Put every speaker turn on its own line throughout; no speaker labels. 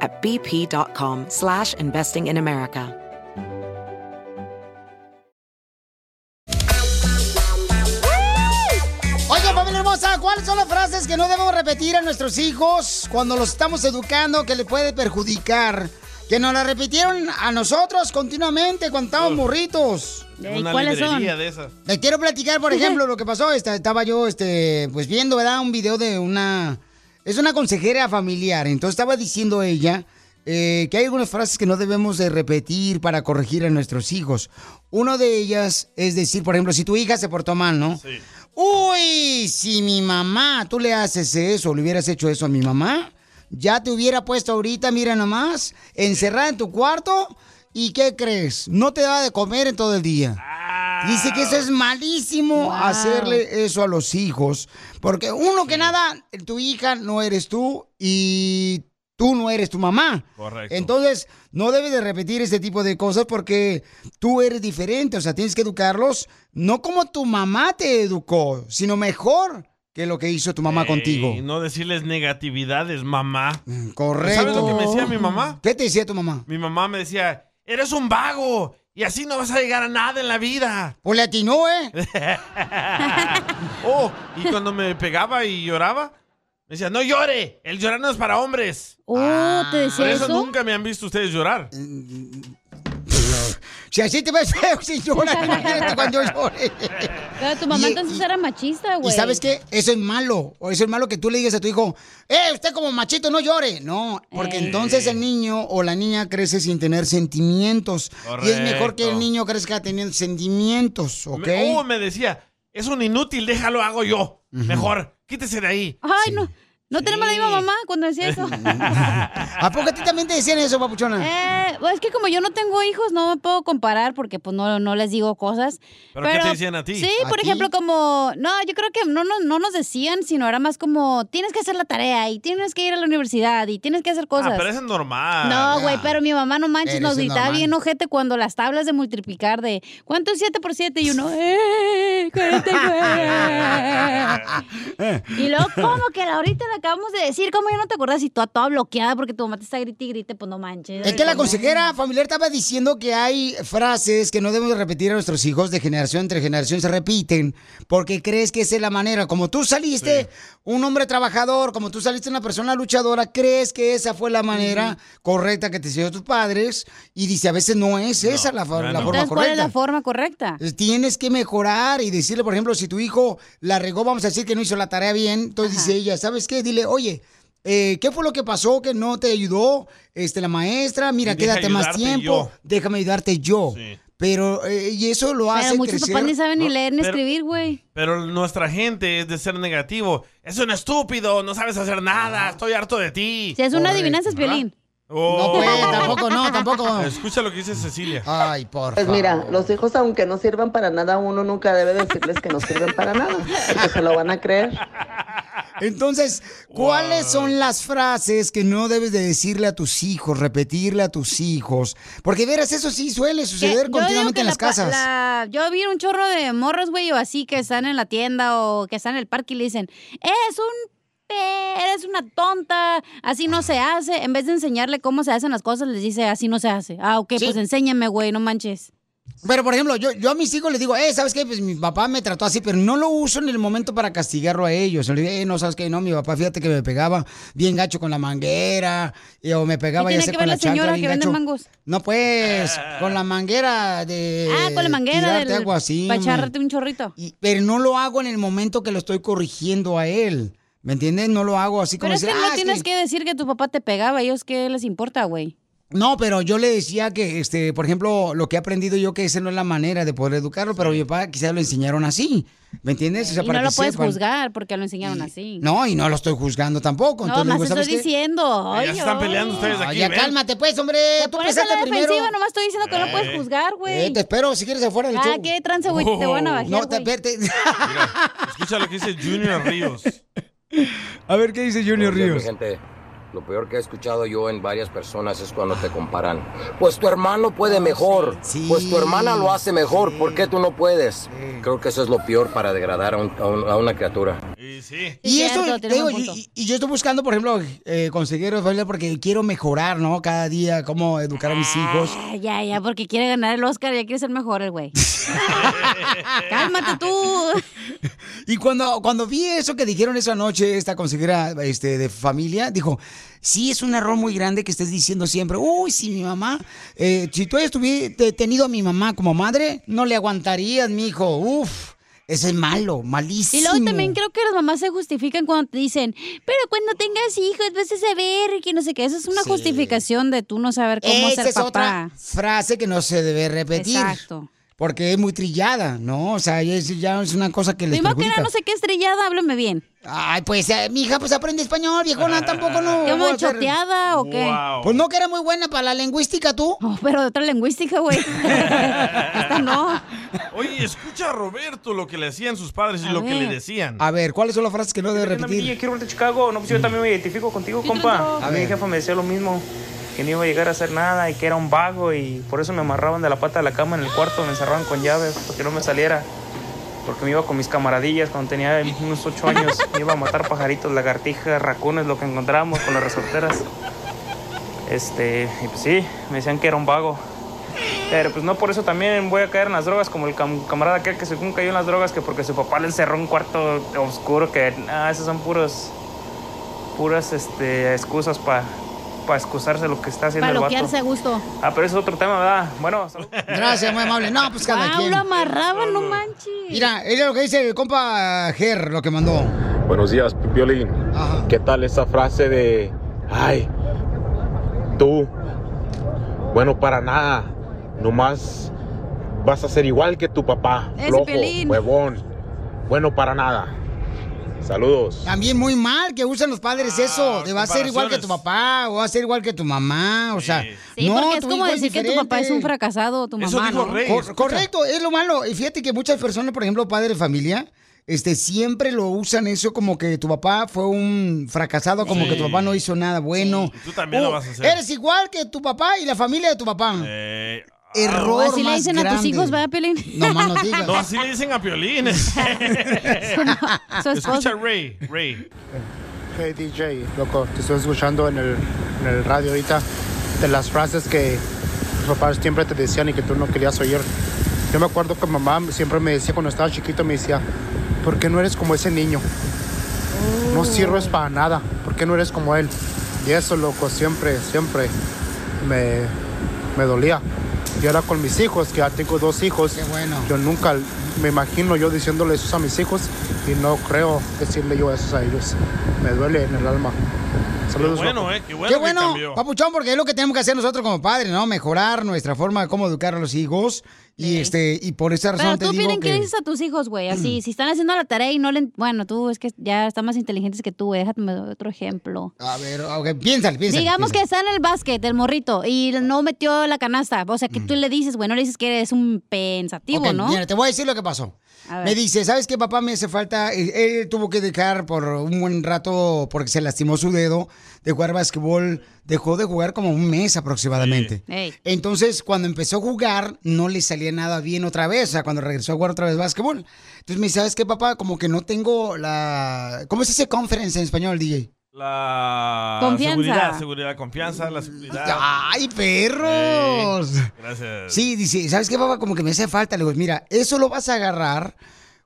at bp.com slash investing in America.
Oiga, familia hermosa, ¿cuáles son las frases que no debemos repetir a nuestros hijos cuando los estamos educando que le puede perjudicar? Que nos la repitieron a nosotros continuamente cuando estábamos morritos.
Una librería de esas.
Le quiero platicar, por ejemplo, lo que pasó. Esta- Estaba yo, este, pues viendo, ¿verdad? Un video de una... Es una consejera familiar. Entonces estaba diciendo ella eh, que hay algunas frases que no debemos de repetir para corregir a nuestros hijos. Uno de ellas es decir, por ejemplo, si tu hija se portó mal, ¿no? Uy, si mi mamá, tú le haces eso, le hubieras hecho eso a mi mamá, ya te hubiera puesto ahorita, mira nomás, encerrada en tu cuarto. ¿Y qué crees? No te da de comer en todo el día. Dice que eso es malísimo hacerle eso a los hijos. Porque uno que nada, tu hija no eres tú y tú no eres tu mamá.
Correcto.
Entonces, no debes de repetir este tipo de cosas porque tú eres diferente. O sea, tienes que educarlos no como tu mamá te educó, sino mejor que lo que hizo tu mamá
Ey,
contigo.
Eh,
Mm,
no decirles negatividades, mamá.
Correcto.
¿Sabes lo que me decía mi mamá?
¿Qué te decía tu mamá?
Mi mamá me decía, eres un vago y así no vas a llegar a nada en la vida.
Pues le atinó, ¿eh?
oh, y cuando me pegaba y lloraba, me decía, no llore, el llorar no es para hombres.
Oh,
Ah.
¿te
Por
decía
eso,
eso?
nunca me han visto ustedes llorar.
Mm, Si así te ves feo, si lloras, imagínate cuando yo llore.
Pero tu mamá
Y-
entonces era machista,
Y
güey.
sabes qué? Eso es malo. O eso es malo que tú le digas a tu hijo, eh, usted como machito no llore. No, porque
Eh.
Ey.
entonces el niño o la niña crece sin tener sentimientos. Y es mejor que
Correcto.
el niño crezca teniendo sentimientos, ¿ok?
Me, oh, me decía, es un inútil, déjalo, hago yo. Mejor, quítese de ahí.
Ay, no. No tenemos la misma mamá cuando decía eso.
¿A poco a ti también te decían eso, papuchona?
Eh, pues es que como yo no tengo hijos, no me puedo comparar porque pues no, no les digo cosas.
¿Pero qué te decían a ti?
Sí,
¿A
por
ti?
ejemplo, como, no, yo creo que no, no, no nos decían, sino era más como, tienes que hacer la tarea y tienes que ir a la universidad y tienes que hacer cosas.
Ah, pero eso es normal.
No, güey, pero mi mamá no manches,
Eres
nos
un
gritaba
normal.
bien ojete cuando las tablas de multiplicar de ¿cuánto es 7 por 7? Y uno, ¡eh! 49". y luego, ¿cómo que la- ahorita le acabamos de decir? ¿Cómo ya no te acordás? Y tú toda bloqueada porque tu mamá te está grite y grite, pues no manches.
Es que la consejera familiar estaba diciendo que hay frases que no debemos repetir a nuestros hijos de generación entre generación se repiten porque crees que esa es la manera. Como tú saliste un hombre trabajador, como tú saliste una persona luchadora, crees que esa fue la manera correcta que te enseñó tus padres y dice a veces no es esa la, fa-
no,
la
no.
forma
Entonces, ¿cuál es la
correcta.
forma correcta?
Eh, Tienes que mejorar y decirle, por ejemplo, si tu hijo la regó, vamos a decir que no hizo la tarea bien, entonces dice ella, ¿sabes qué? Dile, oye, eh, ¿qué fue lo que pasó que no te ayudó este, la maestra? Mira,
Deja
quédate más
ayudarte yo.
tiempo, déjame ayudarte yo.
Sí.
Pero, eh, y eso lo
Pero
hace
muchos
crecer.
papás ni saben ni
No,
leer ni
pero-
escribir, güey.
Pero nuestra gente es de ser negativo. Es un estúpido, no sabes hacer nada, estoy harto de ti.
Si es una
Correcto,
adivinanza, es
¿verdad?
violín.
No,
Oh.
pues, tampoco, ¿Ah? no, tampoco.
Escucha lo que dice Cecilia.
Ay, por
Pues mira,
favor.
los hijos aunque no sirvan para nada, uno nunca debe decirles que no sirven para nada, porque se lo van a creer.
Entonces, ¿cuáles son las frases que no debes de decirle a tus hijos, repetirle a tus hijos? Porque verás, eso sí suele suceder
Que- yo digo
continuamente
que
en
la
las
pa-
casas.
la- yo vi un chorro de morros, güey, o así, que están en la tienda o que están en el parque y le dicen, es un pe- eres una tonta, así no se hace. En vez de enseñarle cómo se hacen las cosas, les dice, así no se hace. Ah, ok,
Sí.
pues enséñame, güey, no manches.
Pero, por ejemplo, yo, yo a mis hijos les digo, eh, ¿sabes qué? Pues mi papá me trató así, pero no lo uso en el momento para castigarlo a ellos. Le digo, eh, no, ¿sabes qué? No, mi papá, fíjate que me pegaba bien gacho con la manguera, y- o me pegaba
¿Qué
ya
tiene
sé,
que
con
ver
la
la
chancla
señora
bien
que vende
gacho".
mangos?
No, pues, con la manguera de...
Ah, con la manguera
Eh, tirarte
del...
agua así,
Para
me-
echarte un chorrito.
Pero no lo hago en el momento que lo estoy corrigiendo a él. ¿Me entiendes? No lo hago así como
Pero es que
decir,
no
"Ah, es
tienes que decir que tu papá te pegaba. Ellos qué les importa, güey.
No, pero yo le decía que, este, por ejemplo, lo que he aprendido yo, que esa no es la manera de poder educarlo, pero mi papá quizás lo enseñaron así, ¿me entiendes? O sea,
Y
para
no lo
que
puedes
sepan.
juzgar porque lo enseñaron así.
No, y no lo estoy juzgando tampoco.
No,
Entonces, le
más
digo,
estoy
"¿Sabes qué?
diciendo.
Ya
ay,
se están
ay.
peleando ustedes
Ah,
aquí, ¿eh?
ya
¿ven?
cálmate, pues, hombre, tú
Por eso
empezaste
la
primero.
defensiva, nomás estoy diciendo que no puedes
Eh.
juzgar,
Eh,
güey.
te espero si quieres afuera del
Ah,
show.
qué trance, güey. Te van a
Oh.
bajar,
No, te,
güey.
te-
Escucha lo que dice Junior Ríos.
A ver qué dice Junior
Buenos días,
Ríos.
mi gente. Lo peor que he escuchado yo en varias personas es cuando te comparan. Pues tu hermano puede mejor.
Ah, sí.
Pues tu hermana lo hace mejor.
Sí.
¿Por qué tú no puedes? Creo que eso es lo peor para degradar a, un- a un- a una criatura.
Y sí.
Sí,
Y eso, te
cierto, tienes
digo,
un punto.
y, y yo estoy buscando, por ejemplo, eh, conseguir familia porque quiero mejorar, ¿no? Cada día, cómo educar a mis hijos.
Ah, ya, ya, porque quiere ganar el Oscar, ya quiere ser mejor el güey. Cálmate tú.
Y cuando, cuando vi eso que dijeron esa noche, esta consejera este, de familia, dijo, sí es un error muy grande que estés diciendo siempre, uy, si mi mamá, eh, si tú estuviese tenido a mi mamá como madre, no le aguantarías, mi hijo, uf, eso es malo, malísimo.
Y luego también creo que las mamás se justifican cuando te dicen, pero cuando tengas hijos vas a saber que no sé qué. Eso es una
Sí.
justificación de tú no saber cómo
Esa
ser
es
papá.
otra frase que no se debe repetir.
Exacto.
Porque es muy trillada, ¿no? O sea, es- ya es una cosa que les
Primero que
perjudica.
era no sé qué estrellada, háblame bien.
Ay, pues, eh, mija, pues aprende español,
Ah.
viejona, tampoco no. voy
¿Cómo
a ser-
choteada o qué?
Wow.
Pues no que era muy buena para la lingüística, tú.
Oh, pero de otra lingüística, güey. Esta no.
Oye, escucha a Roberto lo que le hacían sus padres y
A
lo que le
ver.
decían.
A ver, ¿cuáles son las frases que no debe
Ven a mi niña,
repetir?
quiero volver a Chicago. No, pues yo también me identifico contigo, compa.
tranza?
A
A
mi
ver.
jefa me decía lo mismo, que no iba a llegar a hacer nada y que era un vago y por eso me amarraban de la pata de la cama en el cuarto, me encerraban con llaves porque no me saliera. Porque me iba con mis camaradillas cuando tenía unos ocho años. Me iba a matar pajaritos, lagartijas, racunes, lo que encontrábamos con las resorteras. Este, y pues sí, me decían que era un vago. Pero pues no por eso también voy a caer en las drogas, como el cam- camarada aquel que según cayó en las drogas, que porque su papá le encerró en un cuarto oscuro, que ah, esas son puros, puras este, excusas para excusarse lo que está haciendo
Para
el vato.
loquearse a gusto.
Ah, pero eso es otro tema, ¿verdad? Bueno, salud.
Gracias, muy amable. No, pues cada
Ah,
quien.
lo amarraban, no manches.
Mira, era lo que dice el compa Ger, lo que mandó.
Buenos días, Piolín.
Ajá.
¿Qué tal esa frase de, ay, tú, bueno, para nada, nomás vas a ser igual que tu papá,
Ese
flojo,
Piolín.
huevón, bueno, para nada. Saludos.
También muy mal que usan los padres eso, de va a ser igual que tu
Ah, comparaciones.
papá o va a ser igual que tu mamá, o sea,
Sí,
no,
porque es
tu
como
hijo
decir que tu
diferente.
papá es un fracasado o tu mamá.
Eso dijo
¿no?
Rey.
Cor-
escucha.
correcto, es lo malo. Y fíjate que muchas personas, por ejemplo, padres de familia, este, siempre lo usan eso como que tu papá fue un fracasado, como
Sí.
que tu papá no hizo nada bueno.
Y tú también lo vas a hacer.
Oh, Eres igual que tu papá y la familia de tu papá.
Eh, ah,
O
Error
así le
más
dicen a tus
grande.
hijos, ¿verdad, Pelín?
No más no digas.
no, así le dicen a Piolín. Escucha
Su
a
esposo.
Ray, Ray.
Hey DJ, loco, te estoy escuchando en el, en el radio ahorita de las frases que tus papás siempre te decían y que tú no querías oír. Yo me acuerdo que mamá siempre me decía cuando estaba chiquito, me decía, ¿por qué no eres como ese niño? No sirves para nada, ¿por qué no eres como él? Y eso, loco, siempre, siempre me, me dolía. Y ahora con mis hijos, que ya tengo dos hijos,
Qué bueno.
yo nunca me imagino yo diciéndole eso a mis hijos y no creo decirle yo eso a ellos. Me duele en el alma.
Qué
Saludos. loco.
bueno, eh, qué bueno,
Qué
que
bueno,
cambió.
papuchón, porque es lo que tenemos que hacer nosotros como padres, ¿no? Mejorar nuestra forma de cómo educar a los hijos. Y este, y por esa
Pero
razón
tú,
te digo
Pelín, ¿qué
que.
le dices a tus hijos, güey? Así, si están haciendo la tarea y no le... Bueno, tú es que ya están más inteligentes que tú, güey. Déjame dar otro ejemplo.
A ver, ok, piénsale, piénsale.
Digamos que está en el básquet, el morrito, y no metió la canasta. O sea, que tú le dices, güey, no le dices que eres un pensativo, ¿no?
Mira, te voy a decir lo que pasó.
A ver.
Me dice, ¿sabes qué, papá? Me hace falta. Él, él tuvo que dejar por un buen rato porque se lastimó su dedo de jugar básquetbol. Dejó de jugar como un mes aproximadamente.
Ey.
Entonces, cuando empezó a jugar, no le salía nada bien otra vez. O sea, cuando regresó a jugar otra vez básquetbol. Entonces me dice, ¿sabes qué, papá? Como que no tengo la. ¿Cómo se dice conference en español, DJ?
La
Confianza.
seguridad, seguridad, confianza, la seguridad.
¡Ay, perros!
Sí, gracias.
Sí, dice, ¿sabes qué, papá? Como que me hace falta. Le digo, mira, eso lo vas a agarrar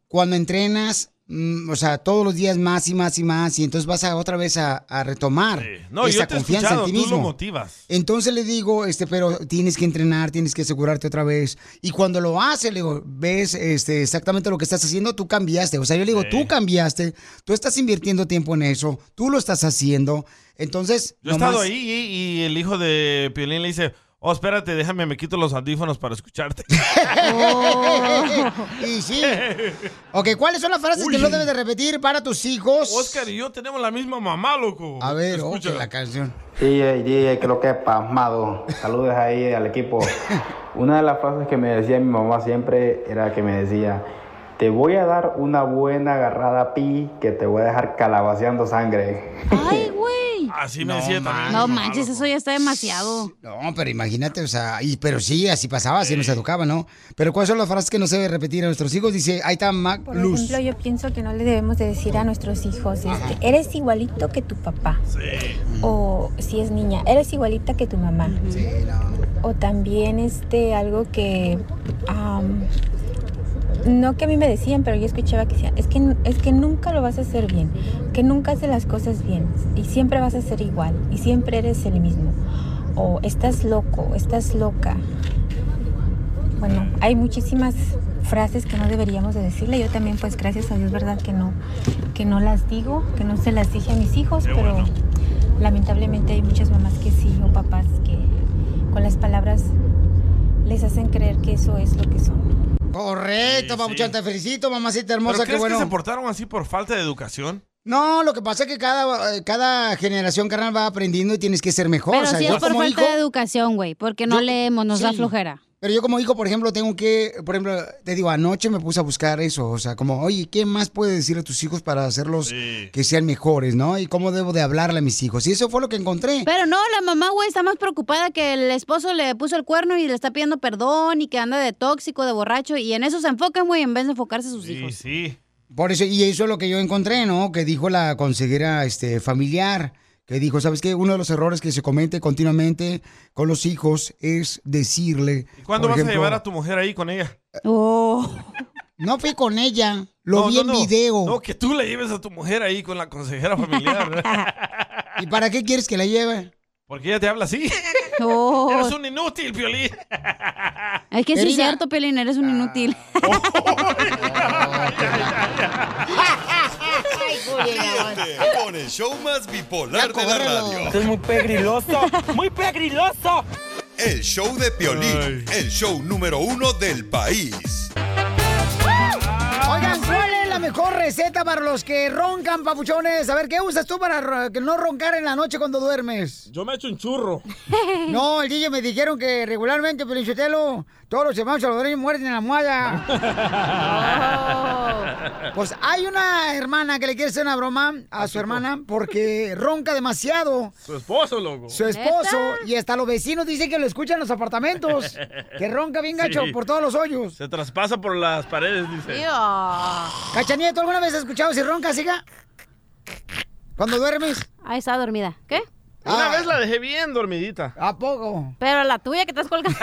cuando entrenas, mm, o sea, todos los días más y más y más, y entonces vas a otra vez a, a retomar
No,
esa
yo te he
confianza
escuchado,
en ti
tú lo
mismo.
motivas.
Entonces le digo, este, pero tienes que entrenar, tienes que asegurarte otra vez. Y cuando lo hace, le digo, ves este, exactamente lo que estás haciendo, tú cambiaste. O sea, yo le digo,
Sí.
tú cambiaste, tú estás invirtiendo tiempo en eso, tú lo estás haciendo. Entonces,
Yo he estado
nomás-
ahí y, y el hijo de Piolín le dice, oh, espérate, déjame, me quito los audífonos para escucharte.
y sí. Ok, ¿cuáles son las frases que no debes de repetir para tus hijos?
Oscar y yo tenemos la misma mamá, loco.
A ver, ok,
Escucha.
la canción.
DJ, DJ, creo que es pasmado. Saludos ahí al equipo. Una de las frases que me decía mi mamá siempre era que me decía, te voy a dar una buena agarrada pi que te voy a dejar calabaceando sangre.
Ay, güey.
Así
me decía también.
No manches, eso ya está demasiado.
No, pero imagínate, o sea, y, pero sí, así pasaba, así nos educaba, ¿no? Pero ¿cuáles son las frases que no se debe repetir a nuestros hijos? Dice, ahí está Mac
Por
Luz.
ejemplo, yo pienso que no le debemos de decir a nuestros hijos, este, eres igualito que tu papá. O si es niña, eres igualita que tu mamá. O también este algo que am, no que a mí me decían, pero yo escuchaba que decían, es que es que nunca lo vas a hacer bien, que nunca haces las cosas bien y siempre vas a ser igual y siempre eres el mismo. O estás loco, estás loca. Bueno, hay muchísimas frases que no deberíamos de decirle. Yo también, pues gracias a Dios, verdad que no, que no las digo, que no se las dije a mis hijos, pero lamentablemente hay muchas mamás que sí o papás que con las palabras les hacen creer que eso es lo que son.
Correcto,
Sí,
papuchón,
sí.
te felicito, mamacita
¿Pero
hermosa, qué
crees
bueno.
que se portaron así por falta de educación?
No, lo que pasa es que cada, eh, cada generación, carnal, va aprendiendo y tienes que ser mejor.
Pero
o sea,
sí
yo
es por
como
falta
hijo-
de educación, güey, porque no
Yo-
leemos, nos da
sí.
flojera.
Pero yo como hijo, por ejemplo, tengo que, por ejemplo, te digo, anoche me puse a buscar eso, o sea, como, oye, ¿qué más puedes decir a tus hijos para hacerlos que sean mejores, no? Y cómo debo de hablarle a mis hijos. Y eso fue lo que encontré.
Pero no, la mamá, güey, está más preocupada que el esposo le puso el cuerno y le está pidiendo perdón y que anda de tóxico, de borracho, y en eso se enfocan, güey, en vez de enfocarse a sus hijos.
sí.
Por eso, y eso es lo que yo encontré, ¿no? Que dijo la consejera este, familiar, que dijo, ¿sabes qué? Uno de los errores que se comete continuamente con los hijos es decirle...
¿Y cuándo
por
vas a
ejemplo, Oh.
llevar a tu mujer ahí con ella?
No fui con ella, lo
No,
vi
no,
en
no.
video.
No, que tú le lleves a tu mujer ahí con la consejera familiar.
¿Y para qué quieres que la lleve?
Porque ella te habla así.
No.
Eres un inútil, Piolín.
Es que sí es
Querida.
cierto, Pelín, eres un inútil.
Ríete con el show más bipolar de la radio.
Esto es muy pegriloso, muy pegriloso.
El show de Piolín, el show número uno del país.
Oigan, ¿cuál es la mejor receta para los que roncan, papuchones? A ver, ¿qué usas tú para ro- que no roncar en la noche cuando duermes?
Yo me echo un churro.
No, el DJ me dijeron que regularmente, Pelichotelo, todos los hermanos salvadoreños mueren en la almohada. Pues hay una hermana que le quiere hacer una broma a su hermana porque ronca demasiado.
Su esposo, loco.
Su esposo y hasta los vecinos dicen que lo escuchan en los apartamentos. Que ronca bien gacho
Sí.
por todos los hoyos.
Se traspasa por las paredes, dice.
Ah.
Cachanilla, ¿tú alguna vez has escuchado si ronca, siga? ¿Cuando duermes?
Ahí está dormida. ¿Qué?
Una vez la dejé bien dormidita.
Ah. ¿A poco?
Pero la tuya que estás colgando.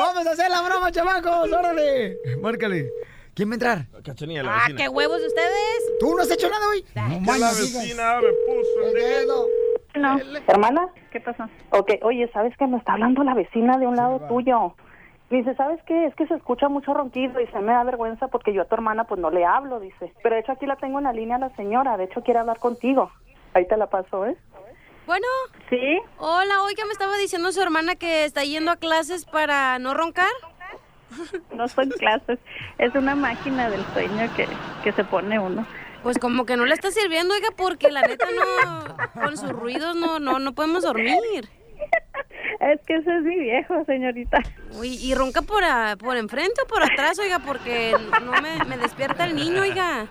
Vamos a hacer la broma, chamacos. Órale. Márcale. ¿Quién va a entrar?
Cachanilla, la
ah,
vecina.
qué huevos ustedes.
¿Tú no has hecho nada hoy?
No
Que la vecina me puso el dedo.
No. Hermana, ¿qué pasa? Ok, oye, ¿sabes qué? Me está hablando la vecina de un lado tuyo. Me dice, ¿sabes qué? Es que se escucha mucho ronquido y se me da vergüenza porque yo a tu hermana pues no le hablo, dice. Pero de hecho aquí la tengo en la línea la señora, de hecho quiere hablar contigo. Ahí te la paso, ¿eh?
Bueno.
Sí.
Hola, oiga, me estaba diciendo su hermana que está yendo a clases para no roncar.
No son clases, es una máquina del sueño que, que se pone uno.
Pues como que no le está sirviendo, oiga, porque la neta no, con sus ruidos no, no, no podemos dormir.
Es que ese es mi viejo, señorita.
Uy, y ronca por, a- por enfrente o por atrás, oiga, porque no me, me despierta el niño, oiga.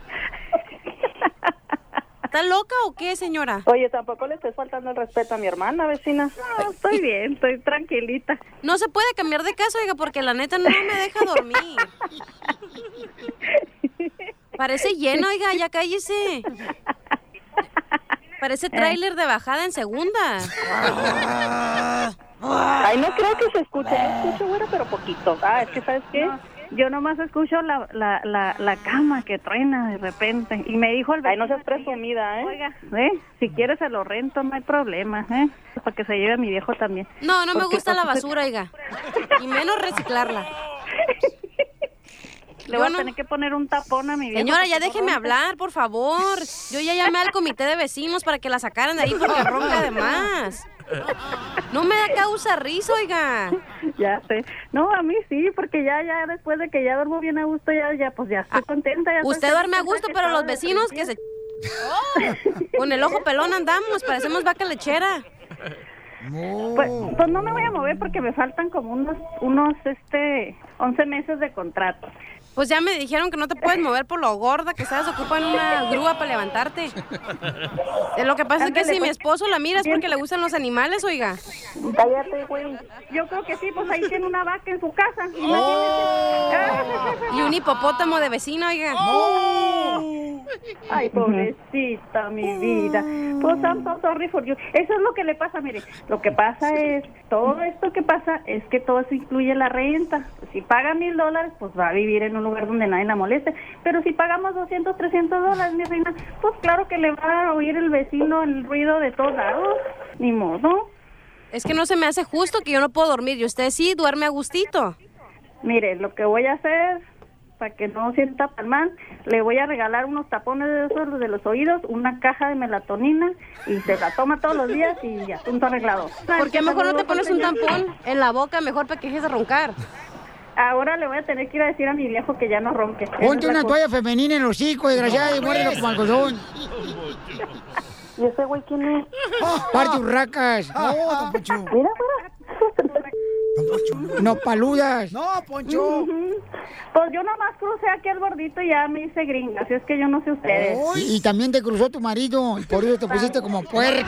¿Está loca o qué, señora?
Oye, tampoco le estés faltando el respeto a mi hermana, vecina. No, estoy bien, estoy tranquilita.
No se puede cambiar de casa, oiga, porque la neta no me deja dormir.
Parece lleno, oiga, ya cállese. Parece tráiler de bajada en segunda.
Ay, no creo que se escuche, no escucho, güera, pero poquito. Ah, es que, ¿sabes qué? Yo nomás escucho la, la, la, la cama que truena de repente. Y me dijo el vecino... Ay, no seas presumida, ¿eh? Oiga, ¿eh? Si quieres se lo rento, no hay problema, ¿eh? Para que se lleve a mi viejo también.
No, no me
Porque-
gusta la basura, oiga. Y menos reciclarla.
Le voy
Yo no-
a tener que poner un tapón a mi viejo.
Señora, ya
porque no
déjeme
rompe.
hablar, por favor. Yo ya llamé al comité de vecinos para que la sacaran de ahí porque ronca de más. No me da causa risa, oiga.
Ya sé. No, a mí sí, porque ya, ya después de que ya duermo bien a gusto, ya, ya, pues ya estoy contenta. Ya estoy
Ah, Usted duerme a
contenta
gusto,
que
pero
estaba
los vecinos que se... Con el ojo pelón andamos, parecemos vaca lechera.
Pues, pues no me voy a mover porque me faltan como unos, unos, este, 11 meses de contrato.
Pues ya me dijeron que no te puedes mover por lo gorda que estás, ocupan una grúa para levantarte. Eh, Lo que pasa es que
Ándale,
si mi
pues.
esposo la mira es porque le gustan los animales, oiga.
Cállate, güey. Yo creo que sí, pues ahí tiene una vaca en su casa. Ah,
Y un hipopótamo de vecino, oiga.
Ay, pobrecita, mi vida. Pues I'm so sorry for you. Eso es lo que le pasa, mire. Lo que pasa es, todo esto que pasa es que todo eso incluye la renta. Si paga mil dólares, pues va a vivir en un lugar donde nadie la moleste. Pero si pagamos 200, 300 dólares, mi reina, pues claro que le va a oír el vecino el ruido de todos lados. Ni modo.
Es que no se me hace justo que yo no puedo dormir y usted sí duerme a gustito.
Mire, lo que voy a hacer para que no sienta tan mal, le voy a regalar unos tapones de esos los de los oídos, una caja de melatonina y se la toma todos los días y ya, punto arreglado.
¿Por qué mejor no te pones un tampón en la boca, mejor para que dejes de roncar?
Ahora le voy a tener que ir a decir a mi viejo que ya no ronque. Esa es
Ponte
la
una
cosa.
toalla femenina en los hocico, desgraciada, y muérelo como algodón.
¿Y ese güey quién es? Oh.
Par de urracas.
Ah,
Mira,
ah.
No paludas.
No, Poncho. Pues yo nomás crucé aquí el bordito y ya me hice gringa, así es que yo no sé ustedes.
Y, y también te cruzó tu marido, y por eso te pusiste como puerca.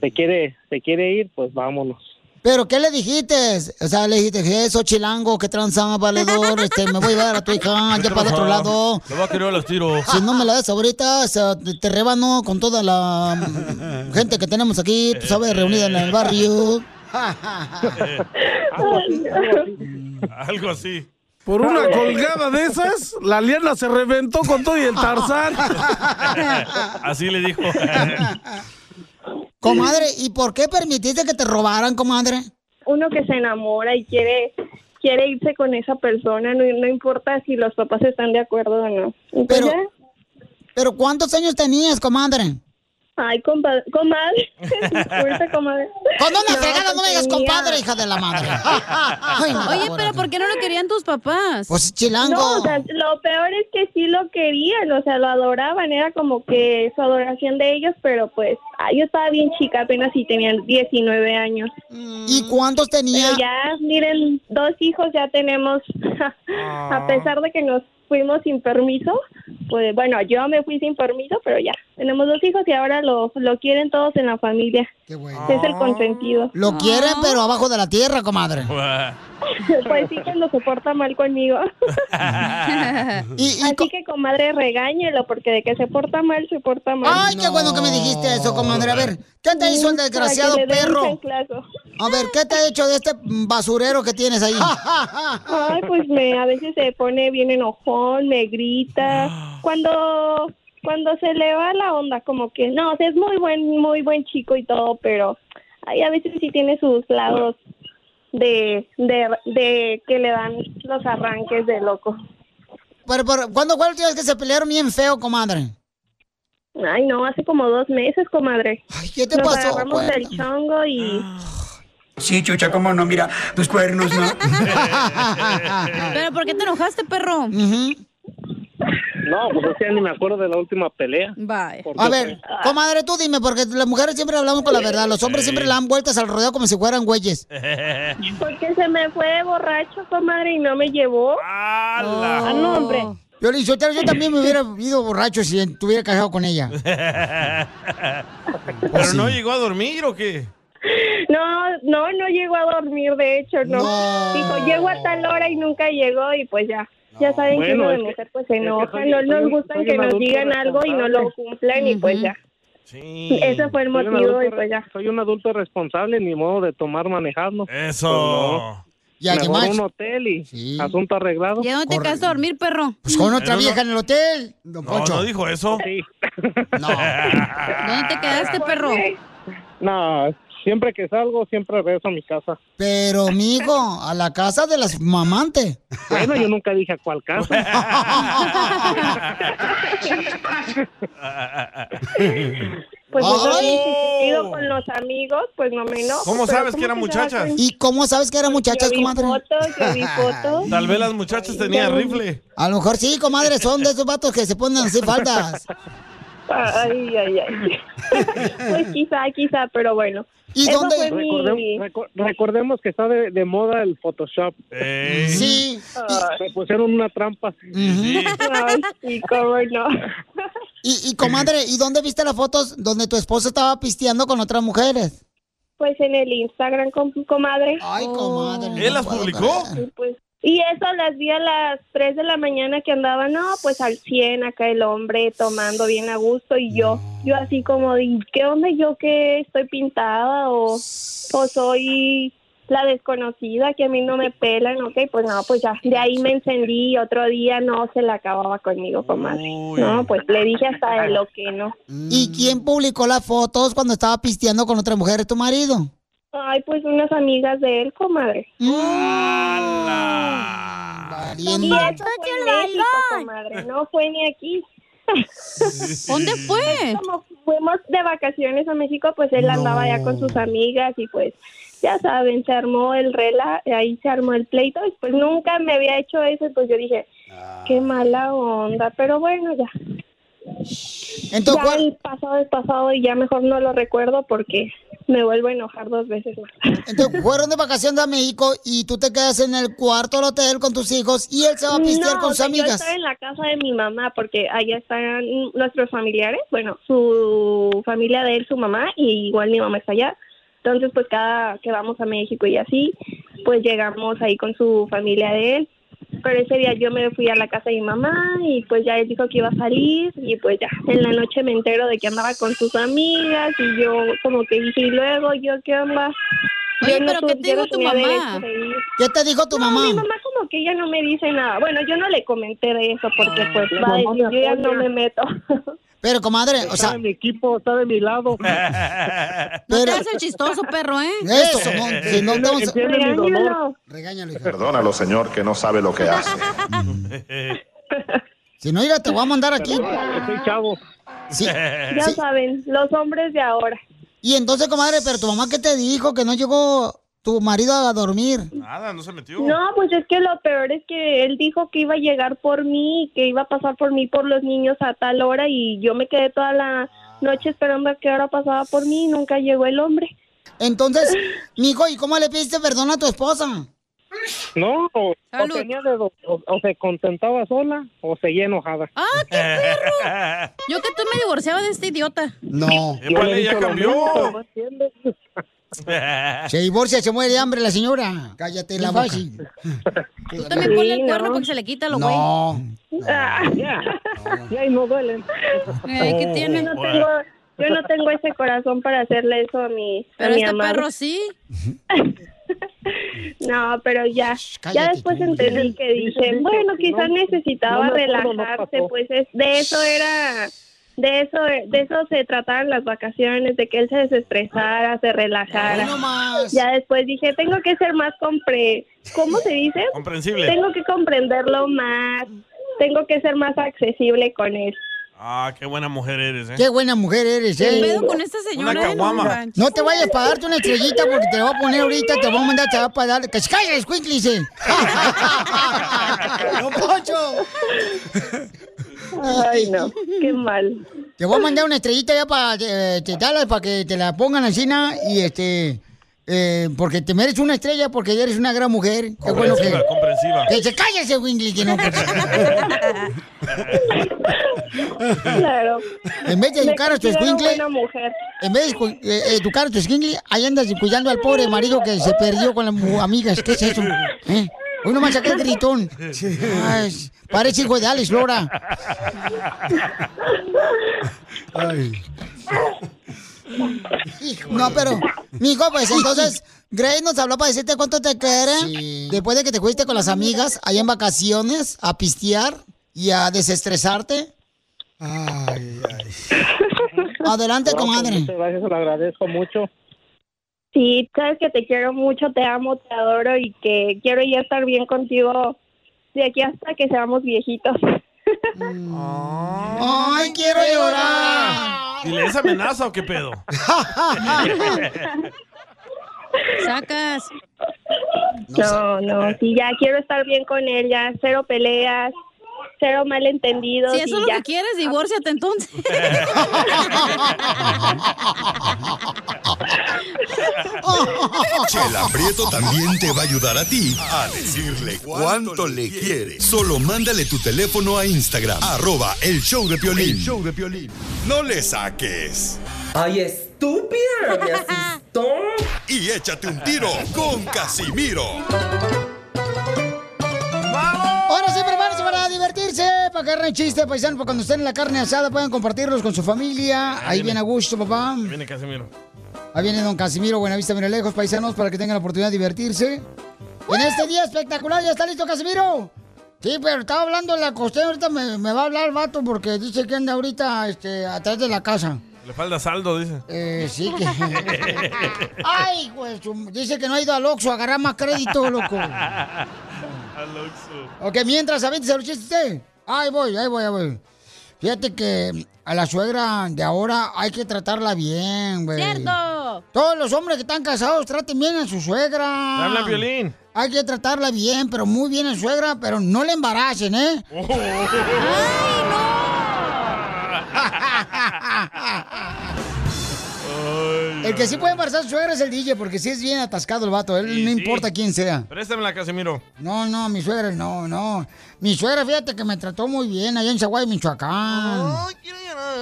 se quiere se quiere ir, pues vámonos."
¿Pero qué le dijiste? O sea, le dijiste, eso chilango, qué tranza, valedor, este, me voy a dar a tu hija, ya para el otro lado.
Le va a querer a los tiros.
Si no me la das ahorita, o sea, te, te rebano con toda la mm, gente que tenemos aquí, tú sabes, reunida en el barrio.
Algo así.
Por una colgada de esas, la liana se reventó con todo y el tarzán.
Así le dijo.
Comadre, ¿y por qué permitiste que te robaran, comadre?
uno que se enamora y quiere quiere irse con esa persona, no, no importa si los papás están de acuerdo o no. Entonces,
Pero- ¿Pero cuántos años tenías, comadre?
ay, compa- comadre, disculpe, comadre.
Con una
fregada
no me digas compadre, hija de la madre. Ay, no,
Oye,
bueno.
pero ¿por qué no lo querían tus papás?
Pues
No, o sea, lo peor es que sí lo querían, o sea, lo adoraban, era como que su adoración de ellos, pero pues ah, yo estaba bien chica, apenas si tenían 19 años.
¿Y cuántos tenía?
ya, miren, dos hijos ya tenemos, a pesar de que nos fuimos sin permiso, pues bueno, yo me fui sin permiso, pero ya, tenemos dos hijos y ahora lo, lo quieren todos en la familia. Es el consentido.
Lo quieren, pero abajo de la tierra, comadre.
pues sí, cuando se porta mal conmigo. Así que, comadre, regáñelo, porque de que se porta mal, se porta mal.
Ay, qué bueno que me dijiste eso, comadre. A ver, ¿qué te hizo el
Para que
desgraciado
le dé un
perro?
chanclazo.
A ver, ¿qué te ha hecho de este basurero que tienes ahí?
Ah.
Ay, pues me, a veces se pone bien enojón, me grita. Cuando cuando se le va la onda, como que no, o sea, es muy buen, muy buen chico y todo, pero ay, a veces sí tiene sus lados de, de, de que le dan los arranques de loco.
Pero, pero, ¿Cuándo fue el día que se pelearon bien feo, comadre?
Ay, no, hace como dos meses, comadre.
Ay, ¿qué te
Nos
pasó?
agarramos del
Cuéntame.
chongo y...
Ah.
Sí, chucha, cómo no, mira, tus cuernos, ¿no?
¿Pero por qué te enojaste, perro?
No, pues es que ni me acuerdo de la última pelea.
Bye.
Porque,
A ver,
pues,
comadre, tú dime, porque las mujeres siempre hablamos con la verdad. Los hombres siempre le dan vueltas al rodeo como si fueran güeyes.
Eh.
Porque se me fue borracho, comadre, y no me llevó. ¡Ah, no, hombre!
Yo le dije, yo también me hubiera ido borracho si estuviera casado con ella. Pues
¿Pero no llegó a dormir o qué?
No, no, no llegó a dormir, de hecho, no. Dijo, llego a tal hora y nunca llegó, y pues ya. Ya saben que
Bueno,
uno de
es que-
mujer pues se
es que
enoja,
soy-
no
soy
nos
un-
gustan
soy
que
un
nos
adulto
digan algo y no lo
responsable.
cumplen, y pues ya. Ese fue el
soy un
motivo, y
adulto-
pues ya.
Soy un adulto responsable, ni modo de tomar manejando. Pues,
Eso.
Y además.
además-
Mejor un hotel y asunto arreglado.
¿Ya no te quedas a dormir, perro?
Pues con otra En vieja
en el hotel. Don
No, Poncho. no dijo
eso.
No.
¿Dónde te quedaste, perro?
No, siempre que salgo, siempre regreso a mi casa.
Pero, mijo, a la casa de las mamantes.
Bueno, yo nunca dije a cuál
Ah, ah, ah.
Pues
¡Ay!
yo también, si he ido con los amigos, pues no me enojo.
¿Cómo
pero
sabes que eran
se da
muchachas?
cuenta?
¿Y cómo sabes que eran
Pues
muchachas,
Yo vi
comadre?
fotos, yo vi fotos.
Tal vez las muchachas tenían rifle.
A lo mejor sí, comadre, son de esos vatos que se ponen así faldas.
Ay, ay, ay. pues quizá, quizá, pero bueno.
¿Y
Eso
dónde-
fue mi-
Recordem- reco- recordemos que está de, de moda el Photoshop.
Sí.
Me pusieron una trampa.
Ay, sí, cómo no.
Y, y, comadre, ¿y dónde viste las fotos donde tu esposo estaba pisteando con otras mujeres?
Pues en el Instagram, com- comadre.
Ay, comadre.
¿Él las publicó?
Y, pues, y eso las vi a las 3 de la mañana que andaba, no, pues al 100 acá el hombre tomando bien a gusto y yo, yo así como, de, "¿Y ¿qué onda yo que estoy pintada o, o soy la desconocida que a mí no me pelan? Ok, pues no, pues ya de ahí me encendí y otro día no se la acababa conmigo, comadre. No, pues le dije hasta de lo que no.
¿Y quién publicó las fotos cuando estaba pisteando con otras mujeres, tu marido?
Ay, pues unas amigas de él, comadre.
Valiendo.
Y eso fue en México, comadre, no fue ni aquí.
¿Dónde fue?
Como fuimos de vacaciones a México, pues él andaba ya con sus amigas y pues ya saben, se armó el rela, ahí se armó el pleito y pues nunca me había hecho eso, pues yo dije, qué mala onda, pero bueno, ya.
Entonces,
ya el pasado es pasado y ya mejor no lo recuerdo porque me vuelvo a enojar dos veces más.
Entonces, fueron de vacaciones a México y tú te quedas en el cuarto del hotel con tus hijos y él se va a pistear
No,
con
o
sus
sea, Yo
amigas.
estaba en la casa de mi mamá porque allá están nuestros familiares, bueno, su familia de él, su mamá, y igual mi mamá está allá. Entonces, pues cada que vamos a México y así, pues llegamos ahí con su familia de él. Pero ese día yo me fui a la casa de mi mamá y pues ya él dijo que iba a salir y pues ya en la noche me entero de que andaba con sus amigas y yo como que dije, y luego yo qué onda.
Oye,
Yo no
pero
tu-
¿qué te
yo no
dijo tu
tenía
mamá?
derecho de ir.
¿Qué te dijo tu
No,
mamá?
Mi mamá como que ella no me dice nada. Bueno, yo no le comenté de eso porque pues Mi va a mamá decir, me yo ya no apoya. me meto.
Pero comadre,
Está
o sea,
en
mi equipo está de mi lado.
No te hagas el chistoso, perro, ¿eh?
Eso, no, si
Eh,
no te vamos a-
Entiende mi dolor. Regáñalo.
Regáñalo, hija.
Perdónalo, señor, que no sabe lo que hace.
Si no, mira, te voy a mandar aquí.
Soy
chavo. Sí.
Ya
sí.
saben, los hombres de ahora.
Y entonces, comadre, pero tu mamá qué te dijo que no llegó tu marido a dormir.
Nada, no se metió.
No, pues es que lo peor es que él dijo que iba a llegar por mí, que iba a pasar por mí por los niños a tal hora y yo me quedé toda la noche esperando a qué hora pasaba por mí y nunca llegó el hombre.
Entonces, mijo, ¿y cómo le pediste perdón a tu esposa?
No, o, o
Salud.
tenía de do- o- o se contentaba sola o seguía enojada.
¡Ah, qué perro! Yo que tú me divorciaba de este idiota.
No.
¿Eh,
Yo le he dicho lo mismo.
Se divorcia, se muere de hambre la señora. Cállate la
Bien
boca.
fácil. Tú también ponle el cuerno porque se le quita lo güey.
No.
Ya, y no duelen.
Eh, ¿qué tiene?
Yo no tengo, yo no tengo ese corazón para hacerle eso a mi, a
Pero
mi
este
amado.
perro sí.
No, pero ya, ya después entendí que dicen, bueno, quizás necesitaba
No me acuerdo, no
relajarse,
pasó.
pues es, de eso era, de eso, de eso se trataban las vacaciones, de que él se desestresara, se relajara.
Ay, no
Ya después dije, tengo que ser más compre, ¿cómo se dice?
Comprensible.
Tengo que comprenderlo más, tengo que ser más accesible con él.
Ah, qué buena mujer eres, ¿eh?
Qué buena mujer eres,
¿Qué
eh.
pedo con esta señora, Una eh? No caguama. manches.
No te vayas para darte una estrellita porque te la voy a poner ahorita, te voy a mandar, te va a pagar. ¡Que se calles, Quicklis! ¡No, Pocho!
Ay, no, qué mal.
Te voy a mandar una estrellita ya para eh, te talas, para que te la pongan en China y este. eh, porque te mereces una estrella porque eres una gran mujer. Qué bueno que.
Comprensiva, comprensiva.
¡Que se calle ese Wingley! Que no,
Claro.
En vez de
Me
educar a tu
considero
escuincle,
buena mujer.
en vez de cu- eh, educar a tu escuincle, ahí andas cuidando al pobre marido que se perdió con las mu- amigas. ¿Qué es eso? ¿Eh? Hoy nomás saqué el gritón. Ay, parece hijo de Alex Lora. No, pero, mijo, pues entonces, Grace nos habló para decirte cuánto te quiere. Después de que te fuiste con las amigas allá en vacaciones a pistear y a desestresarte. Ay, ay. Adelante,
No, pues,
comadre.
Muchas gracias, se lo agradezco mucho.
Sí, sabes que te quiero mucho, te amo, te adoro y que quiero ya estar bien contigo de aquí hasta que seamos viejitos.
¡Ay, quiero llorar!
Dile, ¿es amenaza o qué pedo?
Sacas.
No, no, sí, ya quiero estar bien con él, ya cero peleas, cero malentendidos.
Si eso
y
es lo
ya.
que quieres, divórciate entonces.
Chela Prieto también te va a ayudar a ti a decirle cuánto le quiere. Solo mándale tu teléfono a Instagram, arroba el show de Piolín.
El show
No le saques.
¡Ay, estúpida! Me asustó.
Y échate un tiro con Casimiro.
Ahora sí, prepárense para divertirse, para que agarren chistes, paisanos, para cuando estén en la carne asada puedan compartirlos con su familia. Ahí viene a gusto, papá.
Viene Casimiro.
Ahí viene don Casimiro, Buenavista, Miralejos, paisanos, para que tengan la oportunidad de divertirse. En este día espectacular, ¿ya está listo Casimiro? Sí, pero estaba hablando la costeña, ahorita me, me va a hablar el vato porque dice que anda ahorita este, atrás de la casa.
Le falta saldo, dice.
Eh, sí que... Ay, pues, dice que no ha ido al Oxxo a agarrar más crédito, loco.
Al Oxxo.
Ok, mientras, avéntese los chistes usted. Ahí voy, ahí voy, ahí voy. Fíjate que a la suegra de ahora hay que tratarla bien, güey.
¡Cierto!
Todos los hombres que están casados traten bien a su suegra.
Te habla Piolín.
Hay que tratarla bien, pero muy bien a su suegra, pero no le embaracen, ¿eh?
Oh,
El que sí puede embarazar a su suegra es el DJ, porque sí es bien atascado el vato. Él no
sí.
importa quién sea.
Préstamela, Casimiro.
No, no, mi suegra, no, no. Mi suegra, fíjate que me trató muy bien allá en Chihuahua, Michoacán.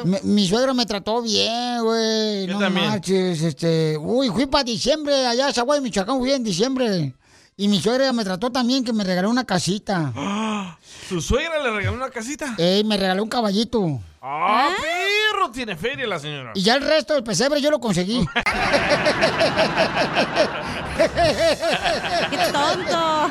Mi, mi suegro me trató bien, güey.
Yo
no
también.
marches, este. Uy, fui para diciembre, allá a Zaguay, Michoacán, fui en diciembre. Y mi suegra me trató también, que me regaló una casita.
¿Su suegra le regaló una casita?
Ey, me regaló un caballito.
¡Ah, perro! Tiene feria la señora.
Y ya el resto del pesebre yo lo conseguí.
¡Qué tonto!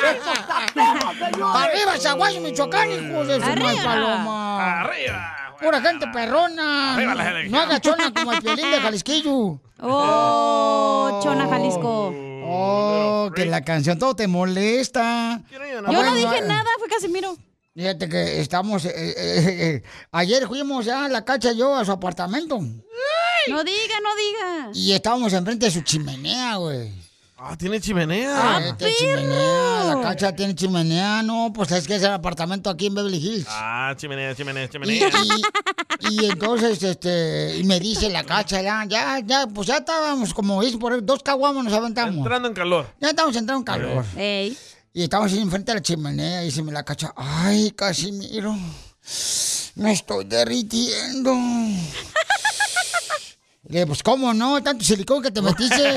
¡Eso está todo, señores!
¡Arriba, Zaguayo, Michoacán, hijo de su
Arriba. Ah,
mal paloma!
¡Arriba!
¡Pura gente perrona!
Arriba la gente.
¡No haga chona como el piolín de Jalisquillo! ¡Oh, chona Jalisco! ¡Oh, que la canción todo te molesta!
Yo no
eh.
dije nada, fue Casimiro.
Fíjate que estamos... eh, eh, eh, eh, ayer fuimos ya, la cacha y yo, a su apartamento.
No diga, no diga.
Y estábamos enfrente de su chimenea, güey.
Ah, tiene chimenea.
Ah, tiene chimenea, la cacha tiene chimenea, no, pues es que es el apartamento aquí en Beverly Hills.
Ah, chimenea, chimenea,
Y,
chimenea.
y- y entonces, este, y me dice la cacha, ya, ya, ya, pues ya estábamos, como dicen por ahí, dos caguamos nos aventamos.
Entrando en calor.
Ya estábamos entrando en calor. Y estábamos ahí enfrente de la chimenea, y dice la cacha, ay, Casimiro, me estoy derritiendo. Le digo, pues, ¿cómo no? Tanto silicón que te metiste.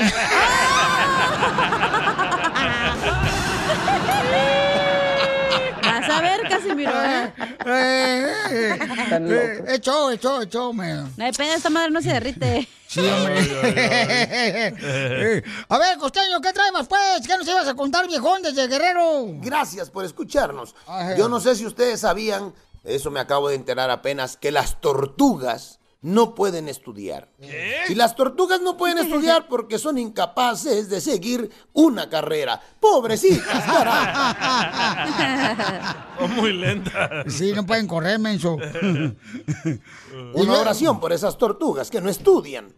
Vas a ver, Casimiro. ¿eh?
eh.
Tan loco.
Echó, echó, echó, me.
No depende, esta madre no se derrite.
Sí, Eh, A ver, Costeño, ¿qué traes más, pues? ¿Qué nos ibas a contar, viejón, desde Guerrero?
Gracias por escucharnos. Yo no sé si ustedes sabían, eso me acabo de enterar apenas, que las tortugas no pueden estudiar. Y las tortugas no pueden estudiar porque son incapaces de seguir una carrera. Pobrecitas, carajo.
Muy lenta.
Sí, no pueden correr, menso.
Una oración por esas tortugas que no estudian.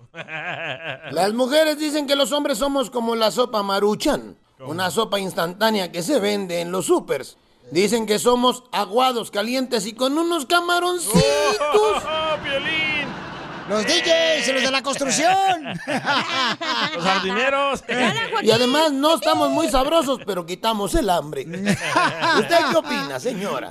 Las mujeres dicen que los hombres somos como la sopa maruchan, una sopa instantánea que se vende en los supers. Dicen que somos aguados, calientes y con unos camaroncitos.
Los DJs, los de la construcción.
los
jardineros.
Y además no estamos muy sabrosos, pero quitamos el hambre. ¿Usted qué opina, señora?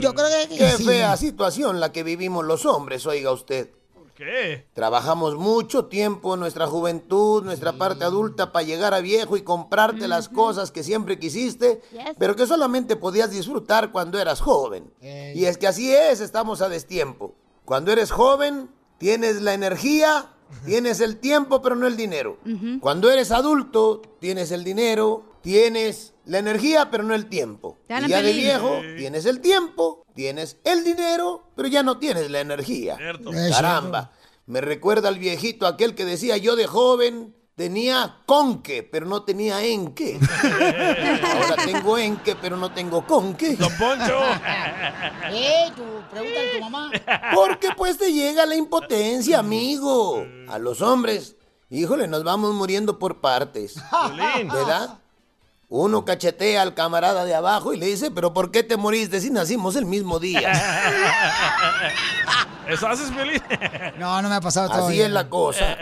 Yo creo que
Qué
sí.
fea situación la que vivimos los hombres, oiga usted.
¿Qué?
Trabajamos mucho tiempo, nuestra juventud, nuestra parte adulta, para llegar a viejo y comprarte las cosas que siempre quisiste,
Yes.
pero que solamente podías disfrutar cuando eras joven. Y es que así es, estamos a destiempo. Cuando eres joven, tienes la energía, tienes el tiempo, pero no el dinero. Cuando eres adulto, tienes el dinero, tienes la energía, pero no el tiempo.
Te van a
Y ya de
pedir.
viejo, tienes el tiempo, tienes el dinero, pero ya no tienes la energía.
Es
Caramba, me recuerda al viejito aquel que decía, yo de joven tenía con qué, pero no tenía en qué. Ahora tengo en qué, pero no tengo con qué.
Eh,
¡Ey, tú! Pregúntale a tu mamá.
Porque pues te llega la impotencia, amigo. A los hombres, híjole, nos vamos muriendo por partes. ¿Verdad? Uno cachetea al camarada de abajo y le dice, pero ¿por qué te moriste si nacimos el mismo día?
¿Eso haces, Piolín?
No, no me ha pasado
Así
todavía.
es la cosa.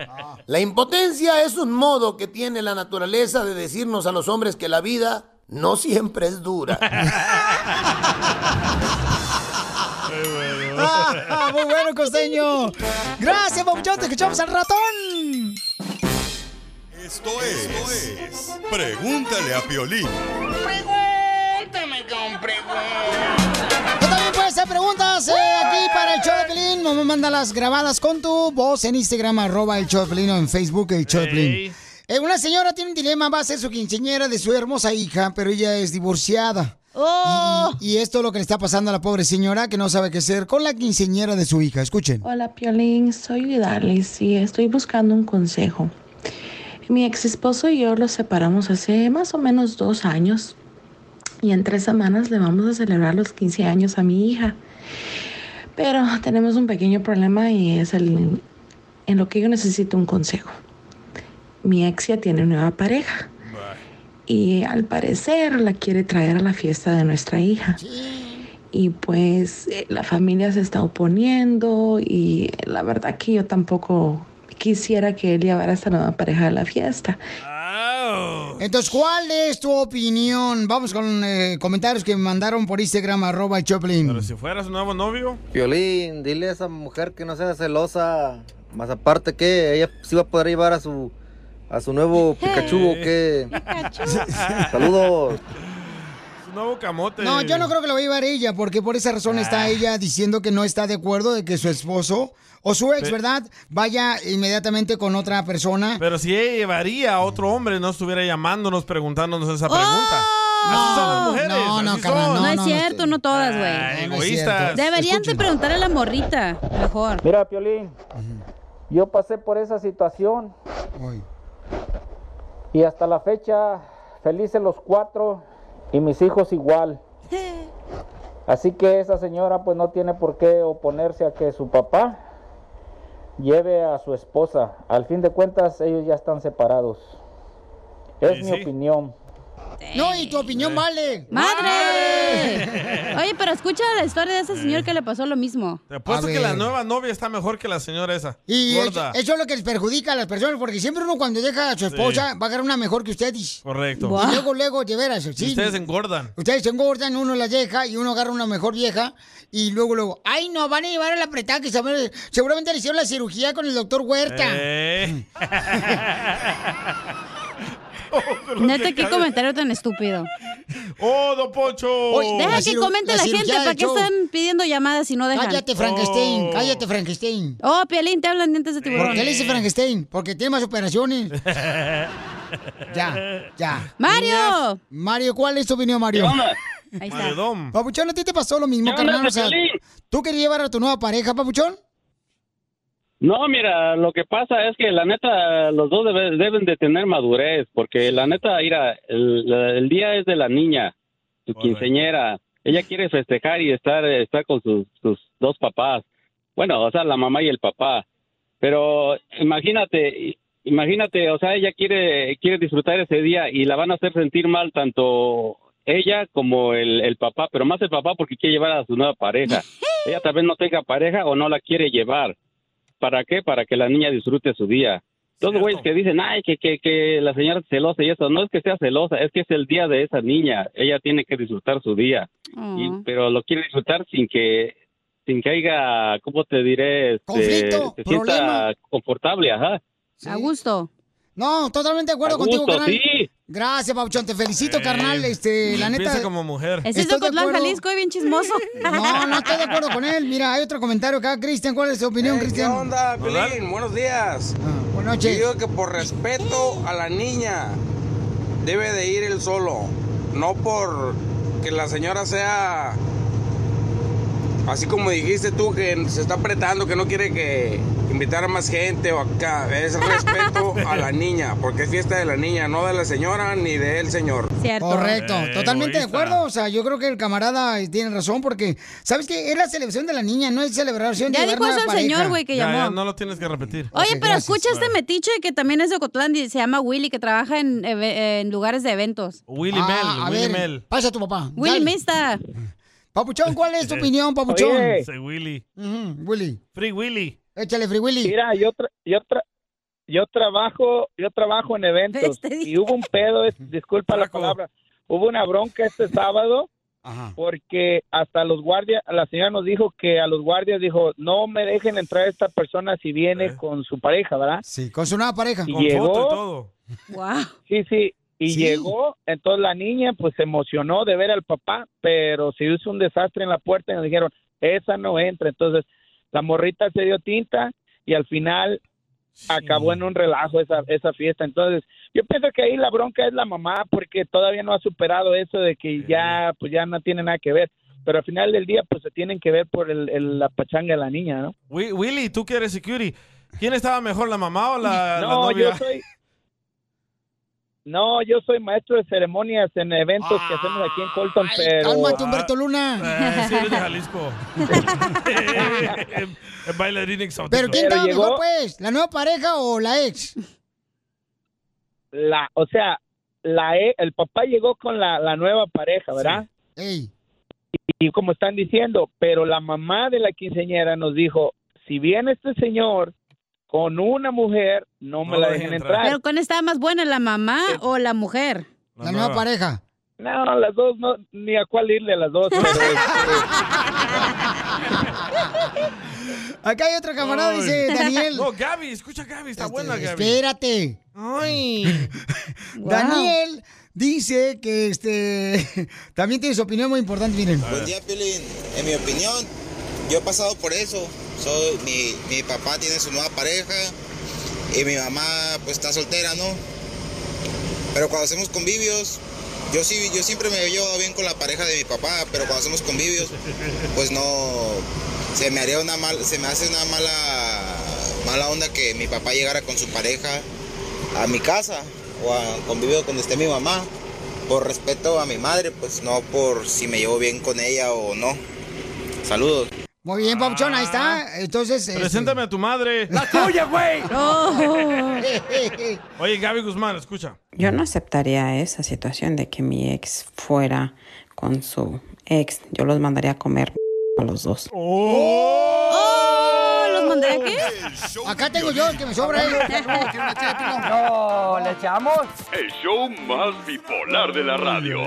La impotencia es un modo que tiene la naturaleza de decirnos a los hombres que la vida no siempre es dura.
Ah, muy bueno, costeño. Gracias, papuchón. Te escuchamos al ratón.
Esto es Pregúntale a Piolín.
Pregúntame con
Tú también puedes hacer preguntas eh, aquí para el show de Pelín. Nos manda las grabadas con tu voz en Instagram, arroba el show de Pelín, o en Facebook el show de Pelín. Eh, una señora tiene un dilema, va a ser su quinceñera de su hermosa hija, pero ella es divorciada. Y, y esto es lo que le está pasando a la pobre señora que no sabe qué hacer con la quinceñera de su hija. Escuchen.
Hola Piolín, soy Darlis y estoy buscando un consejo. Mi ex esposo y yo los separamos hace más o menos dos años y en tres semanas le vamos a celebrar los 15 años a mi hija. Pero tenemos un pequeño problema y es el, en lo que yo necesito un consejo. Mi ex ya tiene nueva pareja y al parecer la quiere traer a la fiesta de nuestra hija y pues eh, la familia se está oponiendo y la verdad que yo tampoco quisiera que él llevara a esta nueva pareja a la fiesta.
Oh.
Entonces, ¿cuál es tu opinión? Vamos con eh, comentarios que me mandaron por Instagram, arroba el Choplin.
Pero si fuera su nuevo novio,
Violín, dile a esa mujer que no sea celosa. Más aparte que ella sí va a poder llevar a su a su nuevo Pikachu o qué. Saludos.
su nuevo camote.
No, yo no creo que lo va a llevar ella, porque por esa razón está ella diciendo que no está de acuerdo de que su esposo o su ex,
Pe-
¿verdad? Vaya inmediatamente con otra persona.
Pero si ella llevaría a otro hombre, no estuviera llamándonos preguntándonos esa pregunta.
Oh.
Así son las mujeres.
No, no,
así
carnal,
son.
no, es cierto, no todas, güey.
Ah, egoístas.
Deberían de preguntar a la morrita, mejor.
Mira, Piolín, yo pasé por esa situación. Y hasta la fecha, felices los cuatro y mis hijos igual. Así que esa señora pues no tiene por qué oponerse a que su papá lleve a su esposa. Al fin de cuentas, ellos ya están separados. Es
Sí,
mi
sí.
opinión.
No, y tu
Eh.
opinión vale.
¡Madre! Oye, pero escucha la historia de ese
Eh.
señor que le pasó lo mismo.
Te apuesto
A
que la
ver.
nueva novia está mejor que la señora esa.
Y eso,
gorda.
eso es lo que les perjudica a las personas, porque siempre uno cuando deja a su
Sí.
esposa va a agarrar una mejor que ustedes.
Correcto.
Y luego, luego, de veras,
Y
sí.
Ustedes engordan.
Ustedes se engordan, uno las deja y uno agarra una mejor vieja y luego, luego, ay, no, van a llevar a la apretada que se- seguramente le hicieron la cirugía con el doctor Huerta.
Eh.
Neta, qué comentario tan estúpido.
¡Oh, don Poncho!
Oye,
Deja
la
que
ciru-
comente
la
la gente,
cirugía
¿para
del
qué
show.
están pidiendo llamadas si no dejan?
Cállate, Frankenstein, cállate, Frankenstein.
Oh, Pielín, te hablan dientes de tiburón.
¿Por qué le dice Frankenstein? Porque tiene más operaciones. Ya, ya.
¡Mario!
Mario, ¿cuál es tu opinión, Mario?
¿Qué onda? Ahí
está. Mario Dom.
Papuchón, ¿a ti te pasó lo mismo,
¿Qué onda,
carnal? O sea,
Piolín?
¿Tú querías llevar a tu nueva pareja, Papuchón?
No, mira, lo que pasa es que la neta, los dos debe- deben de tener madurez, porque la neta, mira, el, la- el día es de la niña, su quinceñera. Ella quiere festejar y estar, estar con sus, sus dos papás. Bueno, o sea, la mamá y el papá. Pero imagínate, imagínate, o sea, ella quiere, quiere disfrutar ese día y la van a hacer sentir mal tanto ella como el, el papá, pero más el papá porque quiere llevar a su nueva pareja. ella tal vez no tenga pareja o no la quiere llevar. ¿Para qué? Para que la niña disfrute su día. Los güeyes que dicen, ay, que, que, que la señora es celosa y eso, no es que sea celosa, es que es el día de esa niña, ella tiene que disfrutar su día, Y-
Oh.
pero lo quiere disfrutar sin que sin que haya, ¿cómo te diré? Este,
Conflicto,
se
problema.
sienta confortable, ajá.
A gusto.
No, totalmente de acuerdo
A gusto,
contigo, carnal.
sí.
Gracias, Papuchón, te felicito,
Eh,
carnal. Este, la
Empieza
neta.
como mujer.
Es de
Estoy de
Ocotlán,
acuerdo.
Jalisco, y bien chismoso.
No, no estoy de acuerdo con él. Mira, hay otro comentario acá, Cristian. ¿Cuál es tu opinión, Cristian?
Eh, ¿Qué onda, Piolín? Buenos días.
Ah, buenas noches.
Digo que por respeto a la niña debe de ir él solo, no por que la señora sea así como dijiste tú que se está apretando, que no quiere que invitar a más gente o acá. Es respeto a la niña, porque es fiesta de la niña, no de la señora ni de el señor.
Correcto, totalmente de acuerdo. O sea, yo creo que el camarada eh, tiene razón porque, ¿sabes qué? Es la celebración de la niña, no es celebración
Ya
de
dijo eso el señor, güey, que
Ya,
llamó.
ya, no lo tienes que repetir.
Oye, pero escucha este metiche que también es de Ocotlán y se llama Willy, que trabaja en, eve- en lugares de eventos.
Willy Mel, Willy Mel.
Pasa Ah, a tu papá.
Willy
dale.
Mista.
Papuchón, ¿cuál es tu opinión, Papuchón?
Oye. Ese Willy.
Ujú, Willy.
Free Willy.
Échale, Free Willy.
Mira, yo, tra- yo, tra- yo trabajo yo trabajo en eventos
Este
y hubo un pedo, es- disculpa la palabra, hubo una bronca este sábado porque hasta los guardias, la señora nos dijo que a los guardias dijo, no me dejen entrar a esta persona si viene
Eh.
con su pareja, ¿verdad?
Sí, con su nueva pareja.
Y llegó,
Wow.
Sí, sí. Y
Sí.
llegó, entonces la niña pues se emocionó de ver al papá, pero se hizo un desastre en la puerta y nos dijeron, esa no entra. Entonces la morrita se dio tinta y al final acabó en un relajo esa, esa fiesta. Entonces yo pienso que ahí la bronca es la mamá porque todavía no ha superado eso de que ya pues ya no tiene nada que ver. Pero al final del día pues se tienen que ver por el, el- la pachanga de la niña, ¿no?
Wi- Willy, tú que eres security. ¿Quién estaba mejor, la mamá o la, la
No,
novia?
yo soy. No, yo soy maestro de ceremonias en eventos que hacemos aquí en Colton, pero.
Ah,
ah.
Cálmate, Humberto Luna.
Eh, sí, eres de Jalisco. El bailarín exótico.
Pero ¿quién estaba
llegó-
mejor, pues? ¿La nueva pareja o la ex?
La, o sea, la, e- el papá llegó con la, la nueva pareja, ¿verdad? Y, y como están diciendo, pero la mamá de la quinceñera nos dijo: si viene este señor, Con una mujer no me la dejen entrar.
Pero ¿cuál estaba más buena, la mamá o la mujer?
La nueva nueva.
pareja.
No, las dos, no, ni a cuál irle a las dos. pero, este,
Acá hay otro camarada,
Ay.
dice Daniel. Este,
No, Gaby, escucha a Gaby, está buena Gaby.
Espérate.
Ay.
Daniel dice que este también tiene su opinión muy importante, miren.
Buen día, Piolín. En mi opinión, yo he pasado por eso. Soy, mi, mi papá tiene su nueva pareja y mi mamá pues está soltera, ¿no? Pero cuando hacemos convivios, yo sí, yo siempre me he llevado bien con la pareja de mi papá, pero cuando hacemos convivios, pues no, se me haría una mal, se me hace una mala, mala onda que mi papá llegara con su pareja a mi casa o a convivio donde esté mi mamá, por respeto a mi madre, pues no por si me llevo bien con ella o no. Saludos.
Muy bien, Papuchón, ahí está. Entonces. este,
Preséntame a tu madre. ¡La
tuya, güey!
Oye, Gaby Guzmán, escucha.
Yo no aceptaría esa situación de que mi ex fuera con su ex. Yo los mandaría a comer a los dos.
¡Oh! ¿Los mandaré a qué?
Acá tengo yo, el que me sobra. eh.
No, ¿le echamos?
El show más bipolar de la radio.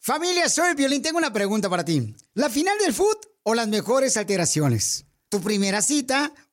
Familia, soy Violín. Tengo una pregunta para ti. ¿La final del foot o las mejores alteraciones? ¿Tu primera cita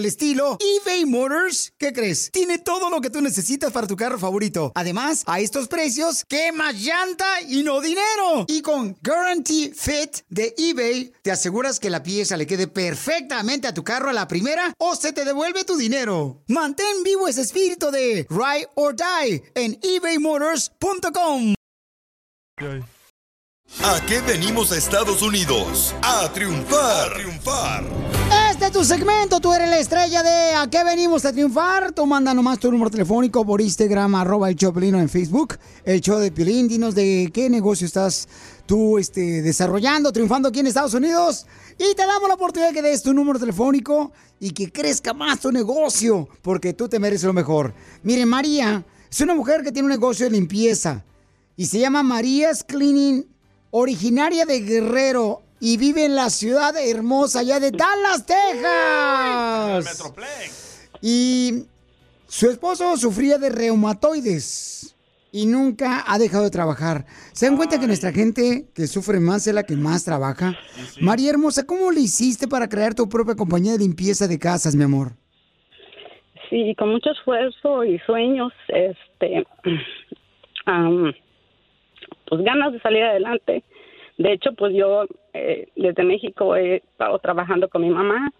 el estilo, eBay Motors, ¿qué crees? Tiene todo lo que tú necesitas para tu carro favorito. Además, a estos precios, ¿qué más llanta y no dinero? Y con Guarantee Fit de eBay, te aseguras que la pieza le quede perfectamente a tu carro a la primera o se te devuelve tu dinero. Mantén vivo ese espíritu de Ride or Die en ebaymotors.com.
¿A qué venimos a Estados Unidos? A triunfar. A triunfar.
Este es tu segmento, tú eres la estrella de ¿A qué venimos a triunfar? Tú manda nomás tu número telefónico por Instagram, arroba el Choplino en Facebook, el show de Piolín, dinos de qué negocio estás tú este, desarrollando, triunfando aquí en Estados Unidos. Y te damos la oportunidad que des tu número telefónico y que crezca más tu negocio, porque tú te mereces lo mejor. Miren, María es una mujer que tiene un negocio de limpieza y se llama María's Cleaning, originaria de Guerrero y vive en la ciudad hermosa allá de Dallas, Texas. Y su esposo sufría de reumatoides y nunca ha dejado de trabajar. ¿Se dan cuenta que nuestra gente que sufre más es la que más trabaja? María Hermosa, ¿cómo le hiciste para crear tu propia compañía de limpieza de casas, mi amor?
Sí, con mucho esfuerzo y sueños, este, am, pues ganas de salir adelante. De hecho, pues yo eh, desde México he estado trabajando con mi mamá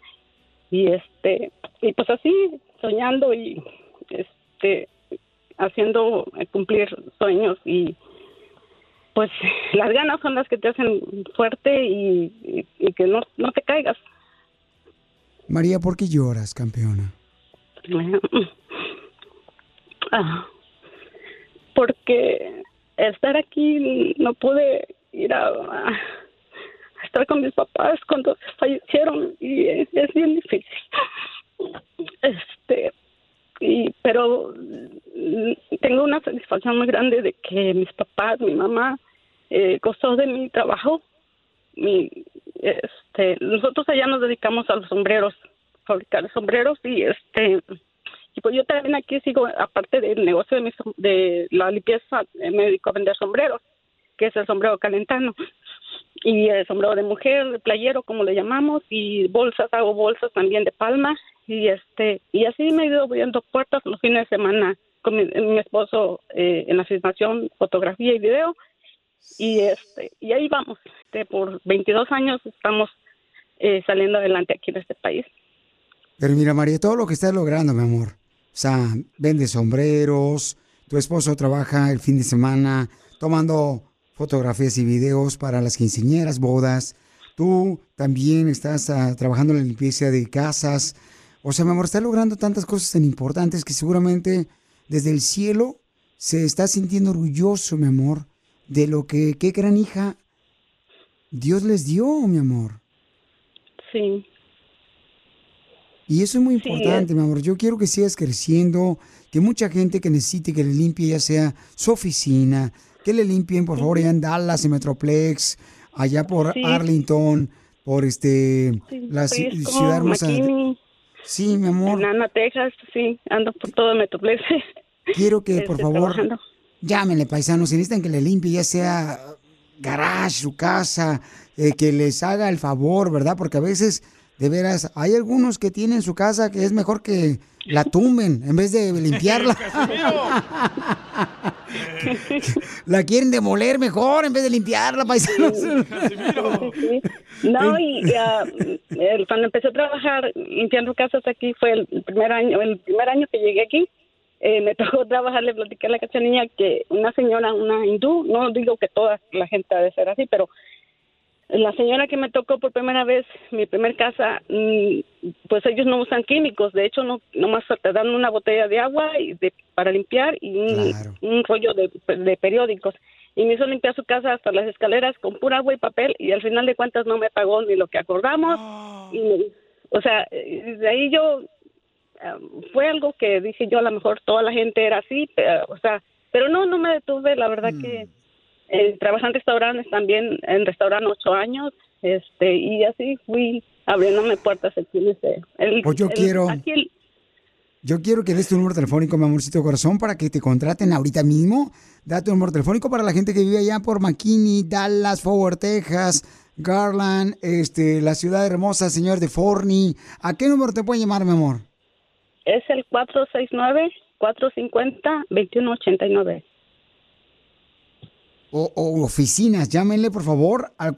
y este, y pues así soñando y este, haciendo eh, cumplir sueños y pues las ganas son las que te hacen fuerte y, y- y que no, no te caigas.
María, ¿por qué lloras, campeona?
Ah, porque estar aquí no pude ir a, a estar con mis papás cuando fallecieron y es, es bien difícil. Este, y, pero mm, tengo una satisfacción muy grande de que mis papás, mi mamá, eh, gozó de mi trabajo. Mi, este, nosotros allá nos dedicamos a los sombreros, fabricar sombreros y este y pues yo también aquí sigo, aparte del negocio de, mi som- de la limpieza, eh, me dedico a vender sombreros, que es el sombrero calentano. Y el sombrero de mujer, playero, como le llamamos, y bolsas, hago bolsas también de palma. y este y así me he ido abriendo puertas los fines de semana con mi, mi esposo eh, en la filmación, fotografía y video y este y ahí vamos. Este, por 22 años estamos eh, saliendo adelante aquí en este país.
Pero mira, María, todo lo que estás logrando, mi amor. O sea, vende sombreros, tu esposo trabaja el fin de semana tomando fotografías y videos para las quinceañeras, bodas. Tú también estás ah, trabajando en la limpieza de casas. O sea, mi amor, estás logrando tantas cosas tan importantes que seguramente desde el cielo se está sintiendo orgulloso, mi amor, de lo que, qué gran hija Dios les dio, mi amor.
Sí.
Y eso es muy
Sí,
importante, mi amor. Yo quiero que sigas creciendo, que mucha gente que necesite que le limpie, ya sea su oficina, que le limpien, por favor, allá en Dallas, en Metroplex, allá por
Sí.
Arlington, por este
Sí,
la ci-
Frisco,
ciudad hermosa.
McKinney.
Sí, mi amor.
En Ana, Texas, sí, ando por todo Metroplex.
Quiero que,
Este,
por favor,
trabajando.
llámenle, paisanos, si necesitan que le limpie, ya sea garage, su casa, eh, que les haga el favor, ¿verdad? Porque a veces, de veras, hay algunos que tienen su casa que es mejor que la tumben en vez de limpiarla. la quieren demoler mejor en vez de limpiarla, paisanos.
No, y ah, el- cuando empecé a trabajar limpiando casas aquí fue el el primer año, el primer año que llegué aquí. eh, me tocó trabajar, le platiqué a la cachanilla que una señora, una hindú, no digo que toda la gente ha de ser así, pero la señora que me tocó por primera vez, mi primer casa, mm, pues ellos no usan químicos, de hecho no, nomás te dan una botella de agua y de- para limpiar y un, un rollo de, de periódicos. Y me hizo limpiar su casa hasta las escaleras con pura agua y papel y al final de cuentas no me pagó ni lo que acordamos. Y me- o sea, eh, de ahí yo ah, fue algo que dije yo a lo mejor toda la gente era así, pero, o sea, pero no, no me detuve, la verdad
Mm.
que eh, trabajé en restaurantes también, en restaurantes ocho años, este, y así fui abriéndome puertas aquí en este- el-
Pues yo
el-
quiero-
aquí el-
Yo quiero que des tu número telefónico, mi amorcito corazón, para que te contraten ahorita mismo. Da tu número telefónico para la gente que vive allá por McKinney, Dallas, Forward, Texas, Garland, este, la ciudad hermosa, señor de Forney. ¿A qué número te pueden llamar, mi amor?
es el 469-450-2189.
O, o oficinas, llámenle por favor al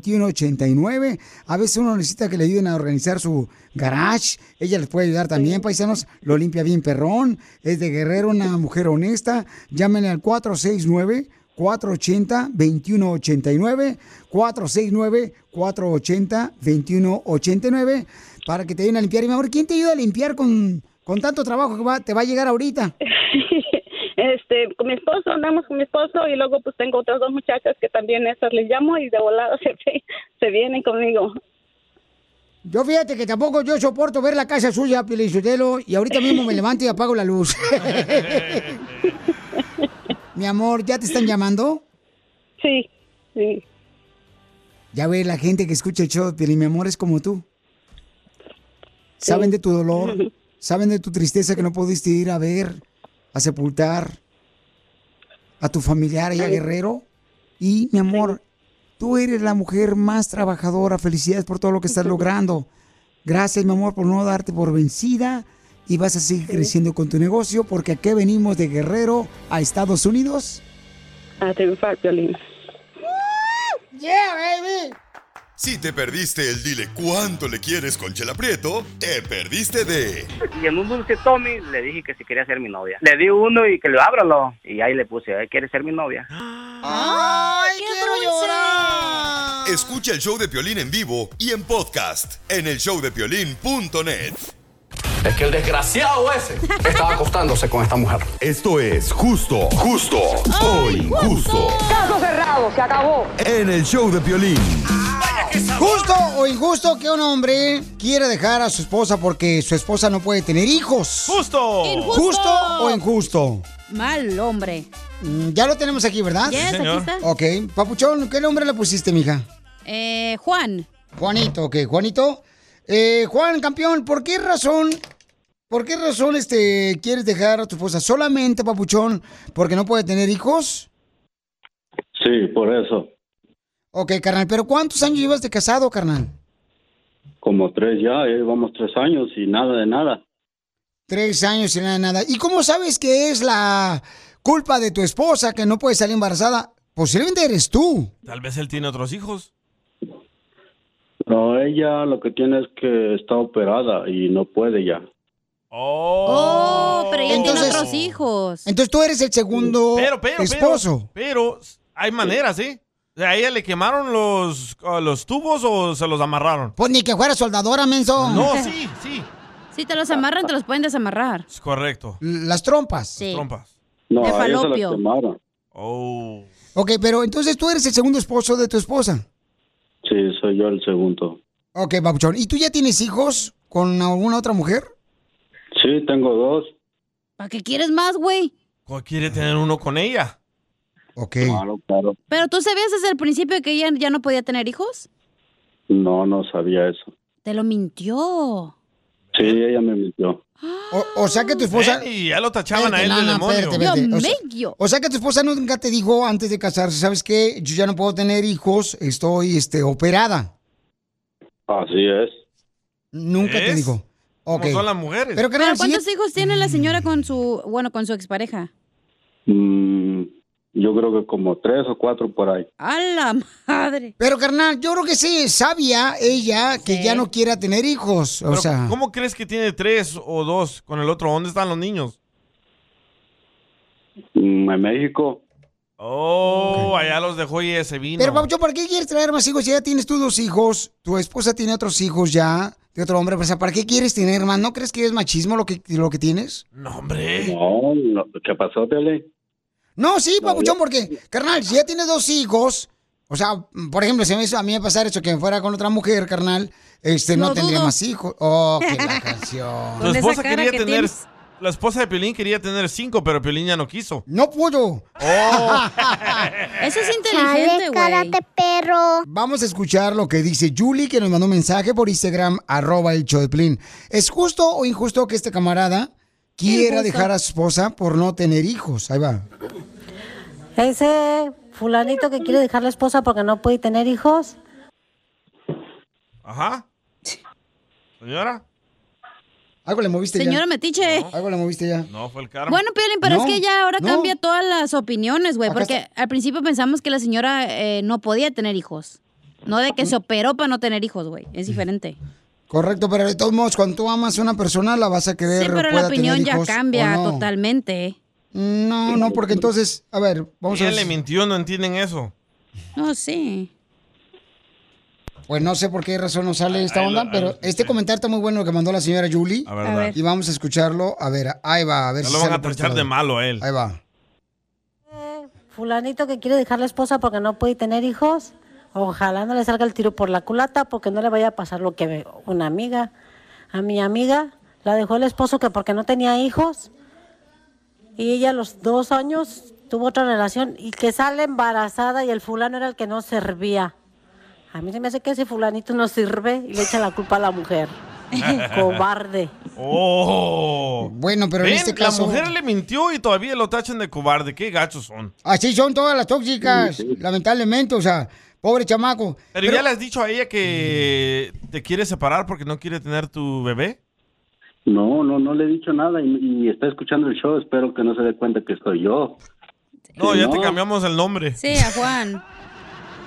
469-450-2189. A veces uno necesita que le ayuden a organizar su garage. Ella les puede ayudar también, paisanos. Lo limpia bien perrón. Es de guerrero, una mujer honesta. Llámenle al 469 480-2189, 469-480-2189, para que te ayuden a limpiar. Y mi amor, ¿quién te ayuda a limpiar con, con tanto trabajo que va- te va a llegar ahorita?
Este, con mi esposo, andamos con mi esposo y luego pues tengo otras dos muchachas que también esas les llamo y de volada se, se vienen conmigo.
Yo fíjate que tampoco yo soporto ver la casa suya, Pilichotelo, y ahorita mismo me levanto y apago la luz. Mi amor, ¿ya te están llamando?
Sí, sí.
Ya ve, la gente que escucha el show de Piolín, mi amor, es como tú. Saben de tu dolor, saben de tu tristeza que no pudiste ir a ver, a sepultar a tu familiar allá, Guerrero. Y, mi amor, tú eres la mujer más trabajadora. Felicidades por todo lo que estás logrando. Gracias, mi amor, por no darte por vencida. Y vas a seguir creciendo con tu negocio porque aquí venimos de Guerrero a Estados Unidos.
A triunfar, Piolín.
Yeah, baby.
Si te perdiste el dile cuánto le quieres con Chela Prieto, te perdiste de
Y en un dulce Tommy le dije que si quería ser mi novia. Le di uno y que lo ábralo. Y ahí le puse, "Eh, ¿quieres ser mi novia?
¡Ay, quiero llorar!
Escucha el show de Piolín en vivo y en podcast en el showdepiolín.net. Es que el desgraciado ese estaba acostándose con esta mujer. Esto es justo, justo o injusto
Caso cerrado, se acabó.
en el show de Piolín.
Justo o injusto que un hombre quiera dejar a su esposa porque su esposa no puede tener hijos. Justo.
Injusto.
Justo o injusto.
Mal hombre.
Mm, Ya lo tenemos aquí, ¿verdad?
Yes, Sí, señor. aquí está.
Ok, Papuchón, ¿qué nombre le pusiste, mija?
Eh, Juan.
Juanito, ok, Juanito. Eh, Juan, campeón, ¿por qué razón, por qué razón este, quieres dejar a tu esposa solamente, Papuchón, porque no puede tener hijos?
Sí, por eso.
Ok, carnal, pero ¿cuántos años llevas de casado, carnal?
Como tres ya, eh, vamos tres años y nada de nada.
Tres años y nada, de nada. ¿Y cómo sabes que es la culpa de tu esposa que no puede salir embarazada? Posiblemente eres tú.
Tal vez él tiene otros hijos.
No, ella lo que tiene es que está operada y no puede ya.
Oh, pero ella
Entonces-
tiene otros hijos.
Entonces tú eres el segundo
Pero, pero,
esposo.
Pero, pero hay maneras, ¿eh? O sea, ¿A ella le quemaron los, uh, los tubos o se los amarraron?
Pues ni que fuera soldadora, menso.
No, sí, sí.
Si te los amarran, te los pueden desamarrar.
Es correcto.
Las trompas.
Sí.
Trompas.
No,
De
a ella se
falopio.
la quemaron.
Oh.
Ok, pero entonces tú eres el segundo esposo de tu esposa.
Sí, soy yo el segundo.
Ok, Babuchón. ¿Y tú ya tienes hijos con alguna otra mujer?
Sí, tengo dos.
¿Para qué quieres más, güey?
¿Cuál quiere tener uno con ella?
Ok.
Claro, claro.
Pero tú sabías desde el principio que ella ya no podía tener hijos.
No, no sabía eso.
Te lo mintió.
Sí, ella me mintió.
O, o sea que tu esposa...
Ven, y ya lo tachaban a él de
Espérate, no, no,
demonio.
espérate, espérate. O sea- O sea que tu esposa nunca te dijo antes de casarse, ¿sabes qué? Yo ya no puedo tener hijos, estoy este, operada.
Así es.
Nunca te
¿Ves?
dijo.
Como
Ok.
son las
mujeres.
Pero, carnal,
¿Pero cuántos
siguiente-
hijos tiene la señora con su, bueno, con su expareja?
Mm, yo creo que como tres o cuatro por ahí.
A la madre.
Pero carnal, yo creo que sí, sabia ella que ya no quiera tener hijos. O
Pero,
sea,
¿Cómo crees que tiene tres o dos con el otro? ¿Dónde están los niños?
Mm, en México.
Oh, allá los dejó y se vino.
pero Pabuchón, ¿para qué quieres tener más hijos si ya tienes tú dos hijos? Tu esposa tiene otros hijos ya, de otro hombre. O sea, ¿para qué quieres tener más? ¿No crees que es machismo lo que, lo que tienes?
No, hombre.
No, no, ¿qué pasó, Piolín?
No, sí,
No,
Pabuchón,
yo-
porque, carnal, si ya tienes dos hijos, o sea, por ejemplo, si me hizo- a mí me pasara eso que me fuera con otra mujer, carnal, este, no,
Lo
tendría
dudo.
más hijos. Oh, qué la canción.
Tu esposa quería tener. La esposa de Piolín quería tener cinco, pero Piolín ya no quiso.
No pudo.
Oh.
Eso es inteligente, güey.
perro. Vamos a escuchar lo que dice Julie, que nos mandó un mensaje por Instagram, arroba el show de Piolín. ¿Es justo o injusto que este camarada quiera
Injusto.
dejar a su esposa por no tener hijos? Ahí va.
Ese fulanito que quiere dejar la esposa porque no puede tener hijos.
Ajá. Señora.
Algo le moviste ya.
Señora Metiche.
Algo le moviste ya.
No, fue el karma.
Bueno, Piolín, pero
No,
es que ya ahora
no.
cambia todas las opiniones, güey,
Acá
porque al principio pensamos que la señora eh, no podía tener hijos. No de que se operó para no tener hijos, güey. Es diferente.
Correcto, pero de todos modos, cuando tú amas a una persona, la vas a querer.
Sí, pero la
pueda tener
opinión ya
hijos o
cambia
no.
totalmente.
No, no, porque entonces, a ver, vamos a
Ella
ver.
le
si-
mintió, no entienden eso.
No, sí.
Pues no sé por qué razón no sale esta
Ahí lo-
onda,
ahí lo
pero este comentario está muy bueno que mandó la señora Julie.
A ver, A va. ver.
Y vamos a escucharlo. A ver, ahí va, a ver
Ya
si
lo van
sale
a
por este
tachar de
lado.
malo a él.
Ahí va.
Fulanito que quiere dejar la esposa porque no puede tener hijos. Ojalá no le salga el tiro por la culata porque no le vaya a pasar lo que me- una amiga. A mi amiga la dejó el esposo que porque no tenía hijos. Y ella a los dos años tuvo otra relación y que sale embarazada y el fulano era el que no servía. A mí se me hace que ese fulanito no sirve y le echa la culpa a la mujer. Cobarde.
Oh.
Bueno, pero en
Ven,
este caso-
La mujer le mintió y todavía lo tachan de cobarde. Qué gachos son.
Así Ah, son todas las tóxicas, lamentablemente, o sea, pobre chamaco.
Pero, ya le has dicho a ella que
Mm.
te quiere separar porque no quiere tener tu bebé.
No, no, no le he dicho nada y, y está escuchando el show. Espero que no se dé cuenta que soy yo.
No,
Sí,
ya
no.
te cambiamos el nombre.
Sí, a Juan.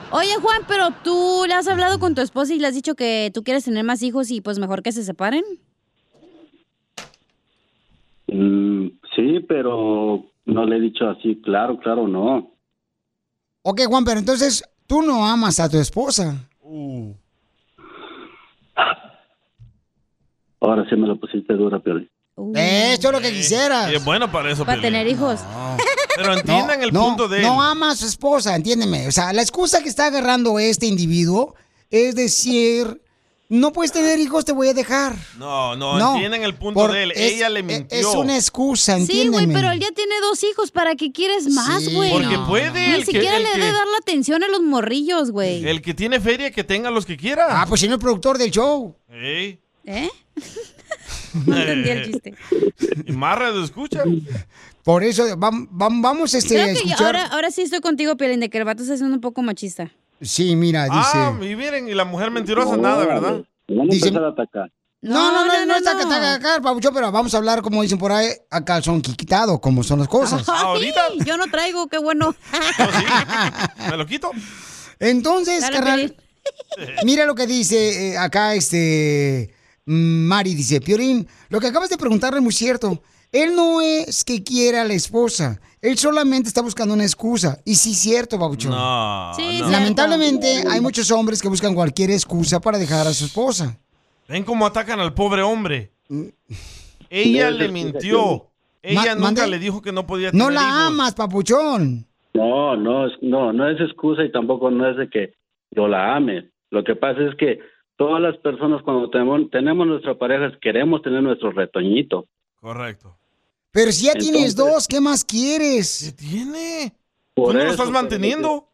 Oye, Juan, pero tú le has hablado con tu esposa y le has dicho que tú quieres tener más hijos y pues mejor que se separen.
Mm, sí, pero no le he dicho así. Claro, claro, no.
Ok, Juan, pero entonces tú no amas a tu esposa.
Ahora sí me lo pusiste dura, Piolín.
Eh, Esto es lo que quisieras.
Y es bueno para eso,
Para
Piolín.
tener hijos.
Pero entiendan el punto de él.
No ah, ama a su esposa, entiéndeme. O sea, la excusa que está agarrando este individuo es decir, no puedes tener hijos, te voy a dejar.
No, no,
No,
entienden el punto
por-
de él.
es-
ella le
es-
mintió.
es una excusa,
Sí,
entiéndeme.
güey, pero él ya tiene dos hijos. ¿Para qué quieres más,
Sí,
güey?
Porque puede,
Ni
el que-
siquiera
el
le debe
que-
dar la atención a los morrillos, güey.
El que tiene feria, que tenga los que quiera.
Ah, pues si no es productor del show.
Ey.
¿Eh?
No
entendí el chiste.
Y más radio escucha.
Por eso vam- vam- vamos este,
Creo
a
que yo-
escuchar.
ahora, ahora sí estoy contigo, Piolín, de que el vato está siendo un poco machista.
Sí, mira, dice.
Ah, y miren, y la mujer mentirosa nada, ¿verdad?
Vamos
Dice-
a empezar a atacar.
No, no, no, no, está que está acá, papuchón, pero vamos a hablar, como dicen por ahí, a calzón quitado, como son las
Ah,
cosas.
Ay, Yo no traigo, qué bueno.
¿Me lo quito?
Entonces,
Dale,
carnal, mira lo que dice eh, acá este mm, Mari, dice, Piorín, lo que acabas de preguntarle es muy cierto. Él no es que quiera a la esposa, él solamente está buscando una excusa. Y sí, cierto, Babuchón.
No.
Sí,
no.
Lamentablemente hay muchos hombres que buscan cualquier excusa para dejar a su esposa.
Ven cómo atacan al pobre hombre. Ella le mintió. Ella
Mm. Ma-
nunca
mandé-
le dijo que no podía tener
No la
hijos.
amas, papuchón.
No, no, es- no, no es excusa y tampoco no es de que yo la ame. Lo que pasa es que todas las personas cuando tenemos, tenemos nuestra pareja queremos tener nuestro retoñito.
Correcto.
Pero Pues si ya tienes
Entonces-
dos, ¿qué más quieres? ¿Qué
tiene?
Por
¿Tú no lo
eso,
estás
pero-
manteniendo?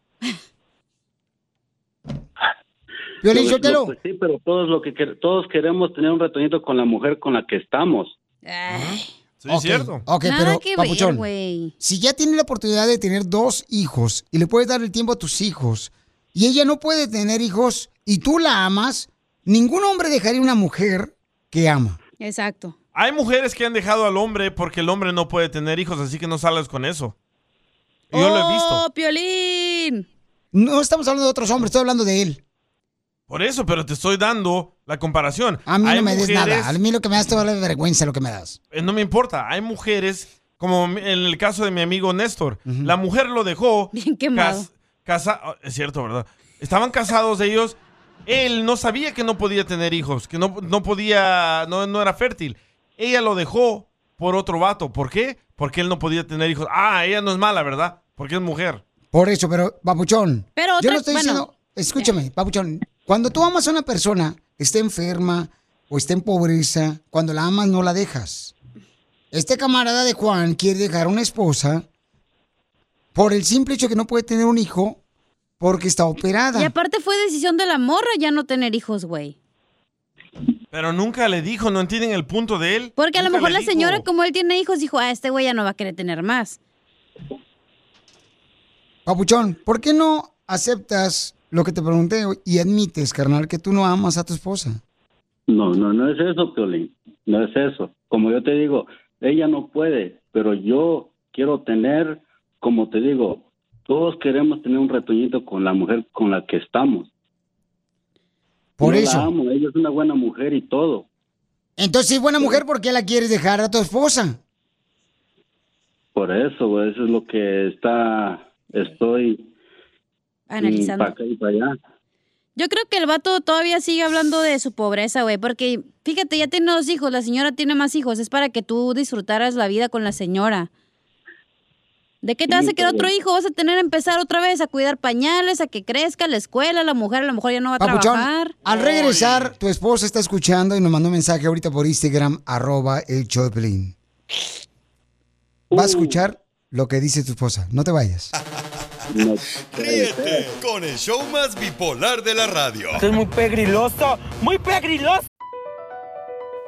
Piolín,
Lo-
yo te
lo-
lo-
pues Sí, pero todos lo que quer- todos queremos tener un retoñito con la mujer con la que estamos.
Sí,
Ok, Ok,
Nada
pero,
que ver,
papuchón,
güey.
si ya tienes la oportunidad de tener dos hijos y le puedes dar el tiempo a tus hijos y ella no puede tener hijos y tú la amas, ningún hombre dejaría una mujer que ama.
Exacto.
Hay mujeres que han dejado al hombre porque el hombre no puede tener hijos, así que no salgas con eso. Yo lo he visto.
¡Oh, Piolín!
No estamos hablando de otros hombres, estoy hablando de él.
Por eso, pero te estoy dando la comparación.
A mí
Hay
no me des
mujeres-
nada. A mí lo que me das te vale vergüenza lo que me das.
Eh, No me importa. Hay mujeres, como mi- en el caso de mi amigo Néstor, la mujer lo dejó. Bien
quemado.
es cierto, ¿verdad? Estaban casados ellos. Él no sabía que no podía tener hijos, que no, no podía, no, no era fértil. Ella lo dejó por otro vato. ¿Por qué? Porque él no podía tener hijos. Ah, ella no es mala, ¿verdad? Porque es mujer.
Por eso, pero, papuchón.
Pero
yo
otra-
no estoy
bueno.
diciendo. Escúchame, papuchón. Cuando tú amas a una persona, esté enferma o esté en pobreza, cuando la amas no la dejas. Este camarada de Juan quiere dejar a una esposa por el simple hecho que no puede tener un hijo porque está operada.
Y aparte fue decisión de la morra ya no tener hijos, güey.
Pero nunca le dijo, no entienden el punto de
Pues,
él.
Porque a lo
Nunca
mejor
le
la
dijo.
señora, como él tiene hijos, dijo, ah, este güey ya no va a querer tener más.
Papuchón, ¿por qué no aceptas lo que te pregunté y admites, carnal, que tú no amas a tu esposa?
No, no, no es eso, Piolín. No es eso. Como yo te digo, ella no puede, pero yo quiero tener, como te digo, todos queremos tener un retoñito con la mujer con la que estamos.
Por
Yo
eso.
La amo, ella es una buena mujer y todo.
Entonces, si es buena mujer, ¿por qué la quieres dejar a tu esposa?
Por eso, eso es lo que está, estoy
Analizando.
para acá y para allá.
Yo creo que el vato todavía sigue hablando de su pobreza, güey, porque fíjate, ya tiene dos hijos, la señora tiene más hijos, es para que tú disfrutaras la vida con la señora. ¿De qué te vas a
Sí,
quedar
pero-
otro hijo? Vas a tener que empezar otra vez a cuidar pañales, a que crezca, la escuela, la mujer a lo mejor ya no va a
Papuchón,
trabajar.
al regresar, tu esposa está escuchando y nos mandó un mensaje ahorita por Instagram, arroba el Choplin. Va a escuchar lo que dice tu esposa. No te vayas.
Ríete con el show más bipolar de la radio.
Esto es muy pegriloso, muy pegriloso.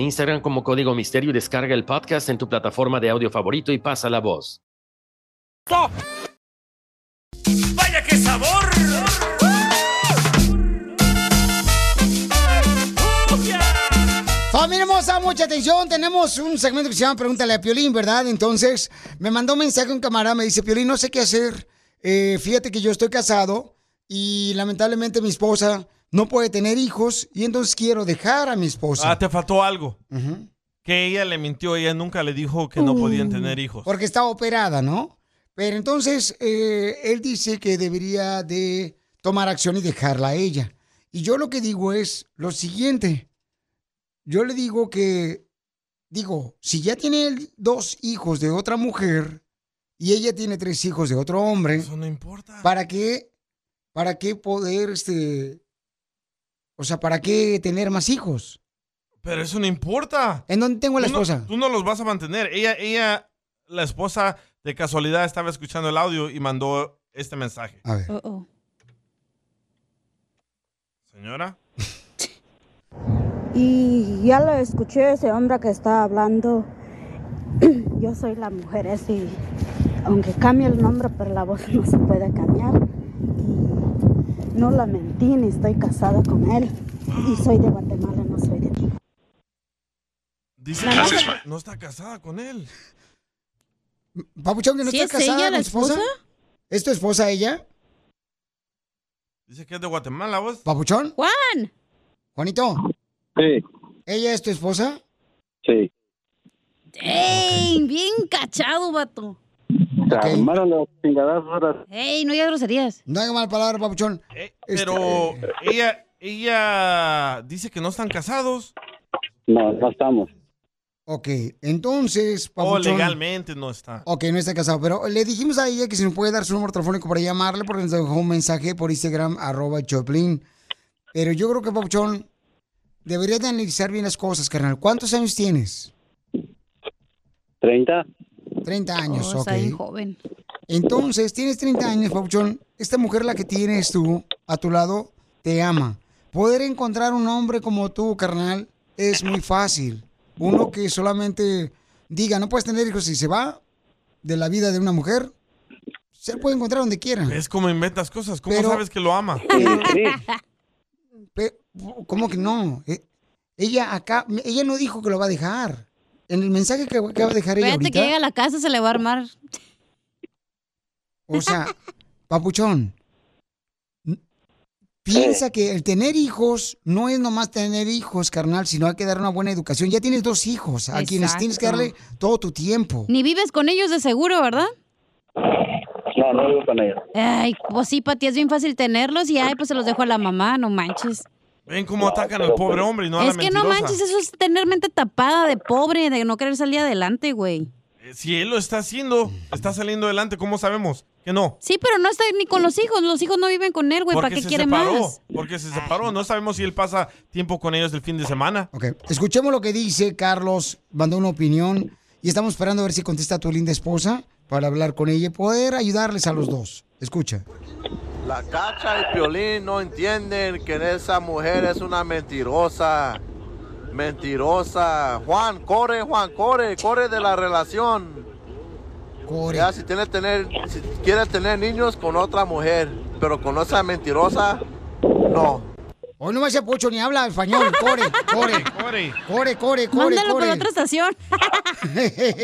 Instagram como Código Misterio y descarga el podcast en tu plataforma de audio favorito y pasa la voz.
¡Vaya qué sabor!
Familia hermosa, mucha atención. Tenemos un segmento que se llama Pregúntale a Piolín, ¿verdad? Entonces, me mandó un mensaje un camarada, me dice, Piolín, no sé qué hacer. Eh, fíjate que yo estoy casado y lamentablemente mi esposa no puede tener hijos y entonces quiero dejar a mi esposa.
Ah, te faltó algo. Que ella le mintió, ella nunca le dijo que no
Uh.
podían tener hijos.
Porque estaba operada, ¿no? Pero entonces eh, él dice que debería de tomar acción y dejarla a ella. Y yo lo que digo es lo siguiente. Yo le digo que, digo, si ya tiene él dos hijos de otra mujer y ella tiene tres hijos de otro hombre, eso
no importa.
¿Para qué, para qué poder, este, o sea, para qué tener más hijos?
Pero eso no importa.
¿En dónde tengo a la
Tú no-
esposa?
tú no los vas a mantener. Ella, ella, la esposa de casualidad estaba escuchando el audio y mandó este mensaje.
A ver.
Señora.
Y ya lo escuché ese hombre que está hablando. Yo soy la mujer ese, y aunque cambie el nombre, pero la voz no se puede cambiar. Y no la mentí, ni estoy casada con él. Y soy de Guatemala, no soy de aquí.
Dice
Nada
que
más.
no está casada con él.
Papuchón, que no
¿Sí
está
es
casada
ella la
con su esposa.
esposa?
¿Es tu esposa ella?
Dice que es de Guatemala, vos.
¿Papuchón?
Juan.
Juanito,
Sí,
¿ella es tu esposa?
sí.
¡Ey! Bien cachado, vato.
Se armaron las chingadas horas.
¡Ey! No digas groserías.
No haga mal palabra, papuchón.
Eh, Pero ella, ella dice que no están casados.
No, no estamos.
Ok, entonces,
O Oh,
papuchón.
legalmente no está.
Ok, no está casado, pero le dijimos a ella que si nos puede dar su número telefónico para llamarle porque nos dejó un mensaje por Instagram, arroba Choplin. Pero yo creo que, Papuchón, deberías de analizar bien las cosas, carnal. ¿Cuántos años tienes?
30.
30 años,
Oh,
ok.
está bien joven.
Entonces, tienes 30 años, Papuchón. Esta mujer, la que tienes tú a tu lado, te ama. Poder encontrar un hombre como tú, carnal, es muy fácil. Uno que solamente diga, no puedes tener hijos y se va de la vida de una mujer, se puede encontrar donde quiera.
Es como inventas cosas. ¿Cómo
Pero- Eh,
sabes que lo ama?
Pe- ¿Cómo que no? Eh, Ella acá, ella no dijo que lo va a dejar. En el mensaje que acaba de dejar ella
Espérate que llega
ahorita,
a la casa, se le va a armar.
o sea, Papuchón, n- piensa que el tener hijos no es nomás tener hijos, carnal, sino hay que dar una buena educación. Ya tienes dos hijos a quienes tienes que darle
Exacto.
todo tu tiempo.
Ni vives con ellos de seguro, ¿verdad?
No, no vivo con ella.
Ay, pues sí, Pati, es bien fácil tenerlos y ay, pues se los dejo a la mamá, no manches.
Ven cómo atacan al pobre
pues,
hombre y no a la
es que no
mentirosa.
manches, eso es tener mente tapada de pobre, de no querer salir adelante, güey.
Eh, Si él lo está haciendo, está saliendo adelante, ¿cómo sabemos que no?
Sí, pero no está ni con los hijos, los hijos no viven con él, güey, ¿para
Porque
qué
se
quiere
separó,
más?
porque
Ah,
se separó. No sabemos si él pasa tiempo con ellos el fin de semana.
Ok, escuchemos lo que dice Carlos, mandó una opinión y estamos esperando a ver si contesta tu linda esposa para hablar con ella y poder ayudarles a los dos. Escucha.
La cacha y Piolín no entienden que esa mujer es una mentirosa. Mentirosa. Juan, corre, Juan, corre, corre de la relación. Ya, si, tiene tener, si quieres tener niños con otra mujer, pero con esa mentirosa, no.
Hoy no me hace pocho ni habla español. Core, core,
core,
core, core, core.
Mándalo por otra estación.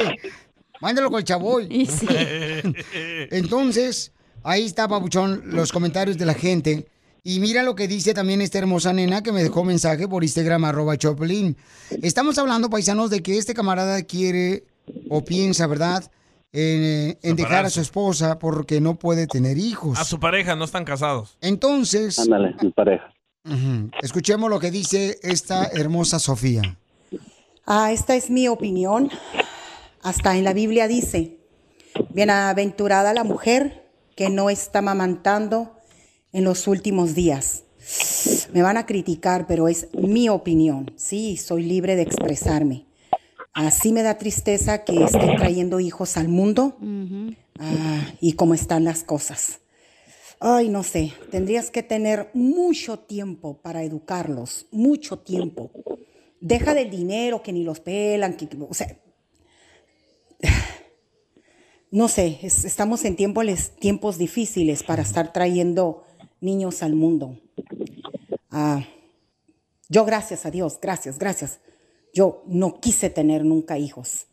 Mándalo con el chaboy. Entonces, ahí está, Papuchón, los comentarios de la gente. Y mira lo que dice también esta hermosa nena que me dejó mensaje por Instagram, arroba Choplin. Estamos hablando, paisanos, de que este camarada quiere o piensa, ¿verdad?, en, eh, en dejar a
Separarse.
su esposa porque no puede tener hijos.
A su pareja, no están casados.
Entonces,
Ándale, mi pareja.
ujú, escuchemos lo que dice esta hermosa Sofía.
Ah, esta es mi opinión. Hasta en la Biblia dice, bienaventurada la mujer que no está amamantando en los últimos días. Me van a criticar, pero es mi opinión. Sí, soy libre de expresarme. Así me da tristeza que estén trayendo hijos al mundo ah, y cómo están las cosas. Ay, no sé, tendrías que tener mucho tiempo para educarlos, mucho tiempo Deja del dinero que ni los pelan, que, que- o sea, no sé, es- estamos en tiempos, tiempos difíciles para estar trayendo niños al mundo. Ah, yo gracias a Dios, gracias, gracias. Yo no quise tener nunca hijos.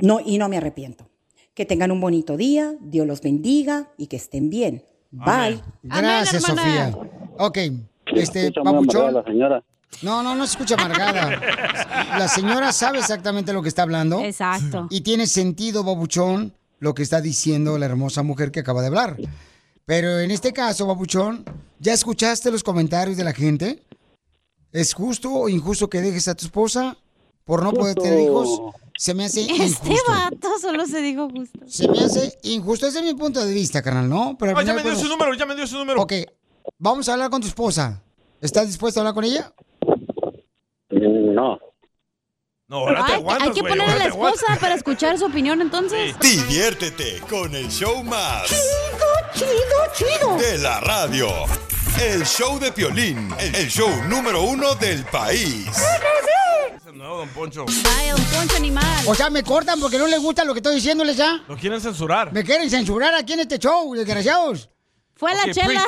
No, y no me arrepiento. Que tengan un bonito día, Dios los bendiga y que estén bien. Bye.
Gracias, Sofía. Ok, este,
Escucha muy
papuchón.
amargada la señora.
No, no, no se escucha amargada. La señora sabe exactamente lo que está hablando.
Exacto.
Y tiene sentido, babuchón, lo que está diciendo la hermosa mujer que acaba de hablar. Pero en este caso, babuchón, ¿ya escuchaste los comentarios de la gente? ¿Es justo o injusto que dejes a tu esposa por no poder tener hijos? Se me hace
Este
injusto.
vato solo se dijo justo.
Se me hace injusto. Ese es mi punto de vista, carnal, ¿no? Pero al
Ah, ya
final
me dio
podemos-
su número, ya me dio su número.
Ok, vamos a hablar con tu esposa. ¿Estás dispuesto a hablar con ella?
No.
No,
ahora te
Ay,
aguantas,
hay que
güey,
poner a
ahora
la
te aguantas.
esposa para escuchar su opinión entonces.
Diviértete con el show más.
Chido, chido.
De la radio. El show de Piolín, el show número uno del país.
No, don Poncho.
Ay, don Poncho animal.
O sea, me cortan porque no les gusta lo que estoy diciéndoles ya.
Lo quieren censurar.
Me quieren censurar aquí en este show, desgraciados.
Fue la Ok, chela.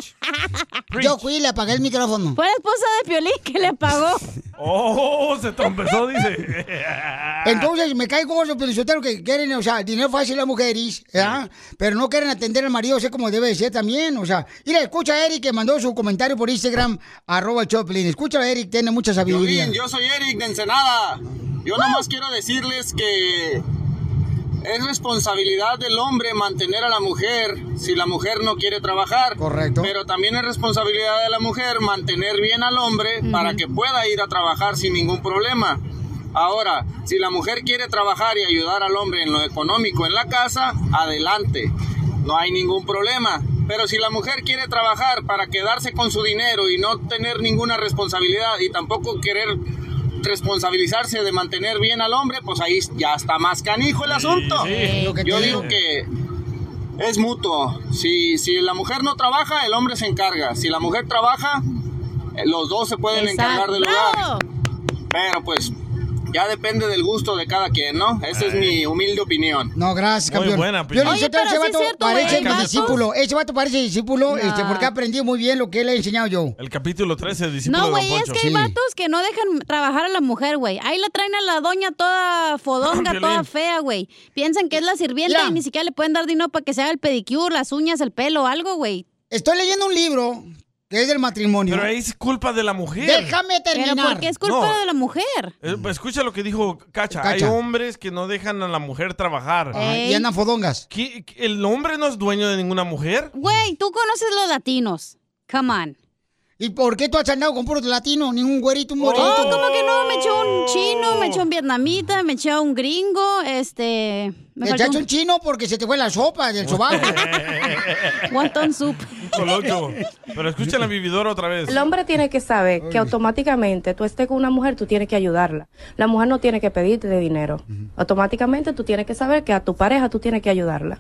Yo fui y le apagué el micrófono.
Fue la esposa de Piolín que le pagó.
Oh, se trompezó, dice.
Ah.
Entonces me cae gordo, pero que quieren, o sea, dinero fácil las mujeres, ¿ya? pero no quieren atender al marido, sé como debe de ser también, o sea. Mira, escucha a Eric que mandó su comentario por Instagram, arroba el Choplin. Escucha a Eric, tiene mucha sabiduría.
Piolín, yo soy Eric de Ensenada. Yo nada más quiero decirles que es responsabilidad del hombre mantener a la mujer si la mujer no quiere trabajar.
Correcto.
Pero también es responsabilidad de la mujer mantener bien al hombre para que pueda ir a trabajar sin ningún problema. Ahora, si la mujer quiere trabajar y ayudar al hombre en lo económico en la casa, adelante. No hay ningún problema. Pero si la mujer quiere trabajar para quedarse con su dinero y no tener ninguna responsabilidad y tampoco querer responsabilizarse de mantener bien al hombre, pues ahí ya está más canijo el asunto.
sí, lo que
Yo
te
digo
digo.
que es mutuo. Si, si la mujer no trabaja, el hombre se encarga. Si la mujer trabaja, eh, los dos se pueden encargar del hogar. Pero pues ya depende del gusto de cada quien, ¿no? Esa es mi humilde opinión.
No, gracias, campeón. Piolín,
Oye,
yo te-
pero sí
ese
es
vato
cierto, güey,
parece
hay
mi
vatos.
discípulo. Ese vato parece discípulo
Nah.
este, porque ha aprendido muy bien lo que le he enseñado yo.
El capítulo 13, el discípulo
No,
de Don
güey, es
Poncho.
que hay vatos que no dejan trabajar a la mujer, güey. Ahí la traen a la doña toda fodonga,
Piolín.
toda fea, güey. Piensan que es la sirvienta y ni siquiera le pueden dar dinero para que se haga el pedicure, las uñas, el pelo, algo, güey.
Estoy leyendo un libro que es del matrimonio.
Pero ahí es culpa de la mujer.
Déjame terminar.
Pero porque es culpa
No.
de la mujer.
Eh, Escucha lo que dijo Cacha. Hay
Cacha.
hombres que no dejan a la mujer trabajar.
Ah, y Ey. andan
fodongas.
¿El hombre no es dueño de ninguna mujer?
Güey, tú conoces los latinos. Come on.
¿Y por qué tú has andado con puros latinos? Ningún güerito, un moreno.
Oh, ¿cómo que no? Me echó un chino, me echó un vietnamita, me echó un gringo, este... Me
Te echaste un chino porque se te fue la sopa del sobaco.
Wonton soup.
Colocho. Pero escucha la vividora otra vez.
El hombre tiene que saber que automáticamente tú estés con una mujer, tú tienes que ayudarla. La mujer no tiene que pedirte de dinero. Automáticamente tú tienes que saber que a tu pareja tú tienes que ayudarla.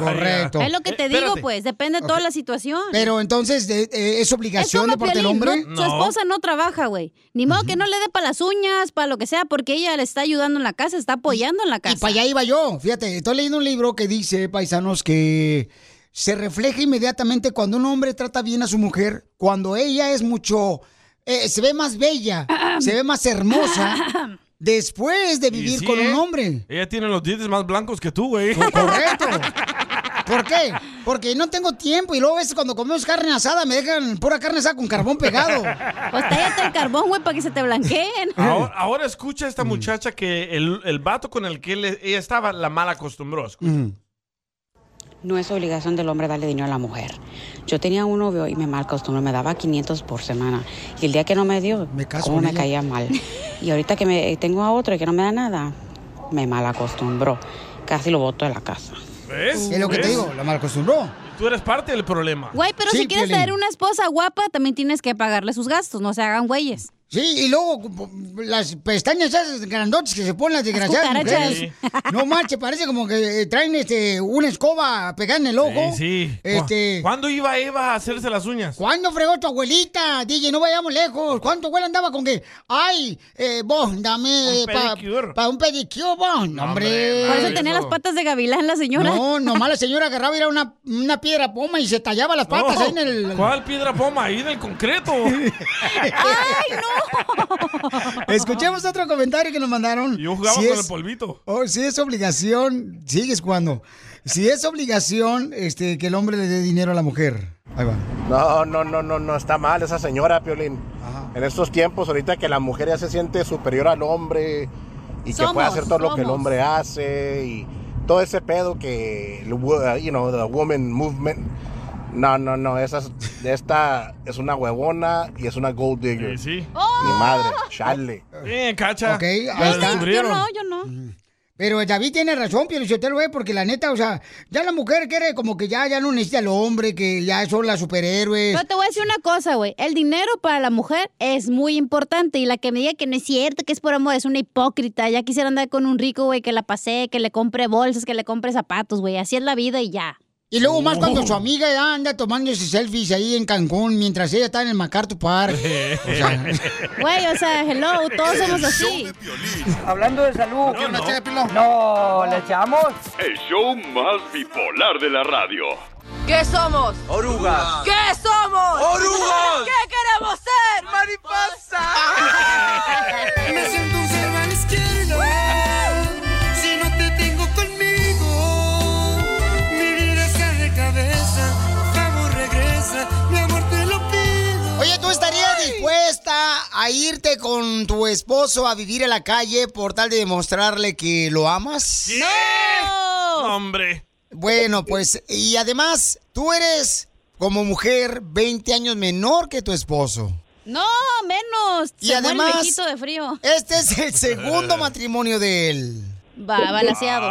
Correcto.
Es lo que te digo, pues. Depende de toda la situación.
Eh, Pero entonces, de- eh, ¿es obligación de parte del
Piolín,
hombre?
no, Su esposa no trabaja, güey. Ni modo que no le dé para las uñas, para lo que sea, porque ella le está ayudando en la casa, está apoyando en la casa.
Y para allá iba yo. Fíjate, estoy leyendo un libro que dice, paisanos, que se refleja inmediatamente cuando un hombre trata bien a su mujer, cuando ella es mucho, eh, se ve más bella, se ve más hermosa, después de vivir
Y sí,
con
¿eh?
un hombre.
Ella tiene los dientes más blancos que tú, güey.
Correcto. ¿Por qué? Porque no tengo tiempo y luego a veces cuando comemos carne asada me dejan pura carne asada con carbón pegado.
Pues tállate el carbón, güey, para que se te blanqueen.
Ahora, ahora escucha a esta muchacha que el, el vato con el que él- ella estaba la mal acostumbró. Escucha.
No es obligación del hombre darle dinero a la mujer. Yo tenía un novio y me mal acostumbré, me daba 500 por semana. Y el día que no me dio, cómo con me ella. caía mal. Y ahorita que me, tengo a otro y que no me da nada, me mal acostumbró. Casi lo boto de la casa.
¿Ves?
Es lo que te
¿Ves?
digo,
la mal acostumbró.
Tú eres parte del problema.
Güey, pero si quieres tener una esposa guapa, también tienes que pagarle sus gastos, no se hagan güeyes.
Sí, y luego cu- las pestañas esas grandotes que se ponen las desgraciadas
cucarachas.
mujeres. No marche, parece como que eh, traen este una escoba pegada en el ojo.
Sí, sí.
Este,
¿Cuándo iba Eva a hacerse las uñas?
¿Cuándo fregó tu abuelita? DJ, no vayamos lejos. ¿Cuánto abuela andaba con que? Ay, eh, vos, dame
Un
para
pedicure.
un pedicure, vos. No, hombre.
Por eso tenía las patas de gavilán la señora.
No, nomás la señora agarraba era una, una piedra poma y se tallaba las patas
No.
ahí en el...
¿Cuál piedra poma? Ahí en el concreto.
Escuchemos otro comentario que nos mandaron. Yo
jugaba con el polvito.
Oh, si es obligación, sigues cuando. Si es obligación este, que el hombre le dé dinero a la mujer. Ahí va.
No, no, no, no, no, está mal esa señora, Piolín. En estos tiempos, ahorita que la mujer ya se siente superior al hombre y que puede
Somos,
hacer todo lo que el
somos.
hombre hace y todo ese pedo que, el wo- you know, the woman movement. No, no, no, esa es- esta es una huevona y es una gold digger. Mi madre, chale.
Bien, cacha.
Oh. Ok, ahí
La
está.
descubrieron.
yo no.
Pero David tiene razón, Pio Lizotelo, güey, porque la neta, o sea, ya la mujer quiere como que ya, ya no necesita al hombre, que ya son las superhéroes.
Pero te voy a decir una cosa, güey. El dinero para la mujer es muy importante. Y la que me diga que no es cierto, que es por amor, es una hipócrita. Ya quisiera andar con un rico, güey, que la pasee, que le compre bolsas, que le compre zapatos, güey. Así es la vida y ya.
Y luego más cuando su amiga ya anda tomándose selfies ahí en Cancún mientras ella está en el MacArthur Park. O sea,
Güey, o sea, hello, todos somos así.
Hablando de salud. ¿No, ¿le echamos?
El show más bipolar de la radio.
¿Qué somos?
Orugas.
¿Qué somos?
¡Orugas!
¿Qué queremos ser? ¡Mariposa!
Me siento un cero a la izquierda. Si no te tengo conmigo, mi vida está de cabeza. Vamos, regresa, mi amor te lo pido.
Oye, ¿tú estarías dispuesta a irte con tu esposo a vivir en la calle por tal de demostrarle que lo amas?
¡No! hombre.
Bueno, pues, y además, tú eres como mujer 20 años menor que tu esposo.
No, menos.
Y
Se muere
además,
el viejito de frío.
Este es el segundo matrimonio de él.
Va, balaseado.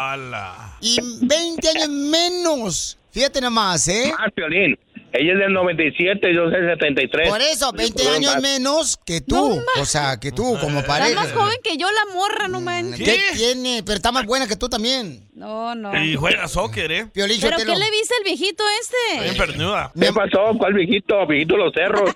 Y 20 años menos. Fíjate nomás, ¿eh?
Más, Piolín. Ella es del 97, yo soy del 73.
Por eso, 20
Fueron
años
más.
menos que tú. O sea, que tú como
Está
pareja. Mm,
más joven que yo, la morra, no manches.
¿Qué? tiene? Pero está más buena que tú también.
No, no.
Y juega soccer, ¿eh?
Piolín
¿Pero
Sotelo.
qué le viste al viejito
Bien
este?
pernuda.
¿Qué pasó? ¿Cuál viejito? Viejito Los Cerros.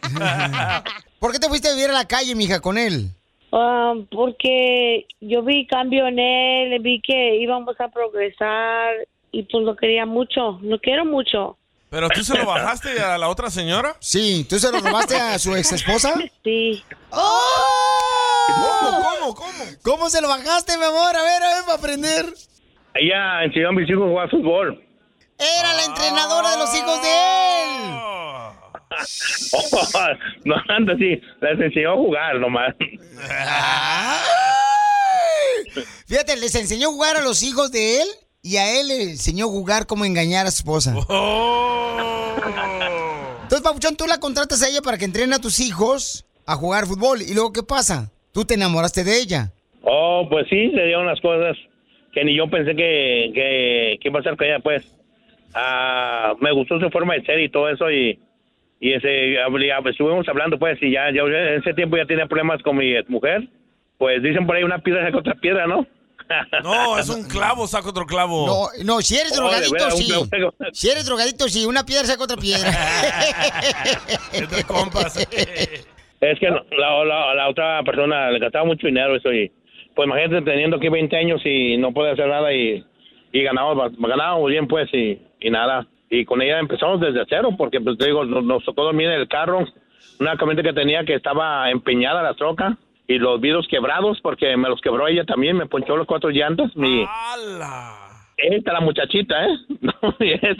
¿Por qué te fuiste a vivir a la calle, mija, con él?
Ah, porque yo vi cambio en él, vi que íbamos a progresar y pues lo quería mucho, lo quiero mucho.
¿Pero tú se lo bajaste a la otra señora?
Sí, ¿tú se lo robaste a su ex esposa?
Sí.
¿Cómo, cómo, cómo?
¡Oh! ¿Cómo se lo bajaste, mi amor? A ver, a ver, para aprender.
Ella enseñó a mis hijos a jugar fútbol.
Era la entrenadora de los hijos de él.
Oh.
no anda así, les enseñó a jugar nomás.
Fíjate, les enseñó a jugar a los hijos de él y a él le enseñó a jugar cómo engañar a su esposa. Entonces, Papuchón, tú la contratas a ella para que entrene a tus hijos a jugar fútbol. ¿Y luego qué pasa? Tú te enamoraste de ella.
Oh, pues sí, se dieron las cosas que ni yo pensé que, que, que iba a ser con ella, pues. Ah, me gustó su forma de ser y todo eso y, y ese, habl- hab- estuvimos hablando, pues, y ya, ya en ese tiempo ya tenía problemas con mi mujer. Pues dicen por ahí una piedra saca otra piedra, ¿no?
No, es un clavo, saca otro clavo.
No, no, si eres
Oh, de
drogadito,
veras,
sí.
un clavo.
Si eres drogadito, sí. Una piedra saca otra piedra.
Entre compas.
Es que no, la, la- la otra persona le gastaba mucho dinero eso y pues imagínate teniendo aquí 20 años y no podía hacer nada y, y ganábamos, ba- ganábamos bien pues y, y nada. Y con ella empezamos desde cero porque pues te digo, nos, nos tocó dormir en el carro, una camioneta que tenía que estaba empeñada la troca y los vidrios quebrados porque me los quebró ella también, me ponchó los cuatro llantas. Mi,
Ah.
esta la muchachita, ¿eh? No, y es-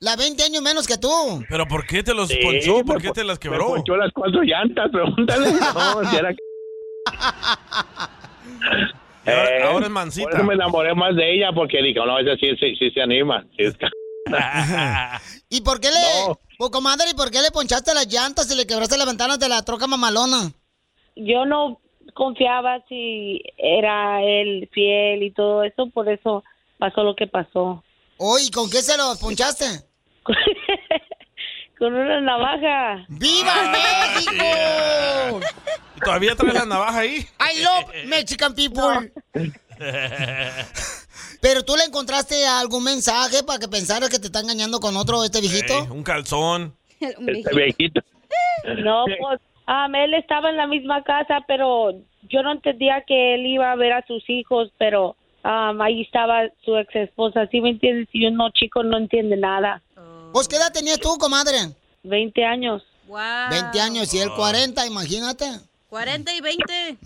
La 20 años menos que tú.
¿Pero por qué te los
Sí,
ponchó? ¿Por
me
qué
pon-
te las
Me
quebró?
ponchó las cuatro llantas, pregúntale. No, si era... Eh,
ahora es mansita.
Por eso me enamoré más de ella porque dije, no, esa sí, sí, sí se anima. sí es ca-
¿Y por qué le, oh, comadre, y por qué le ponchaste las llantas y le quebraste las ventanas de la troca mamalona?
Yo no confiaba si era él fiel y todo eso, por eso pasó lo que pasó.
Oye, ¿con qué se los ponchaste?
Con una navaja. Ah.
¡Viva México!
¿Todavía trae la navaja ahí?
I love Mexican people.
Pero tú le encontraste algún mensaje para que pensara que te está engañando con otro este
Ey,
viejito.
un calzón.
viejito.
No, pues am, él estaba en la misma casa, pero yo no entendía que él iba a ver a sus hijos, pero am, ahí estaba su ex esposa. ¿Sí me entiendes? Y uno chico no entiende nada.
¿Pues qué edad tenías tú, comadre?
20 años.
Wow. 20 años y él 40, imagínate.
40 y 20.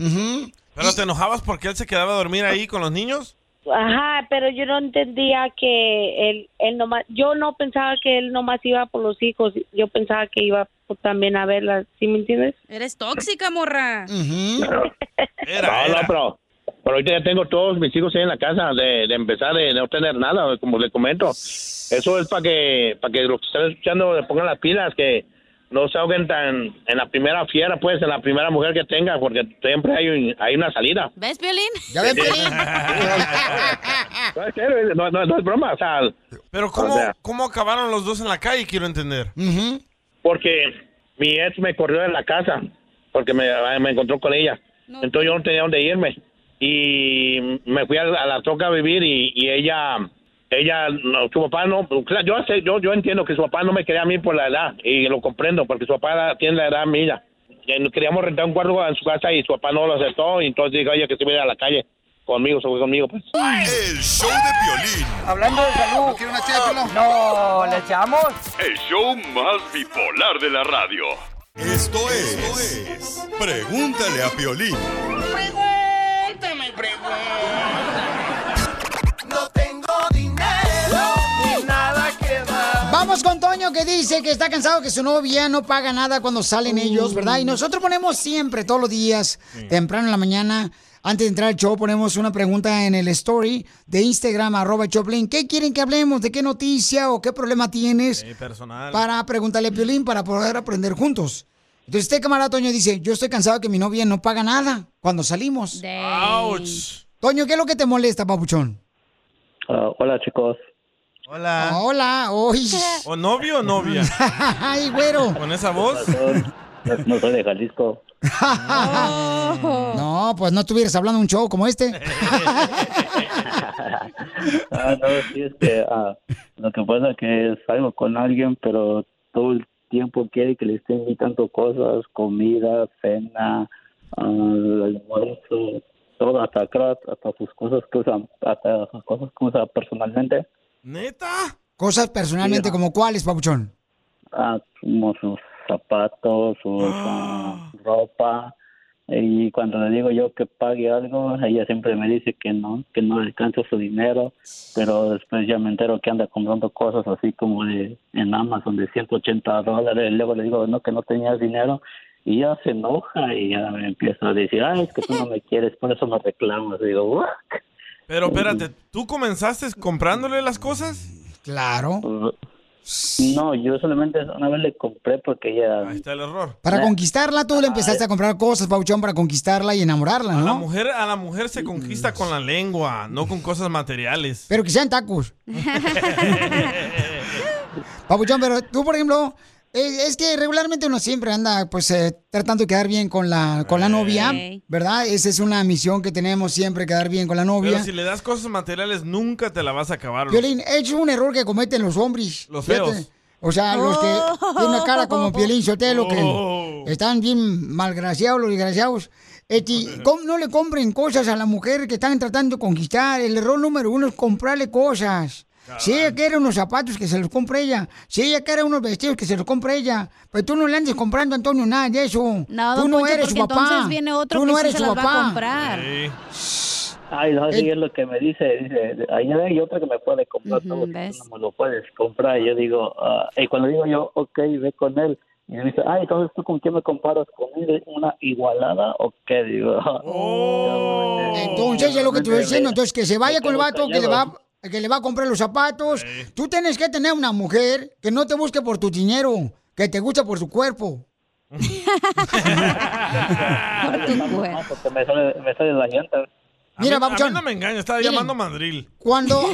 ¿Pero te enojabas porque él se quedaba a dormir ahí con los niños?
Ajá, pero yo no entendía que él, él nomás, yo no pensaba que él nomás iba por los hijos, yo pensaba que iba por- también a verlas, ¿sí me entiendes?
Eres tóxica, morra.
no, no, pero, pero ahorita ya tengo todos mis hijos ahí en la casa de, de empezar de no tener nada, como les comento. Eso es para que, para que los que están escuchando le pongan las pilas, que no se ahoguen tan en la primera fiera, pues, en la primera mujer que tenga, porque siempre hay, un- hay una salida.
¿Ves, Piolín?
¿Ya ven, Piolín? No, es serio, no, no, no es broma, o sea,
Pero
o
¿cómo,
sea,
¿cómo acabaron los dos en la calle? Quiero entender.
porque mi ex me corrió de la casa porque me, ah, me encontró con ella. Entonces yo no tenía dónde irme y me fui a la, a la troca a vivir y, y ella, ella, no, su papá no, claro, yo, sé- yo yo entiendo que su papá no me quería a mí por la edad y lo comprendo porque su papá era- tiene la edad mía. Eh, nos Queríamos rentar un cuarto en su casa y su papá no lo aceptó y entonces dijo, oye, que se vaya a la calle conmigo, se fue conmigo. Pues.
El show de violín.
Hablando de salud. ¿No quiere una No, ¿le echamos?
El show más bipolar de la radio.
Esto es, Pregúntale a Piolín.
Pregúntame, pregúntame. No tengo dinero ni nada que dar.
Vamos con Toño que dice que está cansado que su novia no paga nada cuando salen ellos, ¿verdad? Y nosotros ponemos siempre, todos los días, temprano en la mañana, antes de entrar al show, ponemos una pregunta en el story de Instagram, arroba Choplin. ¿Qué quieren que hablemos? ¿De qué noticia o qué problema tienes?
Eh, personal.
Para preguntarle a Piolín para poder aprender juntos. Entonces este camarada Toño dice, yo estoy cansado de que mi novia no paga nada cuando salimos.
Ouch.
Toño, ¿qué es lo que te molesta, papuchón?
Ah, hola chicos.
Hola.
Hola, hoy.
¿O novio o novia?
Ay, güero.
¿Con esa voz?
No, no soy de Jalisco.
No, pues no estuvieras hablando un show como este.
Ah, no, sí, es que ah, lo que pasa es que salgo con alguien, pero todo el tiempo quiere que le esté invitando cosas, comida, cena, ah, almuerzo, todo, hasta acá, hasta sus cosas que usan, hasta sus cosas que usa personalmente,
¿Neta?
Cosas personalmente como cuáles, papuchón.
ah, como sus zapatos, sus ah, ropa. Y cuando le digo yo que pague algo, ella siempre me dice que no, que no le alcanza su dinero, pero después ya me entero que anda comprando cosas así como de, en Amazon de 180 dólares, luego le digo no, que no tenías dinero, y ya se enoja y ya me empieza a decir, ay, es que tú no me quieres, por eso me reclamas, digo, "What?".
Pero espérate, ¿tú comenzaste comprándole las cosas?
Claro.
No, yo solamente una vez le compré porque ella... Ahí
está el error.
Para conquistarla, tú le empezaste a comprar cosas, papuchón, para conquistarla y enamorarla,
A la
¿no?
mujer, a la mujer se conquista con la lengua, no con cosas materiales.
Pero que sean tacos. Papuchón, pero tú, por ejemplo, eh, es que regularmente uno siempre anda pues eh, tratando de quedar bien con la, con la novia,
Ey.
¿verdad? Esa es una misión que tenemos siempre, quedar bien con la novia.
Pero si le das cosas materiales, nunca te la vas a acabar. loco.
Violín, es un error que cometen los hombres.
Los
Fíjate.
feos.
O sea, los que
Oh.
tienen una cara como Piolín Sotelo,
Oh.
que están bien malgraciados los desgraciados. Este, com- no le compren cosas a la mujer que están tratando de conquistar. El error número uno es comprarle cosas. Si ella quiere unos zapatos, que se los compre ella. Si ella quiere unos vestidos, que se los compre ella. Pero tú no le andes comprando, Antonio, nada de eso.
No,
tú
don
no
Poncho,
eres su
porque
papá.
entonces viene otro
tú
que
no
sí
eres
se
su
las va a
papá.
comprar.
Ay, no, sí, es lo que me dice, dice, allá hay otro que me puede comprar todo, tú no me lo puedes comprar. Y yo digo, ah, y cuando digo yo, ok, ve con él, y me dice, ay, entonces tú con quién me comparas, con él? una igualada o qué, digo.
Oh.
Entonces, es lo que te estoy diciendo. Entonces, que se vaya con el vato que le va,
callado.
que le va a comprar los zapatos. Tú tienes que tener una mujer que no te busque por tu dinero, que te guste por su cuerpo.
Ah, No, porque me sale, me sale la llanta.
A mí- a mí no me engañes, estaba
Miren.
llamando a Madrid.
Cuando,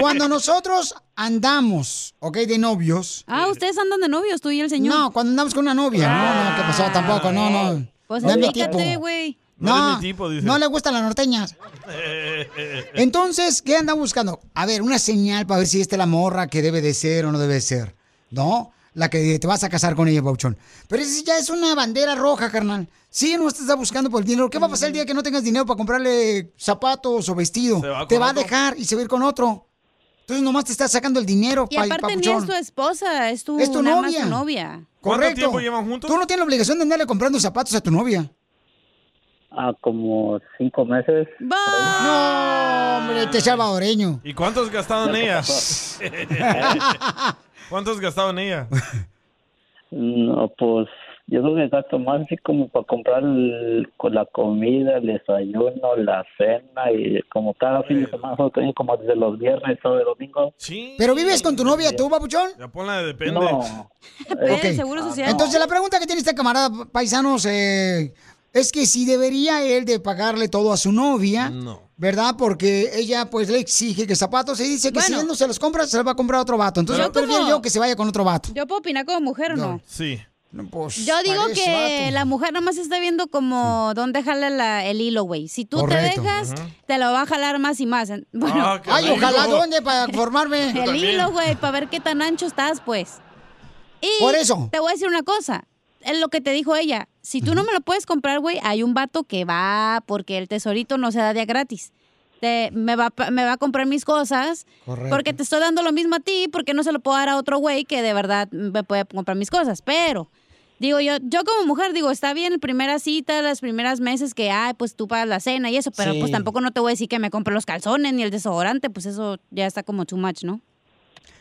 cuando nosotros andamos, ¿ok? De novios.
Ah, ustedes andan de novios, tú y el señor.
No, cuando andamos con una novia. No, no, ¿qué pasó? Tampoco, no, no.
Pues
no es mi tipo.
explícate, güey.
No
No,
eres mi tipo, dice.
no le gustan las norteñas. Entonces, ¿qué andan buscando? A ver, una señal para ver si esta es la morra que debe de ser o no debe de ser. ¿No? La que te vas a casar con ella, Pauchón. Pero esa ya es una bandera roja, carnal. Si no estás buscando por el dinero, ¿qué va a pasar el día que no tengas dinero para comprarle zapatos o vestido?
va
te
con
va
otro.
a dejar y se va a ir con otro. Entonces nomás te estás sacando el dinero,
Y
pa-
aparte ni
papuchón.
es tu esposa, es tu,
Es tu
nada más
novia.
tu novia.
Correcto. Tú no tienes la obligación de andarle comprando zapatos a tu novia.
Ah, como cinco meses.
No, hombre, este es salvadoreño.
¿Y cuánto has gastado en ella? ¿Cuánto has gastado en ella?
No, pues yo creo que gasto más así como para comprar el- con la comida, el desayuno, la cena y como cada fin de semana, solo tengo como desde los viernes o de domingo.
Sí.
¿Pero vives con tu novia tú, papuchón?
Ya ponla de depende. Ah.
No.
Ok. Entonces la pregunta que tiene este camarada paisanos eh, es que si debería él de pagarle todo a su novia, ¿verdad? Porque ella pues le exige que zapatos y dice que si él no se los compra, se los va a comprar a otro vato. Entonces
Yo
yo prefiero
como-
yo que se vaya con otro vato.
¿Yo puedo opinar como mujer o no?
Sí.
Yo digo
parece
que
vato.
la mujer nomás está viendo como dónde jala la- el hilo, güey. Si tú
Correcto.
te dejas,
Ajá.
te lo va a jalar más y más. En- Bueno,
Ah, qué Ay, rico. ojalá, ¿dónde? Para formarme. Yo
el
también.
hilo, güey, para ver qué tan ancho estás, pues. Y
Por eso.
Te voy a decir una cosa. Es lo que te dijo ella. Si tú no me lo puedes comprar, güey, hay un vato que va porque el tesorito no se da de a gratis. Te- me, va, a pa- me va a comprar mis cosas
Correcto.
porque te estoy dando lo mismo a ti porque no se lo puedo dar a otro güey que de verdad me puede comprar mis cosas. Pero Digo, yo, yo como mujer, digo, está bien primeras citas, las primeras meses que, ay, pues tú pagas la cena y eso, pero
Sí.
pues tampoco no te voy a decir que me compre los calzones ni el desodorante, pues eso ya está como too much, ¿no?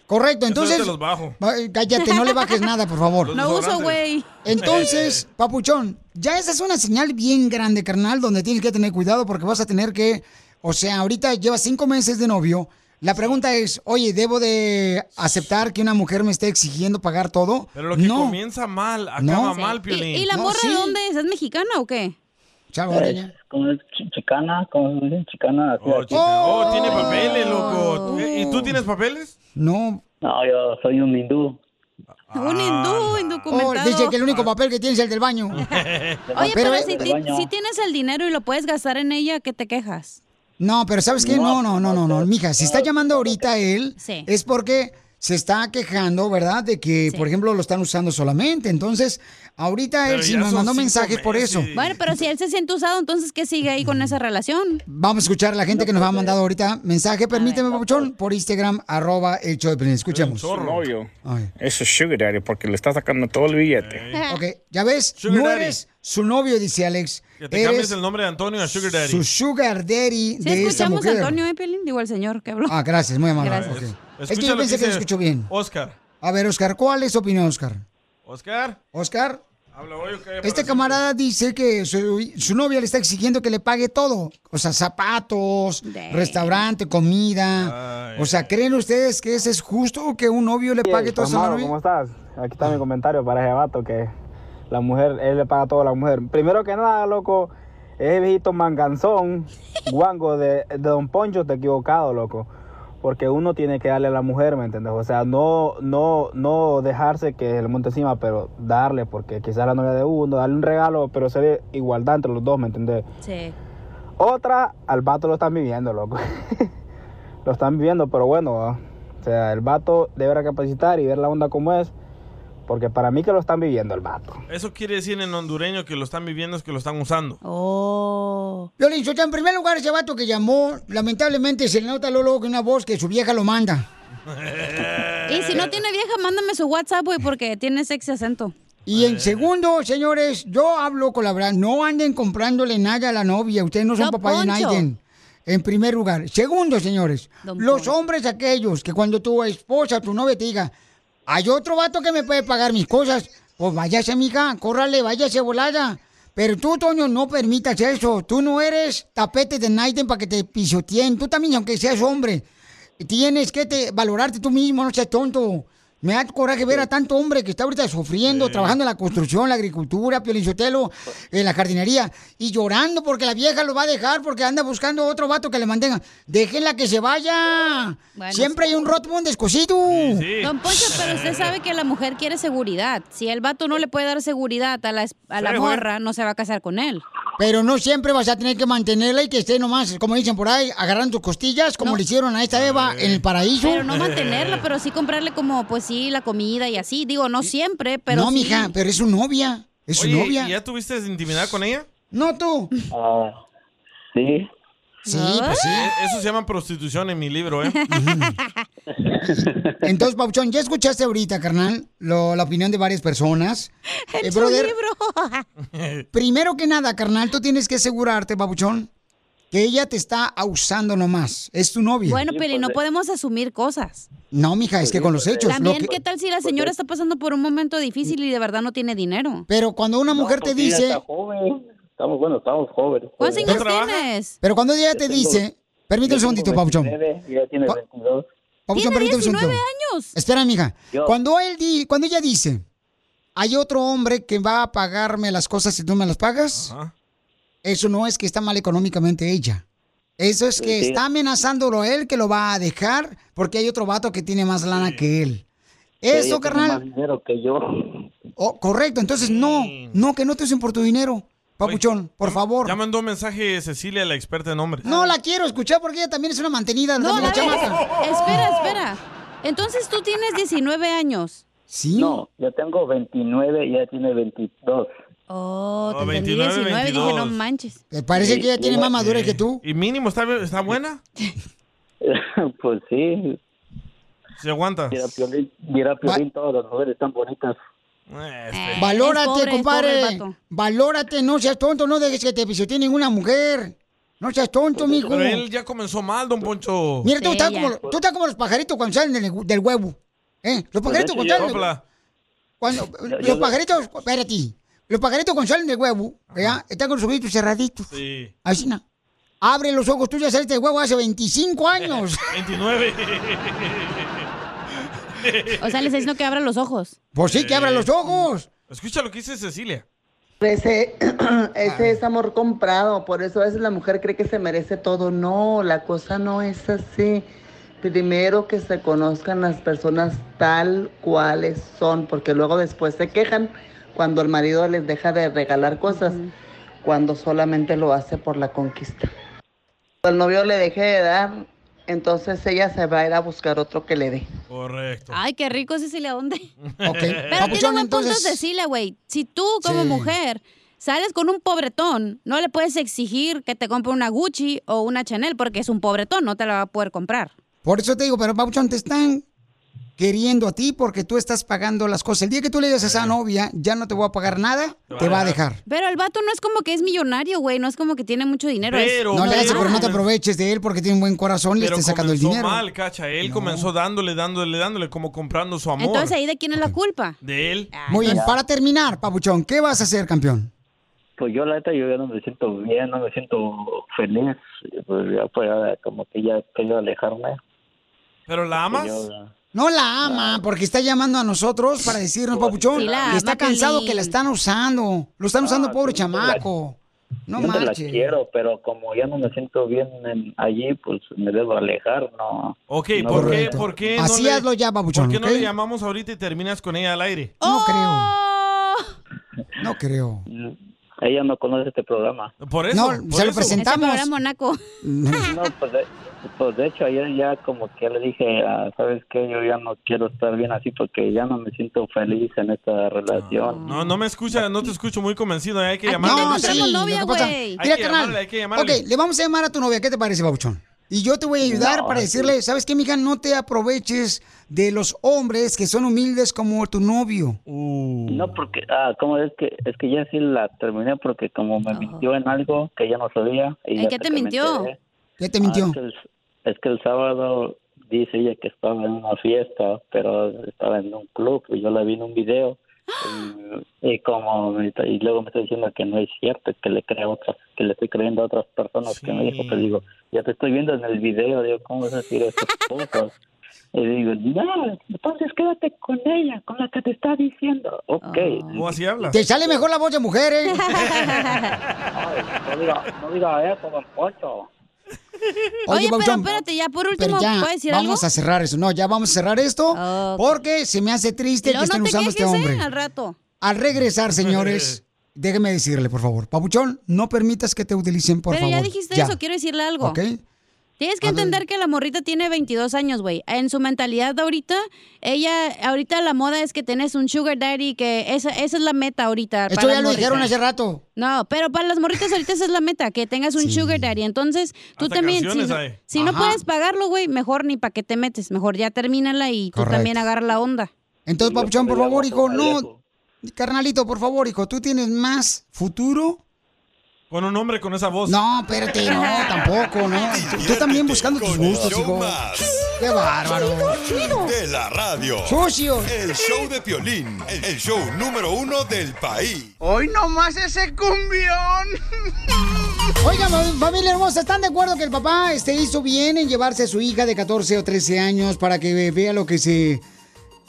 Correcto,
Eso yo
entonces...
te los bajo.
va- Cállate, no le bajes nada, por favor.
Los No uso, desodorantes. güey.
Entonces, papuchón, ya esa es una señal bien grande, carnal, donde tienes que tener cuidado porque vas a tener que... O sea, ahorita llevas cinco meses de novio. La pregunta es, oye, ¿debo de aceptar que una mujer me esté exigiendo pagar todo?
Pero lo que
no,
comienza mal, acaba
No.
mal,
¿Y,
Piolín.
y la morra de dónde es? ¿Es mexicana o qué?
Es como es chi- chicana, como dicen chicana. Así, así.
Oh, tiene papeles,
Oh.
loco. Eh, ¿Y y tú tienes papeles?
No.
No, yo soy un hindú.
Un
Ah,
hindú
Oh,
indocumentado.
dice que el único papel que tienes es el del baño.
Oye, pero, si,
eh,
ti- si tienes el dinero y lo puedes gastar en ella, ¿qué te quejas?
No, pero ¿sabes qué? No, no, no, no, no. Mija, si está llamando ahorita él,
Sí.
es porque se está quejando, ¿verdad? De que, por ejemplo, lo están usando solamente. Entonces, ahorita
Pero
él sí
ya
nos
son
mandó
cinco
mensajes por eso.
Bueno, pero si él se siente usado, entonces ¿qué sigue ahí
Mm.
con esa relación?
Vamos a escuchar a la gente que nos ha mandado ahorita mensaje. Permíteme, papuchón, por Instagram, arroba el show de Piolín. Escuchemos.
Su novio. Eso es sugar daddy porque le está sacando todo el billete.
Ok, ya ves,
Sugar
no
daddy.
eres su novio, dice Alex.
Que te cambies
Eres
el nombre de Antonio a Sugar Daddy.
su sugar daddy
Si
de esa
escuchamos a
mujer.
Antonio Epelín, digo el señor que habló.
Ah, gracias, muy amable.
Gracias.
Ok.
Escucha
Es que yo
lo
pensé que lo
dice
escuchó bien.
Oscar.
A ver, Oscar, ¿cuál es tu opinión, Oscar?
Oscar.
Oscar.
Habla hoy, ok,
Este
parece-
camarada dice que su, su novia le está exigiendo que le pague todo. O sea, zapatos, restaurante, comida. O sea, ¿creen ustedes que eso es justo que un novio le pague todo a su
Amado,
novia?
¿Cómo estás? Aquí está mi comentario para ese vato que la mujer, él le paga todo a la mujer. Primero que nada, loco, ese viejito manganzón, guango de, de Don Poncho, te equivocado, loco. Porque uno tiene que darle a la mujer, ¿me entiendes? O sea, no, no, no dejarse que le monte encima, pero darle, porque quizás la novia de uno, darle un regalo, pero ser igualdad entre los dos, ¿me entiendes?
Sí.
Otra, al vato lo están viviendo, loco. lo están viviendo, pero bueno, ah, o sea, el vato debe recapacitar y ver la onda como es, porque para mí que lo están viviendo el vato.
Eso quiere decir en hondureño que lo están viviendo es que lo están usando.
Oh.
Violín, Sotelo, en primer lugar, ese vato que llamó, lamentablemente se le nota luego luego que una voz que su vieja lo manda.
Y si
Eh.
no tiene vieja, mándame su WhatsApp, güey, porque tiene sexy acento.
Y en segundo, señores, yo hablo con la verdad. No anden comprándole nada a la novia. Ustedes no son
Don
papá de
Poncho.
nadie. En primer lugar. Segundo, señores,
Don
los hombres aquellos que cuando tu esposa, tu novia te diga, hay otro vato que me puede pagar mis cosas, pues váyase, mija, córrale, váyase volada. Pero tú, Toño, no permitas eso. Tú no eres tapete de Naiden para que te pisoteen. Tú también, aunque seas hombre, tienes que te- valorarte tú mismo, no seas tonto. Me da coraje ver a tanto hombre que está ahorita sufriendo, trabajando en la construcción, la agricultura, Piolinchotelo, en la jardinería, y llorando porque la vieja lo va a dejar porque anda buscando otro vato que le mantenga. Déjenla que se vaya.
Bueno,
Siempre hay un Rotmund descosido.
Don Poncho, pero usted sabe que la mujer quiere seguridad. Si el vato no le puede dar seguridad a la, es- a la
Sí, güey.
morra, no se va a casar con él.
Pero no siempre vas a tener que mantenerla y que esté nomás, como dicen por ahí, agarrando tus costillas, como le hicieron a esta Eva en el paraíso.
Pero no mantenerla, pero sí comprarle como, pues sí, la comida y así. Digo, no siempre, pero
No,
sí.
mija, pero es su novia. Es su
Oye,
novia.
¿y ¿ya tuviste intimidad con ella?
No tú.
Ah, sí.
Ah.
pues
Eh, Eso se llama prostitución en mi libro, ¿eh?
Entonces, Pauchón, ya escuchaste ahorita, carnal, lo- la opinión de varias personas. Eh, primero que nada, carnal, tú tienes que asegurarte, Pauchón, que ella te está usando nomás. Es tu novia.
Bueno, pero no podemos asumir cosas.
No, mija, es que con los hechos. lo
También,
que-
¿qué tal si la señora está pasando por un momento difícil y de verdad no tiene dinero?
Pero cuando una mujer te
porque ella
dice.
está Estamos, bueno, estamos jóvenes.
¿Cuántos
pues.
años tienes?
Pero cuando ella te
Yo tengo-
dice. Permíteme un
Yo
segundito,
tengo
Pauchón.
29, y Ella tiene
Pa-
22.
Papuchón,
Tiene
permíteme un
19
segundo. Espera, mija.
Yo.
Cuando él di- cuando ella dice, hay otro hombre que va a pagarme las cosas si tú me las pagas, eso no es que está mal económicamente ella. Eso es que
Sí, sí.
está amenazándolo él que lo va a dejar porque hay otro vato que tiene más lana que él.
Ella
Eso,
tiene
carnal.
Más dinero que yo.
Oh, correcto, entonces no, no, que no te usen por tu dinero. Papuchón, por favor.
Ya mandó un mensaje Cecilia, la experta en hombres.
No la quiero escuchar porque ella también es una mantenida.
No,
también la
la ves.
chamaca.
Espera, espera. Entonces tú tienes 19 años.
Sí.
No, yo tengo 29 y ella tiene 22.
Oh,
No,
te entendí
29,
19, dije, no
22.
manches.
¿Te
parece que ella tiene más madurez que
tú?
Y mínimo, ¿está, está buena?
pues sí.
¿Se aguanta?
Mira, Piolín, mira, Piolín, todas las mujeres están bonitas.
Este.
Valórate,
pobre, es
compadre.
pobre el vato.
Valórate, no seas tonto, no dejes que te pisotee ninguna mujer. No seas tonto,
Pues,
mijo.
Pero él ya comenzó mal, don Poncho.
Mira, tú estás, como,
Pues
tú estás como los pajaritos cuando salen del, del huevo. ¿Eh?
Pues
Los pajaritos cuando salen. del-
Sopla.
cuando-
yo-
los pajaritos, espérate. Los pajaritos cuando salen del huevo, ¿verdad? Están con los ojitos cerraditos.
Sí.
Así na. Abre los ojos, tú ya saliste del huevo hace 25 años.
29.
O sea, les está diciendo que abra los ojos.
Pues sí, que abra los ojos.
Escucha lo que dice Cecilia.
Ese, ese es amor comprado, por eso a veces la mujer cree que se merece todo. No, la cosa no es así. Primero que se conozcan las personas tal cuales son, porque luego después se quejan cuando el marido les deja de regalar cosas, cuando solamente lo hace por la conquista. Cuando el novio le deje de dar, entonces ella se va a ir a buscar otro que le dé.
Correcto.
Ay, qué rico Cecilia, ¿dónde?
Eh.
Ok. Pero tiene
Papuchón,
un buen
entonces-
punto Cecilia, güey. Si tú como
Sí.
mujer sales con un pobretón, no le puedes exigir que te compre una Gucci o una Chanel porque es un pobretón, no te la va a poder comprar.
Por eso te digo, pero Papuchón, te están queriendo a ti porque tú estás pagando las cosas. El día que tú le digas a esa novia, ya no te voy a pagar nada, te va a dejar.
Pero el vato no es como que es millonario, güey, no es como que tiene mucho dinero. es-
no le hagas, pero no te aproveches de él porque tiene un buen corazón y le
Pero
esté sacando el
comenzó
dinero.
mal, cacha. Él comenzó dándole, dándole, dándole, como comprando su amor.
Entonces Ah, ahí de quién es la culpa.
De él.
Muy bien, para terminar, Papuchón, ¿qué vas a hacer, campeón?
Pues yo la neta yo ya no me siento bien, no me siento feliz. Pues ya fue ah, como que ya quiero alejarme.
¿Pero la amas?
No la ama, porque está llamando a nosotros para decirnos, Papuchón,
Sí la
que está
ama,
cansado
Piolín.
que la están usando. Lo están usando,
Ah,
pobre
sí,
chamaco. No
Siempre la
marches.
quiero, pero como ya no me siento bien en- allí, pues me debo alejar, no.
Ok,
no
¿por, qué,
voy a-
¿por qué no
Así
le-
hazlo ya, Papuchón.
¿Por qué no
¿ok?
le llamamos ahorita y terminas con ella al aire?
No creo. No creo.
Mm, Ella no conoce este programa.
Por
eso, No, por se lo eso. presentamos.
Ese programa, Naco.
No, pues de, pues de hecho ayer ya como que le dije, ah, ¿sabes qué? Yo ya no quiero estar bien así porque ya no me siento feliz en esta relación.
No, no me escucha, no te escucho muy convencido. ¿eh? Hay que llamarle.
Ah, No, sí, lo que pasa-
Hay
Mira,
que
carnal.
llamarle, hay que llamarle.
Ok, le vamos a llamar a tu novia. ¿Qué te parece, Babuchón? Y yo te voy a ayudar
No,
para
sí.
decirle, ¿sabes qué, mija? No te aproveches de los hombres que son humildes como tu novio.
No, porque, ah, ¿cómo es que? Es que ya sí la terminé porque como me mintió en algo que ya no sabía. y
¿En
ya
qué
hasta
te
que me
mintió?
enteré.
¿Qué te mintió?
Ah, es, que el, es que el sábado dice ella que estaba en una fiesta, pero estaba en un club y yo la vi en un video. Y, y como me está- y luego me está diciendo que no es cierto, que le creo a otras, que le estoy creyendo a otras pues personas que me dijo, pero digo, ya te estoy viendo en el video, digo, ¿cómo vas a decir esas cosas? Y digo, no, entonces quédate con ella, con la que te está diciendo. Ok.
¿O así hablas?
Te sale mejor la voz de mujer, ¿eh?
No diga, no diga eso, don Poncho.
Oye, pero
Pabuchón,
espérate, ya por
Pero
último,
ya,
¿puedo decir algo?
vamos a cerrar eso. No, ya vamos a cerrar esto porque se me hace triste
Luego
que estén
no te
usando a este
quejes, ¿eh?
hombre.
al rato.
Al regresar, señores, déjeme decirle, por favor. Pabuchón, no permitas que te utilicen, por
Pero
favor.
ya dijiste eso, quiero decirle algo.
¿Ok?
Tienes que
A ver.
entender que la morrita tiene 22 años, güey. En su mentalidad de ahorita, ella, ahorita la moda es que tenés un sugar daddy, que esa, esa es la meta ahorita.
Esto
para
ya
las
lo dijeron
morritas.
hace rato.
No, pero para las morritas ahorita esa es la meta, que tengas un sugar daddy. Entonces, tú
Hasta
también, si,
canciones
no-
hay.
si no
Ajá.
puedes pagarlo, güey, mejor ni para qué te metes. Mejor ya termínala y tú
Correcto.
también agarra la onda.
Entonces, Papuchón, por favor, hijo, no. Carnalito, por favor, hijo, tú tienes más futuro.
Con un hombre con esa voz.
No, espérate, no, tampoco, no. Tú- Tú, también buscando tus gustos, hijo. Qué bárbaro.
De la radio.
Sucio.
El show de Piolín, el show número uno del país.
Hoy nomás ese cumbión. Oigan, fam- familia hermosa, ¿están de acuerdo que el papá este, hizo bien en llevarse a su hija de 14 o 13 años para que vea lo que se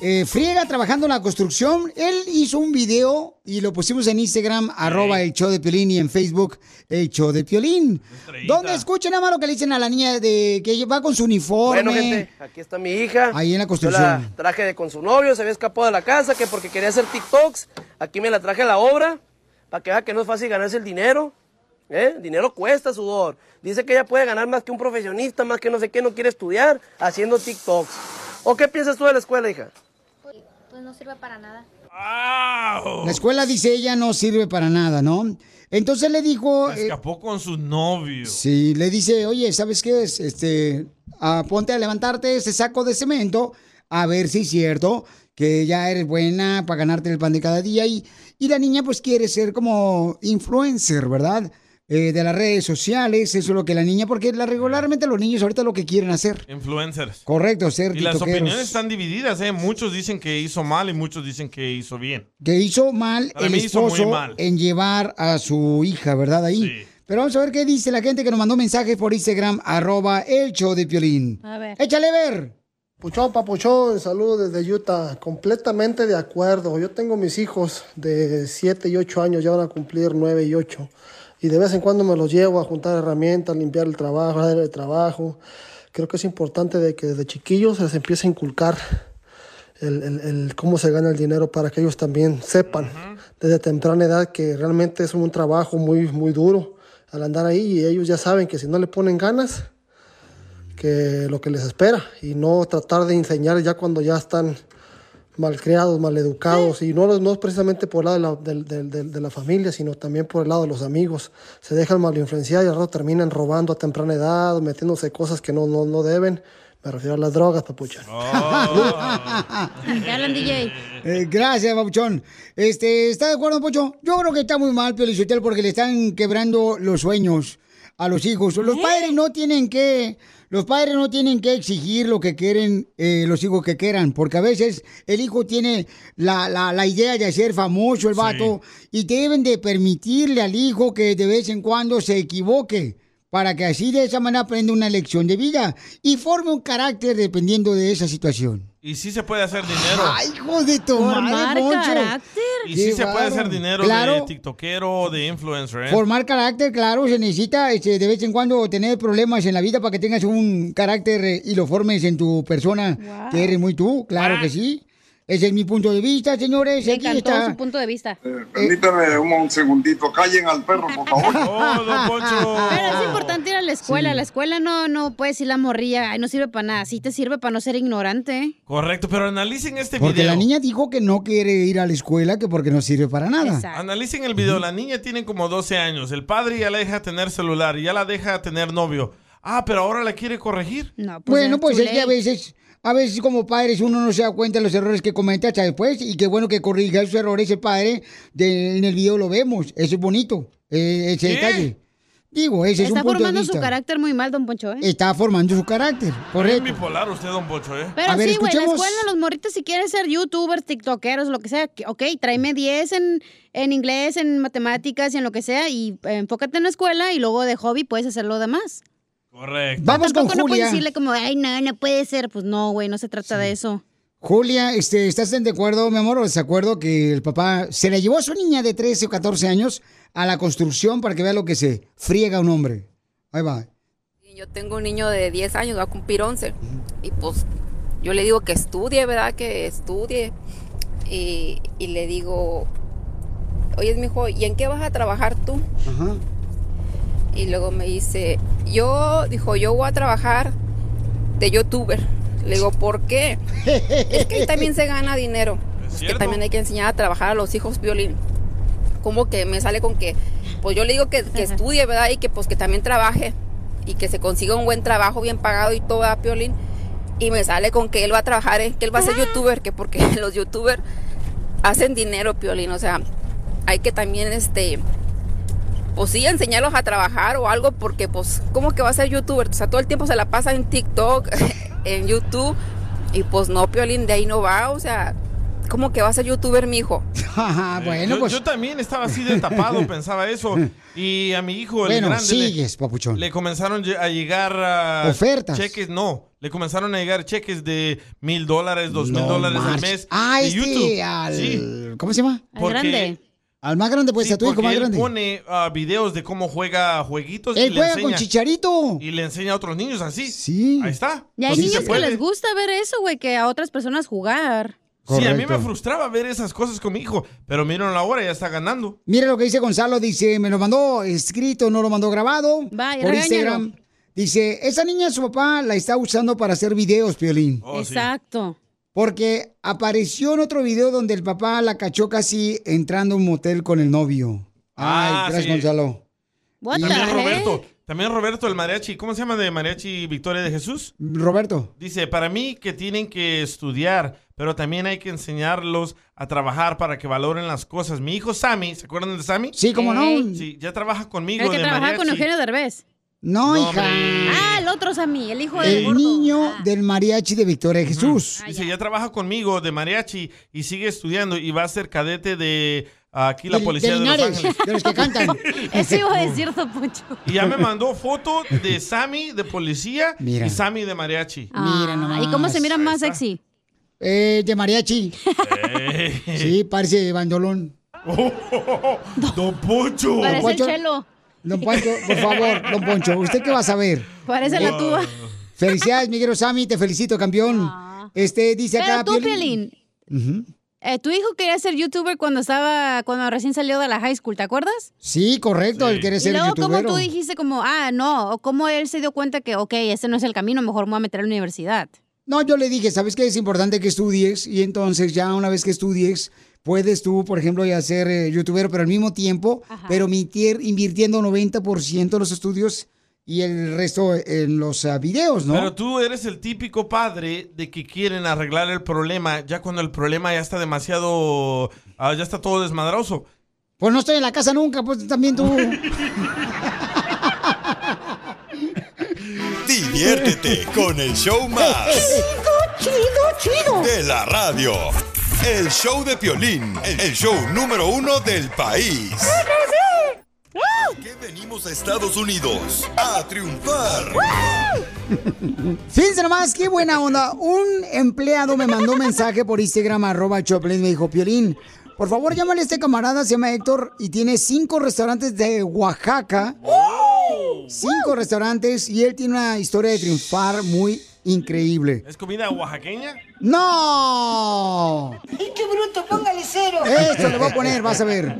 eh, friega trabajando en la construcción? Él hizo un video y lo pusimos en Instagram, arroba el show de Piolín y en Facebook el show de Piolín. Donde escuchen nada más lo que le dicen a la niña de que va con su uniforme.
Bueno, gente, aquí está mi hija.
Ahí en la construcción.
Yo la traje de- con su novio, se había escapado de la casa, que porque quería hacer TikToks. Aquí me la traje a la obra, para que vea que no es fácil ganarse el dinero. ¿eh? El dinero cuesta sudor. Dice que ella puede ganar más que un profesionista, más que no sé qué, no quiere estudiar, haciendo TikToks. ¿O qué piensas tú de la escuela, hija?
Pues no sirve para nada.
La escuela dice ella no sirve para nada, ¿no? Entonces le dijo...
Se
eh,
escapó con sus novios.
Sí, le dice, oye, ¿sabes qué es? Este, ah, ponte a levantarte ese saco de cemento, a ver si es cierto que ya eres buena para ganarte el pan de cada día. Y, y la niña pues quiere ser como influencer, ¿verdad? Eh, de las redes sociales, eso es lo que la niña, porque la- regularmente los niños ahorita es lo que quieren hacer.
Influencers.
Correcto, ser
Y las
tiktokeros.
opiniones están divididas, ¿eh? Muchos dicen que hizo mal y muchos dicen que hizo bien.
Que hizo mal
Para
el
mí hizo muy
esposo
mal.
en llevar a su hija, ¿verdad? Ahí. Pero vamos a ver qué dice la gente que nos mandó mensajes por Instagram, arroba el show de Piolín.
A ver.
Échale ver.
Puchón, papuchón, saludos desde Utah. Completamente de acuerdo. Yo tengo mis hijos de 7 y 8 años, ya van a cumplir 9 y 8. Y de vez en cuando me los llevo a juntar herramientas, limpiar el trabajo, hacer el trabajo. Creo que es importante de que desde chiquillos se les empiece a inculcar el, el- el cómo se gana el dinero para que ellos también sepan desde temprana edad que realmente es un trabajo muy, muy duro al andar ahí y ellos ya saben que si no le ponen ganas, que lo que les espera y no tratar de enseñar ya cuando ya están malcriados, maleducados y no, los- no es precisamente por el lado de la, del- del- del- de la familia, sino también por el lado de los amigos. Se dejan mal influenciar y al rato terminan robando a temprana edad, metiéndose cosas que no, no, no deben. Me refiero a las drogas, papucha.
Hablan, DJ.
Eh, gracias, Papuchón. Este, ¿Está de acuerdo, Pocho? Yo creo que está muy mal, Piolichotel, porque le están quebrando los sueños a los hijos. Los padres no tienen que... Los padres no tienen que exigir lo que quieren eh, los hijos que quieran, porque a veces el hijo tiene la, la- la idea de ser famoso, el vato, y deben de permitirle al hijo que de vez en cuando se equivoque, para que así de esa manera aprenda una lección de vida y forme un carácter dependiendo de esa situación.
Y sí se puede hacer dinero.
¡Ay, hijo de tu madre, Poncho!
Y sí
Qué
se puede
bárbaro.
hacer dinero de
Claro,
tiktokero o de influencer, ¿eh?
formar carácter, claro, se necesita este, de vez en cuando tener problemas en la vida para que tengas un carácter eh, y lo formes en tu persona,
Wow.
que eres muy tú, claro que sí. Ese es mi punto de vista, señores.
Me
Aquí
encantó
está. Eh,
su punto de vista.
Permítame un, un segundito, callen al perro, por favor.
ah,
Pero es importante ir a la escuela. La escuela no, no puedes ir la morrilla. Ay, no sirve para nada. Sí te sirve para no ser ignorante. ¿eh?
Correcto, pero analicen este
Porque
video.
la niña dijo que no quiere ir a la escuela, que porque no sirve para nada.
Analicen el video. La niña tiene como 12 años. El padre ya la deja tener celular, ya la deja tener novio. Ah, pero ahora la quiere corregir.
bueno, pues es que a veces, a veces como padres uno no se da cuenta de los errores que comete hasta después y qué bueno que corrija sus errores el padre, de- en el video lo vemos, eso es bonito, eh, ese
¿Qué?
detalle. Digo, ese es
Está
un punto de
formando
vista.
su carácter muy mal, don Poncho. ¿eh?
Está formando su carácter,
Es
correcto.
bipolar usted, don Pocho, ¿eh?
Pero sí, güey, la
escuchemos.
escuela, los morritos, si quieren ser youtubers, tiktokeros, lo que sea, que- ok, tráeme 10 en, en inglés, en matemáticas y en lo que sea, y eh, enfócate en la escuela y luego de hobby puedes hacer lo demás.
Correcto.
Vamos con
Tampoco no puedes
Julia.
decirle como, ay, no, no puede ser. Pues no, güey, no se trata de eso.
Julia, este, ¿estás de acuerdo, mi amor, o desacuerdo que el papá se le llevó a su niña de 13 o 14 años a la construcción para que vea lo que se friega un hombre? Ahí va.
Yo tengo un niño de 10 años, va a cumplir 11. Y pues yo le digo que estudie, ¿verdad? Que estudie. Y, y le digo, oye, mijo, ¿y en qué vas a trabajar tú?
Ajá.
Y luego me dice, yo, dijo, yo voy a trabajar de youtuber. Le digo, ¿por qué? es que ahí también se gana dinero. Es, que
cierto.
también hay que enseñar a trabajar a los hijos violín. Como que me sale con que, pues yo le digo que, que estudie, ¿verdad? Y que pues que también trabaje y que se consiga un buen trabajo bien pagado y todo a Piolín. Y me sale con que él va a trabajar, eh, que él va a ser youtuber, que porque los youtubers hacen dinero, Piolín. O sea, hay que también, este, pues sí, enseñarlos a trabajar o algo, porque pues, ¿cómo que va a ser youtuber? O sea, todo el tiempo se la pasa en TikTok, en YouTube, y pues no, Piolín, de ahí no va. O sea, ¿cómo que va a ser youtuber, mijo?
Ajá,
bueno,
Eh, yo,
pues-
yo también estaba así de tapado, pensaba eso. Y a mi hijo, el
Bueno,
grande, le-
sigues, papuchón.
Le comenzaron lle- a llegar ah,
Ofertas.
Cheques, no. Le comenzaron a llegar cheques de mil dólares, dos mil dólares al
marches.
mes.
Ah,
de
este,
YouTube.
al-
Sí.
¿Cómo se llama?
Al Porque- grande.
Al más grande, pues,
Sí,
a tu hijo
porque
más
él
grande.
pone ah, videos de cómo juega jueguitos. y
Él
le
juega con
enseña-
Chicharito.
Y le enseña a otros niños así.
Sí.
Ahí está.
Y hay
Pues Sí se
niños que
puede.
les gusta ver eso, güey, que a otras personas jugar.
Sí, a mí
Correcto.
me frustraba ver esas cosas con mi hijo, pero miren la hora, ya está ganando.
Mira lo que dice Gonzalo, dice, me lo mandó escrito, no lo mandó grabado
Vaya,
por
regáñalo.
Instagram. Dice, esa niña su papá la está usando para hacer videos, Piolín.
Oh,
Exacto.
Porque apareció en otro video donde el papá la cachó casi entrando a un motel con el novio. Ay,
Ah,
gracias,
sí.
Gonzalo.
También Roberto, también Roberto el mariachi, ¿cómo se llama de mariachi Victoria de Jesús?
Roberto.
Dice, para mí que tienen que estudiar, pero también hay que enseñarlos a trabajar para que valoren las cosas. Mi hijo Sammy, ¿se acuerdan de Sammy?
Sí, cómo no. Ey.
Sí, ya trabaja conmigo
El que
de
trabajaba con
mariachi.
Eugenio Derbez.
No, hija.
Ah, el otro es a mí, el hijo del
El
gordo. Ah.
niño del mariachi de Victoria de Jesús.
Dice, ya trabaja conmigo de mariachi y sigue estudiando y va a ser cadete de ah, aquí la
Del-
policía
de
de, Los
Linares,
Ángeles.
de los que cantan.
Eso iba a decir, Don Poncho.
Y ya me mandó foto de Sammy de policía
Mira.
y Sammy de mariachi.
Ah, ¿Y cómo se mira más sexy?
Eh, de mariachi. Sí, parece bandolón.
don Poncho.
Parece el chelo.
Don Poncho, por favor, Don Poncho, ¿usted qué va a saber?
Parece la tuba.
Felicidades, Miguel Sami, te felicito, campeón. Este dice
Ah. Pero
acá.
tú,
Piolín-
Piolín, eh, tu hijo quería ser youtuber cuando estaba, cuando recién salió de la high school, ¿te acuerdas?
Sí, correcto, él quiere
Y
ser
luego, como
youtubero.
tú dijiste, como, ah, no, o cómo él se dio cuenta que, ok, este no es el camino, mejor me voy a meter a la universidad.
No, yo le dije, ¿sabes qué? Es importante que estudies y entonces ya una vez que estudies, puedes tú, por ejemplo, ya ser eh, youtuber, pero al mismo tiempo, pero mintier- invirtiendo 90% en los estudios y el resto en los ah, videos, ¿no?
Pero tú eres el típico padre de que quieren arreglar el problema ya cuando el problema ya está demasiado, ah, ya está todo desmadroso.
Pues no estoy en la casa nunca, pues también tú.
Diviértete con el show más
Chido, chido, chido.
de la radio. El show de Piolín, el show número uno del país. Venimos a Estados Unidos a triunfar.
Fíjense nomás, qué buena onda. Un empleado me mandó un mensaje por Instagram, arroba Choplin, me dijo, Piolín, por favor llámale a este camarada, se llama Héctor, y tiene cinco restaurantes de Oaxaca. Cinco restaurantes, y él tiene una historia de triunfar muy increíble.
¿Es comida oaxaqueña?
¡No!
¡Ay, qué bruto! Póngale cero.
Esto le voy a poner, vas a ver.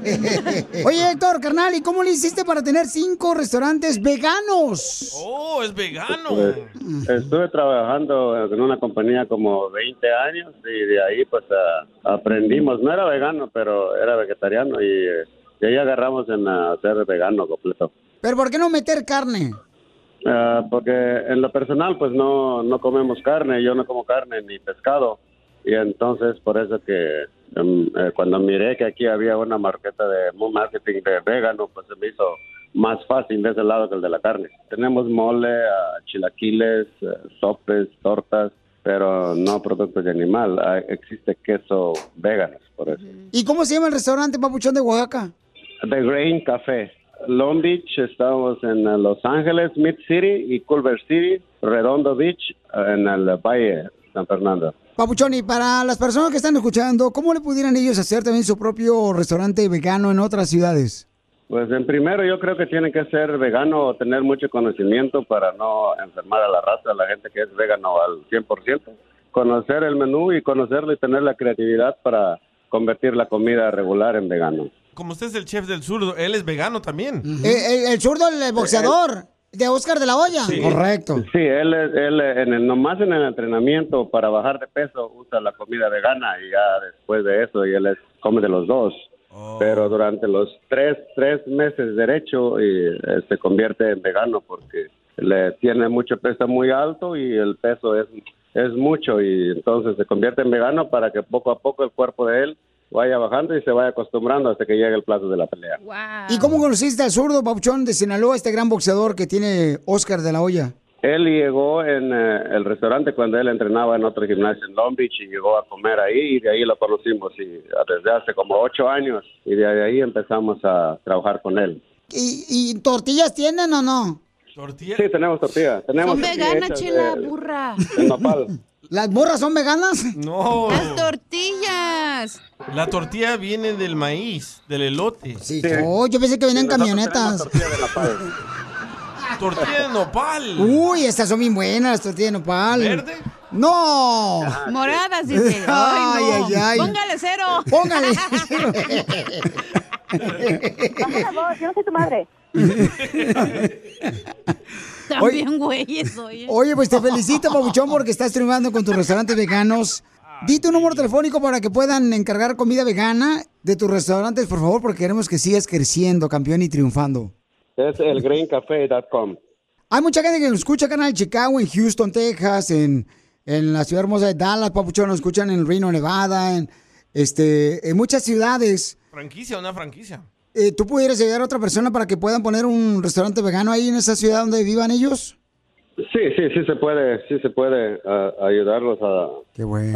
Oye, Héctor, carnal, ¿y cómo le hiciste para tener cinco restaurantes veganos?
Oh, es vegano.
Pues, estuve trabajando en una compañía como 20 años y de ahí pues a- aprendimos. No era vegano, pero era vegetariano y eh, de ahí agarramos en ah, ser vegano completo.
¿Pero por qué no meter carne?
Ah, porque en lo personal pues no, no comemos carne, yo no como carne ni pescado. Y entonces por eso que em, eh, cuando miré que aquí había una marqueta de un marketing de vegano, pues se me hizo más fácil de ese lado que el de la carne. Tenemos mole, ah, chilaquiles, eh, sopes, tortas, pero no productos de animal. Ah, existe queso vegano, por eso.
¿Y cómo se llama el restaurante, papuchón de Oaxaca?
The Grain Café. Long Beach, estamos en eh, Los Ángeles, Mid City y Culver City, Redondo Beach, eh, en el Valle San Fernando.
Papuchón, y para las personas que están escuchando, ¿cómo le pudieran ellos hacer también su propio restaurante vegano en otras ciudades?
Pues en primero yo creo que tiene que ser vegano o tener mucho conocimiento para no enfermar a la raza, a la gente que es vegano al 100%. Conocer el menú y conocerlo y tener la creatividad para convertir la comida regular en vegano.
Como usted es el chef del sur, él es vegano también.
Eh, el, el zurdo, el boxeador, de Oscar de la Hoya. Correcto.
Sí, él, es- él es- en el, nomás en el entrenamiento para bajar de peso usa la comida vegana y ya después de eso y él es, come de los dos. Pero durante los tres, tres meses derecho y, eh, se convierte en vegano porque le tiene mucho peso muy alto y el peso es, es mucho y entonces se convierte en vegano para que poco a poco el cuerpo de él vaya bajando y se vaya acostumbrando hasta que llegue el plazo de la pelea.
Ah.
¿Y cómo conociste al zurdo, Papuchón, de Sinaloa, este gran boxeador que tiene Oscar de la Hoya?
Él llegó en eh, el restaurante cuando él entrenaba en otro gimnasio en Long Beach y llegó a comer ahí y de ahí lo conocimos y desde hace como ocho años y de ahí empezamos a trabajar con él.
¿Y, y tortillas tienen o no?
Sí, tenemos tortilla. Tenemos
Son
tortilla
veganas,
hechas
chela,
de-
burra.
de nopal.
¿Las burras son veganas?
No.
Las tortillas.
La tortilla viene del maíz, del elote.
Sí. Oh, yo pensé que venían camionetas.
Tortilla de nopal.
Uy, estas son bien buenas, las tortillas de nopal.
¿Verde?
¡No!
Ah,
Moradas, dice. Ay, no.
ay, ay.
Póngale cero.
Póngale.
Baja la voz, yo no soy tu madre.
También güeyes, oye.
Oye, pues te felicito, Papuchón, porque estás triunfando con tus restaurantes veganos. Di tu número telefónico para que puedan encargar comida vegana de tus restaurantes, por favor, porque queremos que sigas creciendo, campeón, y triunfando.
Es el greencafe.com.
Hay mucha gente que nos escucha acá en el Chicago, en Houston, Texas, en, en la ciudad hermosa de Dallas, Papuchón, nos escuchan en el Reino Nevada, en, este, en muchas ciudades.
Franquicia, una franquicia.
Eh, ¿Tú pudieras ayudar a otra persona para que puedan poner un restaurante vegano ahí en esa ciudad donde vivan ellos?
Sí, sí, sí se puede, sí se puede ah, ayudarlos a,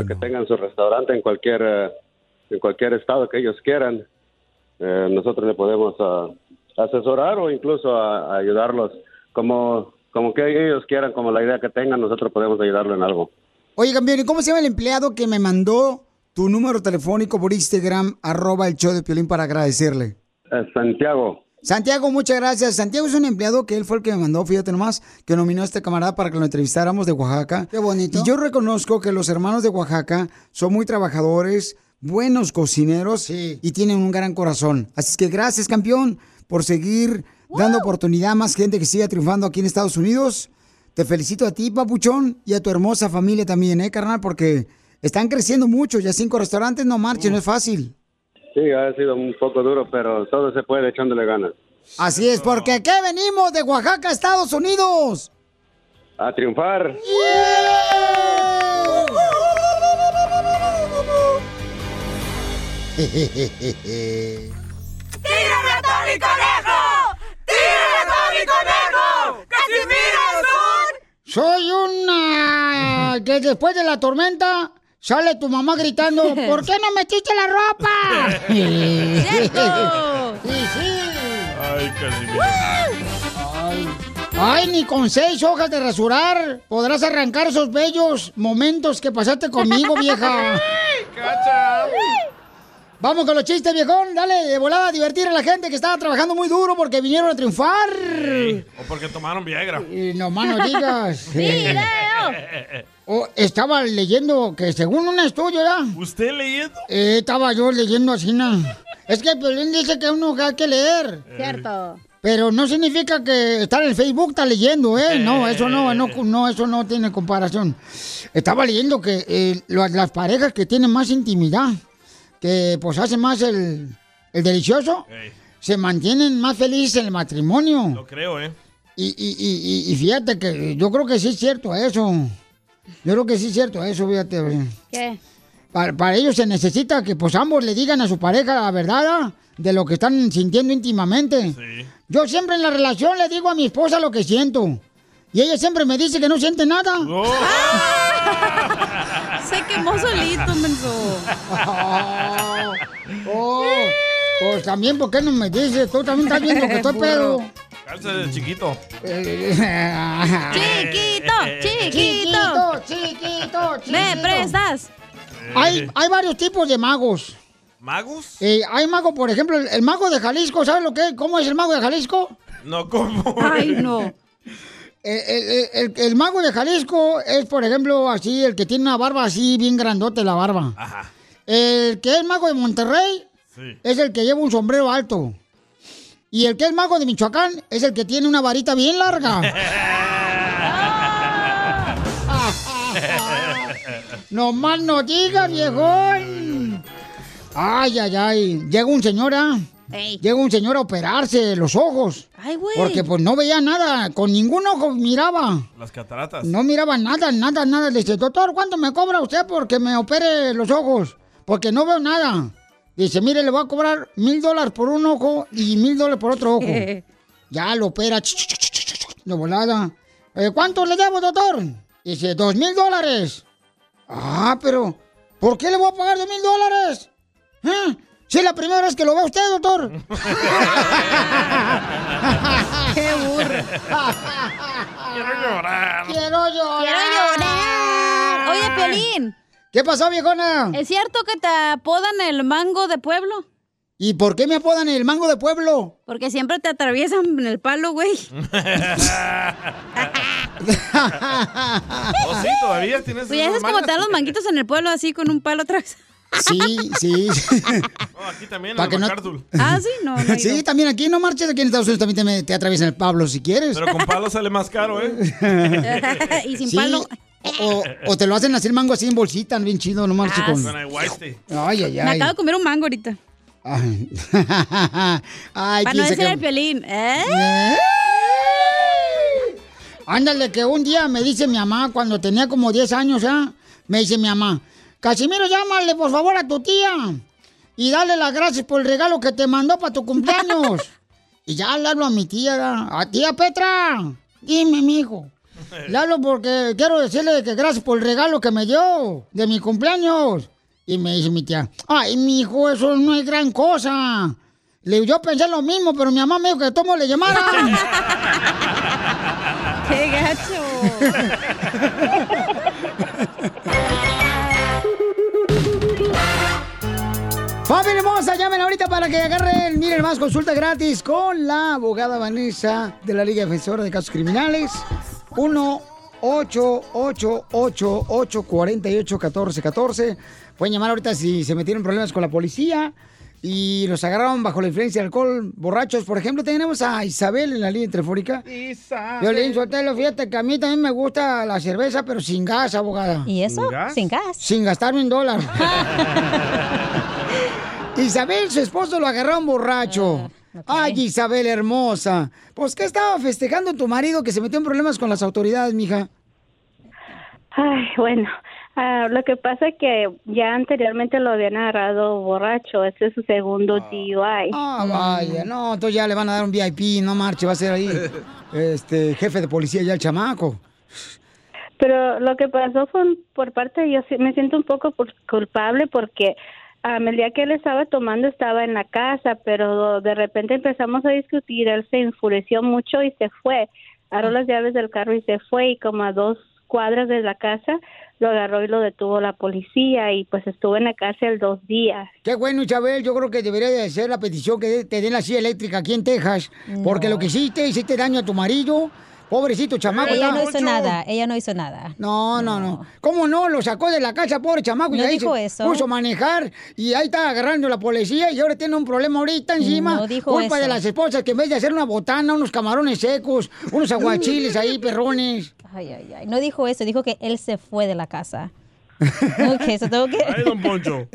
a que tengan su restaurante en cualquier eh, en cualquier estado que ellos quieran. Eh, nosotros le podemos ah, asesorar o incluso a- a ayudarlos como como que ellos quieran, como la idea que tengan, nosotros podemos ayudarlo en algo.
Oye, campeón, ¿y cómo se llama el empleado que me mandó tu número telefónico por Instagram, arroba el show de Piolín, para agradecerle?
Eh, Santiago,
Santiago, muchas gracias. Santiago es un empleado que él fue el que me mandó, fíjate nomás, que nominó a este camarada para que lo entrevistáramos de Oaxaca. Qué bonito. Y yo reconozco que los hermanos de Oaxaca son muy trabajadores, buenos cocineros y tienen un gran corazón. Así es que gracias, campeón, por seguir dando oportunidad a más gente que siga triunfando aquí en Estados Unidos. Te felicito a ti, papuchón, y a tu hermosa familia también, ¿eh, carnal? Porque están creciendo mucho, ya cinco restaurantes, no marchen, no es fácil.
sí, ha sido un poco duro, pero todo se puede echándole ganas.
Así es, porque aquí venimos de Oaxaca, Estados Unidos.
A triunfar.
¡Tírame a Tony Conejo! ¡Tírame a Tony Conejo! ¡Casimiro es un...
Soy una que después de la tormenta sale tu mamá gritando, ¿por qué no metiste la ropa? Sí, sí.
¡Ay, Casimiro!
Ay, ni con seis hojas de rasurar podrás arrancar esos bellos momentos que pasaste conmigo, vieja. Vamos con los chistes, viejón. Dale, de volada, a divertir a la gente que estaba trabajando muy duro porque vinieron a triunfar.
O porque tomaron Viagra.
Y no más no digas. O estaba leyendo que según un estudio, ¿ya?
¿Usted leyendo?
Eh, estaba yo leyendo así, ¿no? Es que Piolín dice que uno hay que leer.
Cierto.
Pero no significa que estar en el Facebook está leyendo, ¿eh? No, eso no, no, no, eso no tiene comparación. Estaba leyendo que eh, lo- las parejas que tienen más intimidad, que pues hacen más el, el delicioso, se mantienen más felices en el matrimonio.
Lo creo, ¿eh?
Y, y- y- y- y fíjate que yo creo que sí es cierto eso. Yo creo que sí es cierto eso, fíjate.
¿Qué?
Para, para ello se necesita que pues ambos le digan a su pareja la verdad ¿ah? de lo que están sintiendo íntimamente. Yo siempre en la relación le digo a mi esposa lo que siento. Y ella siempre me dice que no siente nada.
Se quemó solito, menso.
Oh.
Pues también, ¿por qué no me dices? Tú también estás viendo que estoy pedo.
Calza de chiquito. Eh,
Chiquito,
chiquito.
Chiquito, chiquito, chiquito.
Me prestas.
Hay, hay varios tipos de magos.
¿Magos?
Eh, hay mago, por ejemplo, el, el mago de Jalisco, ¿sabes lo que es? ¿Cómo es el mago de Jalisco?
No, eh. ¿cómo?
Ay, no. El, el- eh, el- el mago de Jalisco es, por ejemplo, así, el que tiene una barba así, bien grandote la barba.
Ajá.
El que es mago de Monterrey
Sí.
es el que lleva un sombrero alto. Y el que es mago de Michoacán es el que tiene una varita bien larga. No más no digas, viejón. Ay, ay, ay. Llega un señor, ¿ah?
Ey.
Llega un señor a operarse los ojos.
Ay, güey.
Porque pues no veía nada, con ningún ojo miraba.
Las cataratas.
No miraba nada, nada, nada. Le dice, doctor, ¿cuánto me cobra usted porque me opere los ojos? Porque no veo nada. Dice, mire, le voy a cobrar mil dólares por un ojo y mil dólares por otro ojo. ya lo opera, ch, ch, ch, ch, ch, ch, de volada. "Eh, ¿Cuánto le debo, doctor? Dice, dos mil dólares. Ah, pero, ¿por qué le voy a pagar dos mil dólares? ¿Eh? Si es la primera vez que lo ve usted, doctor.
¡Qué burro!
Quiero llorar.
Quiero llorar.
Quiero llorar. Oye, Piolín.
¿Qué pasó, viejona?
¿Es cierto que te apodan el mango de pueblo?
¿Y por qué me apodan el mango de pueblo?
Porque siempre te atraviesan en el palo, güey.
oh, sí, todavía tienes.
Pues ya
esas
es como te dan
mañas?
los manguitos en el pueblo así con un palo atrás.
Sí, sí.
No, Oh, aquí también,
Pa'
en
que
el
no-
MacArthur.
Ah, sí, no. no he
Sí,
ido.
también aquí no marches, aquí en Estados Unidos también te, me- te atraviesan el Pablo si quieres.
Pero con palo sale más caro, ¿eh?
y sin
Sí,
palo.
O, o te lo hacen hacer mango así en bolsita, bien chido, no marches
Ah,
con...
Con aguaste.
Ay, ay,
Me
ay.
acabo de comer un mango ahorita.
Ay,
Para no
quise
decir
que-
el piolín. ¿Eh?
¿Eh? Ándale, que un día me dice mi mamá, cuando tenía como 10 años ya, me dice mi mamá, Casimiro, llámale por favor a tu tía y dale las gracias por el regalo que te mandó para tu cumpleaños. y ya le hablo a mi tía, ¿verdad? a tía Petra, dime, mijo. Le hablo porque quiero decirle que gracias por el regalo que me dio de mi cumpleaños. Y me dice mi tía, ay, mijo, eso no es gran cosa. Le digo, yo pensé lo mismo, pero mi mamá me dijo que tomo le llamara.
¡Qué
Familia hermosa, llamen ahorita para que agarren, miren más, consulta gratis con la abogada Vanessa de la Liga Defensora de Casos Criminales. 1 888 848 1414 Pueden llamar ahorita si se metieron en problemas con la policía y los agarraron bajo la influencia de alcohol, borrachos. Por ejemplo, tenemos a Isabel en la línea telefónica. Yo le Sotelo, fíjate que a mí también me gusta la cerveza, pero sin gas, abogada.
¿Y eso? ¿Sin gas? Sin gas.
Sin gastarme un dólar. Isabel, su esposo lo agarraron borracho. Ay, Isabel hermosa. Pues, ¿qué estaba festejando tu marido que se metió en problemas con las autoridades, mija?
Ay, bueno.
Ah, lo que pasa es que ya anteriormente lo habían agarrado borracho. Este es su segundo DUI.
Mm.
Ah, vaya, no, entonces ya le van a dar un VIP, no marche, va a ser ahí este jefe de policía ya el chamaco.
Pero lo que pasó fue un- por parte de yo sí- me siento un poco por- culpable porque am, el día que él estaba tomando estaba en la casa, pero de repente empezamos a discutir, él se enfureció mucho y se fue, agarró las llaves del carro y se fue y como a dos cuadras de la casa lo agarró y lo detuvo la policía y pues estuvo en la cárcel dos días.
Qué bueno, Isabel, yo creo que debería de ser la petición que te den la silla eléctrica aquí en Texas, porque lo que hiciste, hiciste daño a tu marido, pobrecito chamaco.
ella
está-
no hizo nada, ella no hizo nada.
pues, No, no, no. ¿Cómo no? Lo sacó de la casa, pobre chamaco. y
No
ahí
dijo
se
eso.
Puso a manejar y ahí está agarrando la policía y ahora tiene un problema ahorita encima.
No dijo
Culpa de
eso.
las esposas que en vez de hacer una botana, unos camarones secos, unos aguachiles ahí, perrones.
Ay, ay, ay. No dijo eso, dijo que él se fue de la casa. ok, eso tengo que...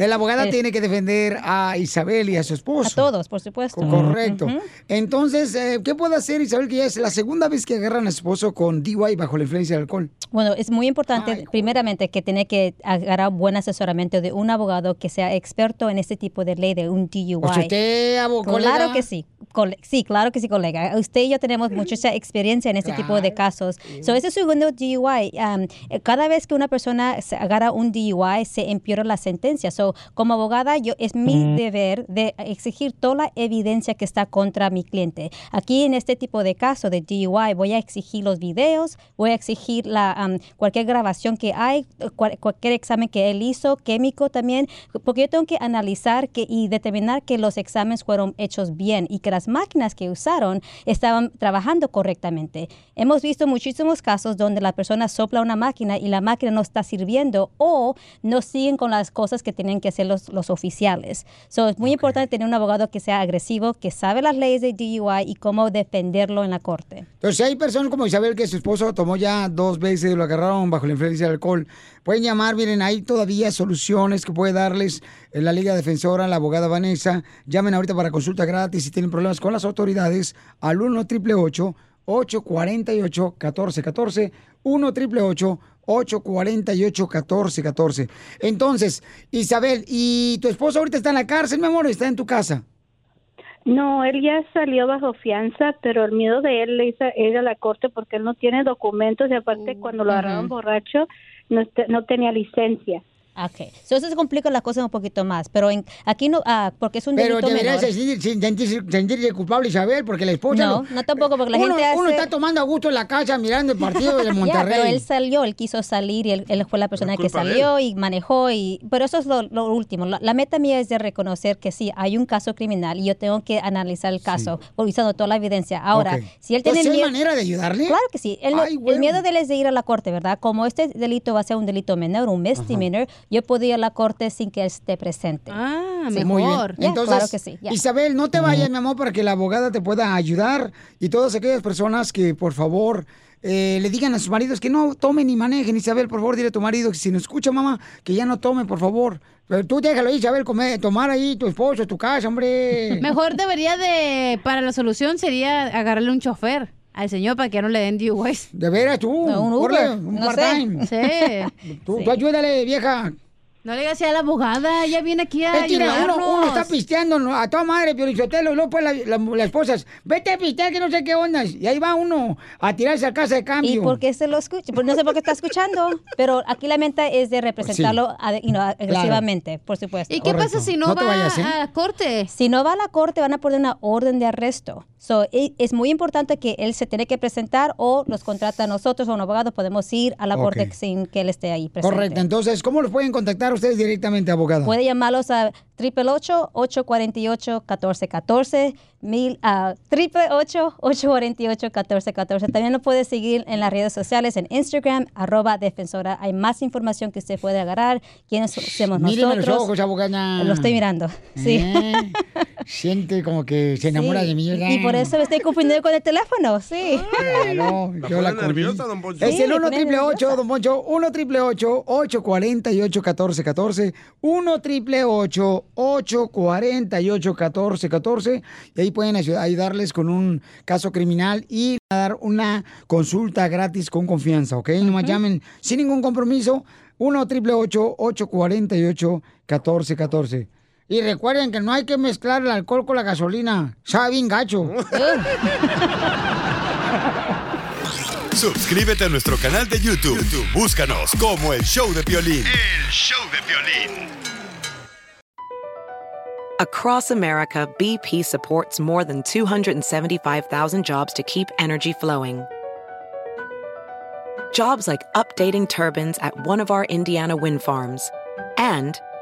La abogada
Eh.
tiene que defender a Isabel y a su esposo. A
todos, por supuesto.
Correcto.
Ujú.
Entonces, eh, ¿qué puede hacer Isabel que ya es la segunda vez que agarran a su esposo con DUI bajo la influencia del alcohol?
Bueno, es muy importante, primeramente, que tiene que agarrar buen asesoramiento de un abogado que sea experto en este tipo de ley de un DUI.
Pues usted, abo- colega.
Claro que sí. cole- sí, claro que sí, colega. Usted y yo tenemos mucha experiencia en este tipo de casos. So, ese segundo DUI, um, eh, cada vez que una persona se agarra para un DUI se empeora la sentencia. So, como abogada, yo es mi deber de exigir toda la evidencia que está contra mi cliente. Aquí en este tipo de caso de DUI voy a exigir los videos, voy a exigir la am, cualquier grabación que hay, cual- cualquier examen que él hizo, químico también, porque yo tengo que analizar que, y determinar que los exámenes fueron hechos bien y que las máquinas que usaron estaban trabajando correctamente. Hemos visto muchísimos casos donde la persona sopla una máquina y la máquina no está sirviendo o no siguen con las cosas que tienen que hacer los, los oficiales. So, es muy importante tener un abogado que sea agresivo, que sabe las leyes de DUI y cómo defenderlo en la corte.
Entonces, si hay personas como Isabel que su esposo tomó ya dos veces, lo agarraron bajo la influencia del alcohol, pueden llamar, miren, hay todavía soluciones que puede darles eh, la Liga Defensora, la abogada Vanessa. Llamen ahorita para consulta gratis si tienen problemas con las autoridades al 1 888 848 1414 1 888 848 1414 Entonces, Isabel, ¿y tu esposo ahorita está en la cárcel, mi amor, o está en tu casa?
No, él ya salió bajo fianza, pero el miedo de él le hizo ir a la corte porque él no tiene documentos y aparte cuando lo agarraron
Ujú.
borracho no, te- no tenía licencia.
Ok, so, eso se complica las cosas un poquito más, pero en- aquí no, ah, porque es un
Pero
delito
debería
menor.
sentir- sentirse, sentirse culpable Isabel porque la esposa...
No, no tampoco, porque la
Uno-
gente
Uno
hace-
está tomando a gusto en la casa mirando el partido de
Ya,
Monterrey.
pero él salió, él quiso salir y él, él fue la persona que
culpa de
salió y manejó. y Pero eso es lo, lo último. La, la meta mía es de reconocer que sí, hay un caso criminal y yo tengo que analizar el caso, revisando toda la evidencia. Ahora,
Ok.
si él tiene
Entonces, ¿hay
miedo...
manera de ayudarle?
Claro que sí. Él no-
Ay, güero.
El miedo de él es de ir a la corte, ¿verdad? Como este delito va a ser un delito menor, un misdemeanor, yo puedo ir a la corte sin que él esté presente. Ah,
Sí, muy bien. Entonces,
claro que sí. ya.
Isabel, no te vayas, mi amor, para que la abogada te pueda ayudar y todas aquellas personas que, por favor, eh, le digan a sus maridos que no tomen ni manejen. Isabel, por favor, dile a tu marido que si no escucha, mamá, que ya no tome, por favor. Pero tú déjalo ahí, Isabel, comer, tomar ahí tu esposo, tu casa, hombre.
Mejor debería de, para la solución sería agarrarle un chofer al señor para que ya no le den DUIs.
De veras tú,
No, un Uber,
Órale, un
no
part-time.
sé.
Tú, tú Pues ayúdale, vieja.
No le digas así a la abogada, ella viene aquí a
Es que mira, uno, uno está
ayudarnos.
pisteando ¿no? a toda madre, Piolichotelo, y luego pues la, la- las esposas, vete a pistear que no sé qué onda, y ahí va uno a tirarse a casa de cambio.
¿Y por qué se lo escucha? Pues no sé por qué está escuchando, pero aquí la meta es de representarlo ade- you know, agresivamente, por supuesto.
¿Y qué pasa si no, va
¿eh?
a la corte?
Si no va a la corte, van a poner una orden de arresto. So, i- es muy importante que él se tiene que presentar o los contrata a nosotros o un abogado, podemos ir a la
Ok.
corte sin que él esté ahí presente.
Correcto, entonces, ¿cómo los pueden contactar ustedes directamente, abogada?
Puede llamarlos a 888-848-1414, mil- a 888-848-1414. También nos puede seguir en las redes sociales, en Instagram, arroba defensora. Hay más información que usted puede agarrar, quiénes somos
Míreme
nosotros.
los ojos, abogada.
Lo estoy mirando, sí.
¿Eh? Siente como que se enamora
Sí,
de mí, ¿verdad?
Y por eso me estoy confundiendo con el teléfono, sí.
Claro, yo la cubrí. Es
Sí,
el
me
1
pone
triple 8 don Poncho, 1 triple 848 1414 1 triple 848 1414 y ahí pueden ayu- ayudarles con un caso criminal y dar una consulta gratis con confianza, ¿ok? Nomás llamen sin ningún compromiso, 1 triple 848 1414 y recuerden que no hay que mezclar el alcohol con la gasolina. Sabe bien gacho.
¿Eh?
Suscríbete a nuestro canal de YouTube. YouTube, Búscanos como el show de Piolín.
El show de violín.
Across America, BP supports more than 275,000 jobs to keep energy flowing. Jobs like updating turbines at one of our Indiana wind farms and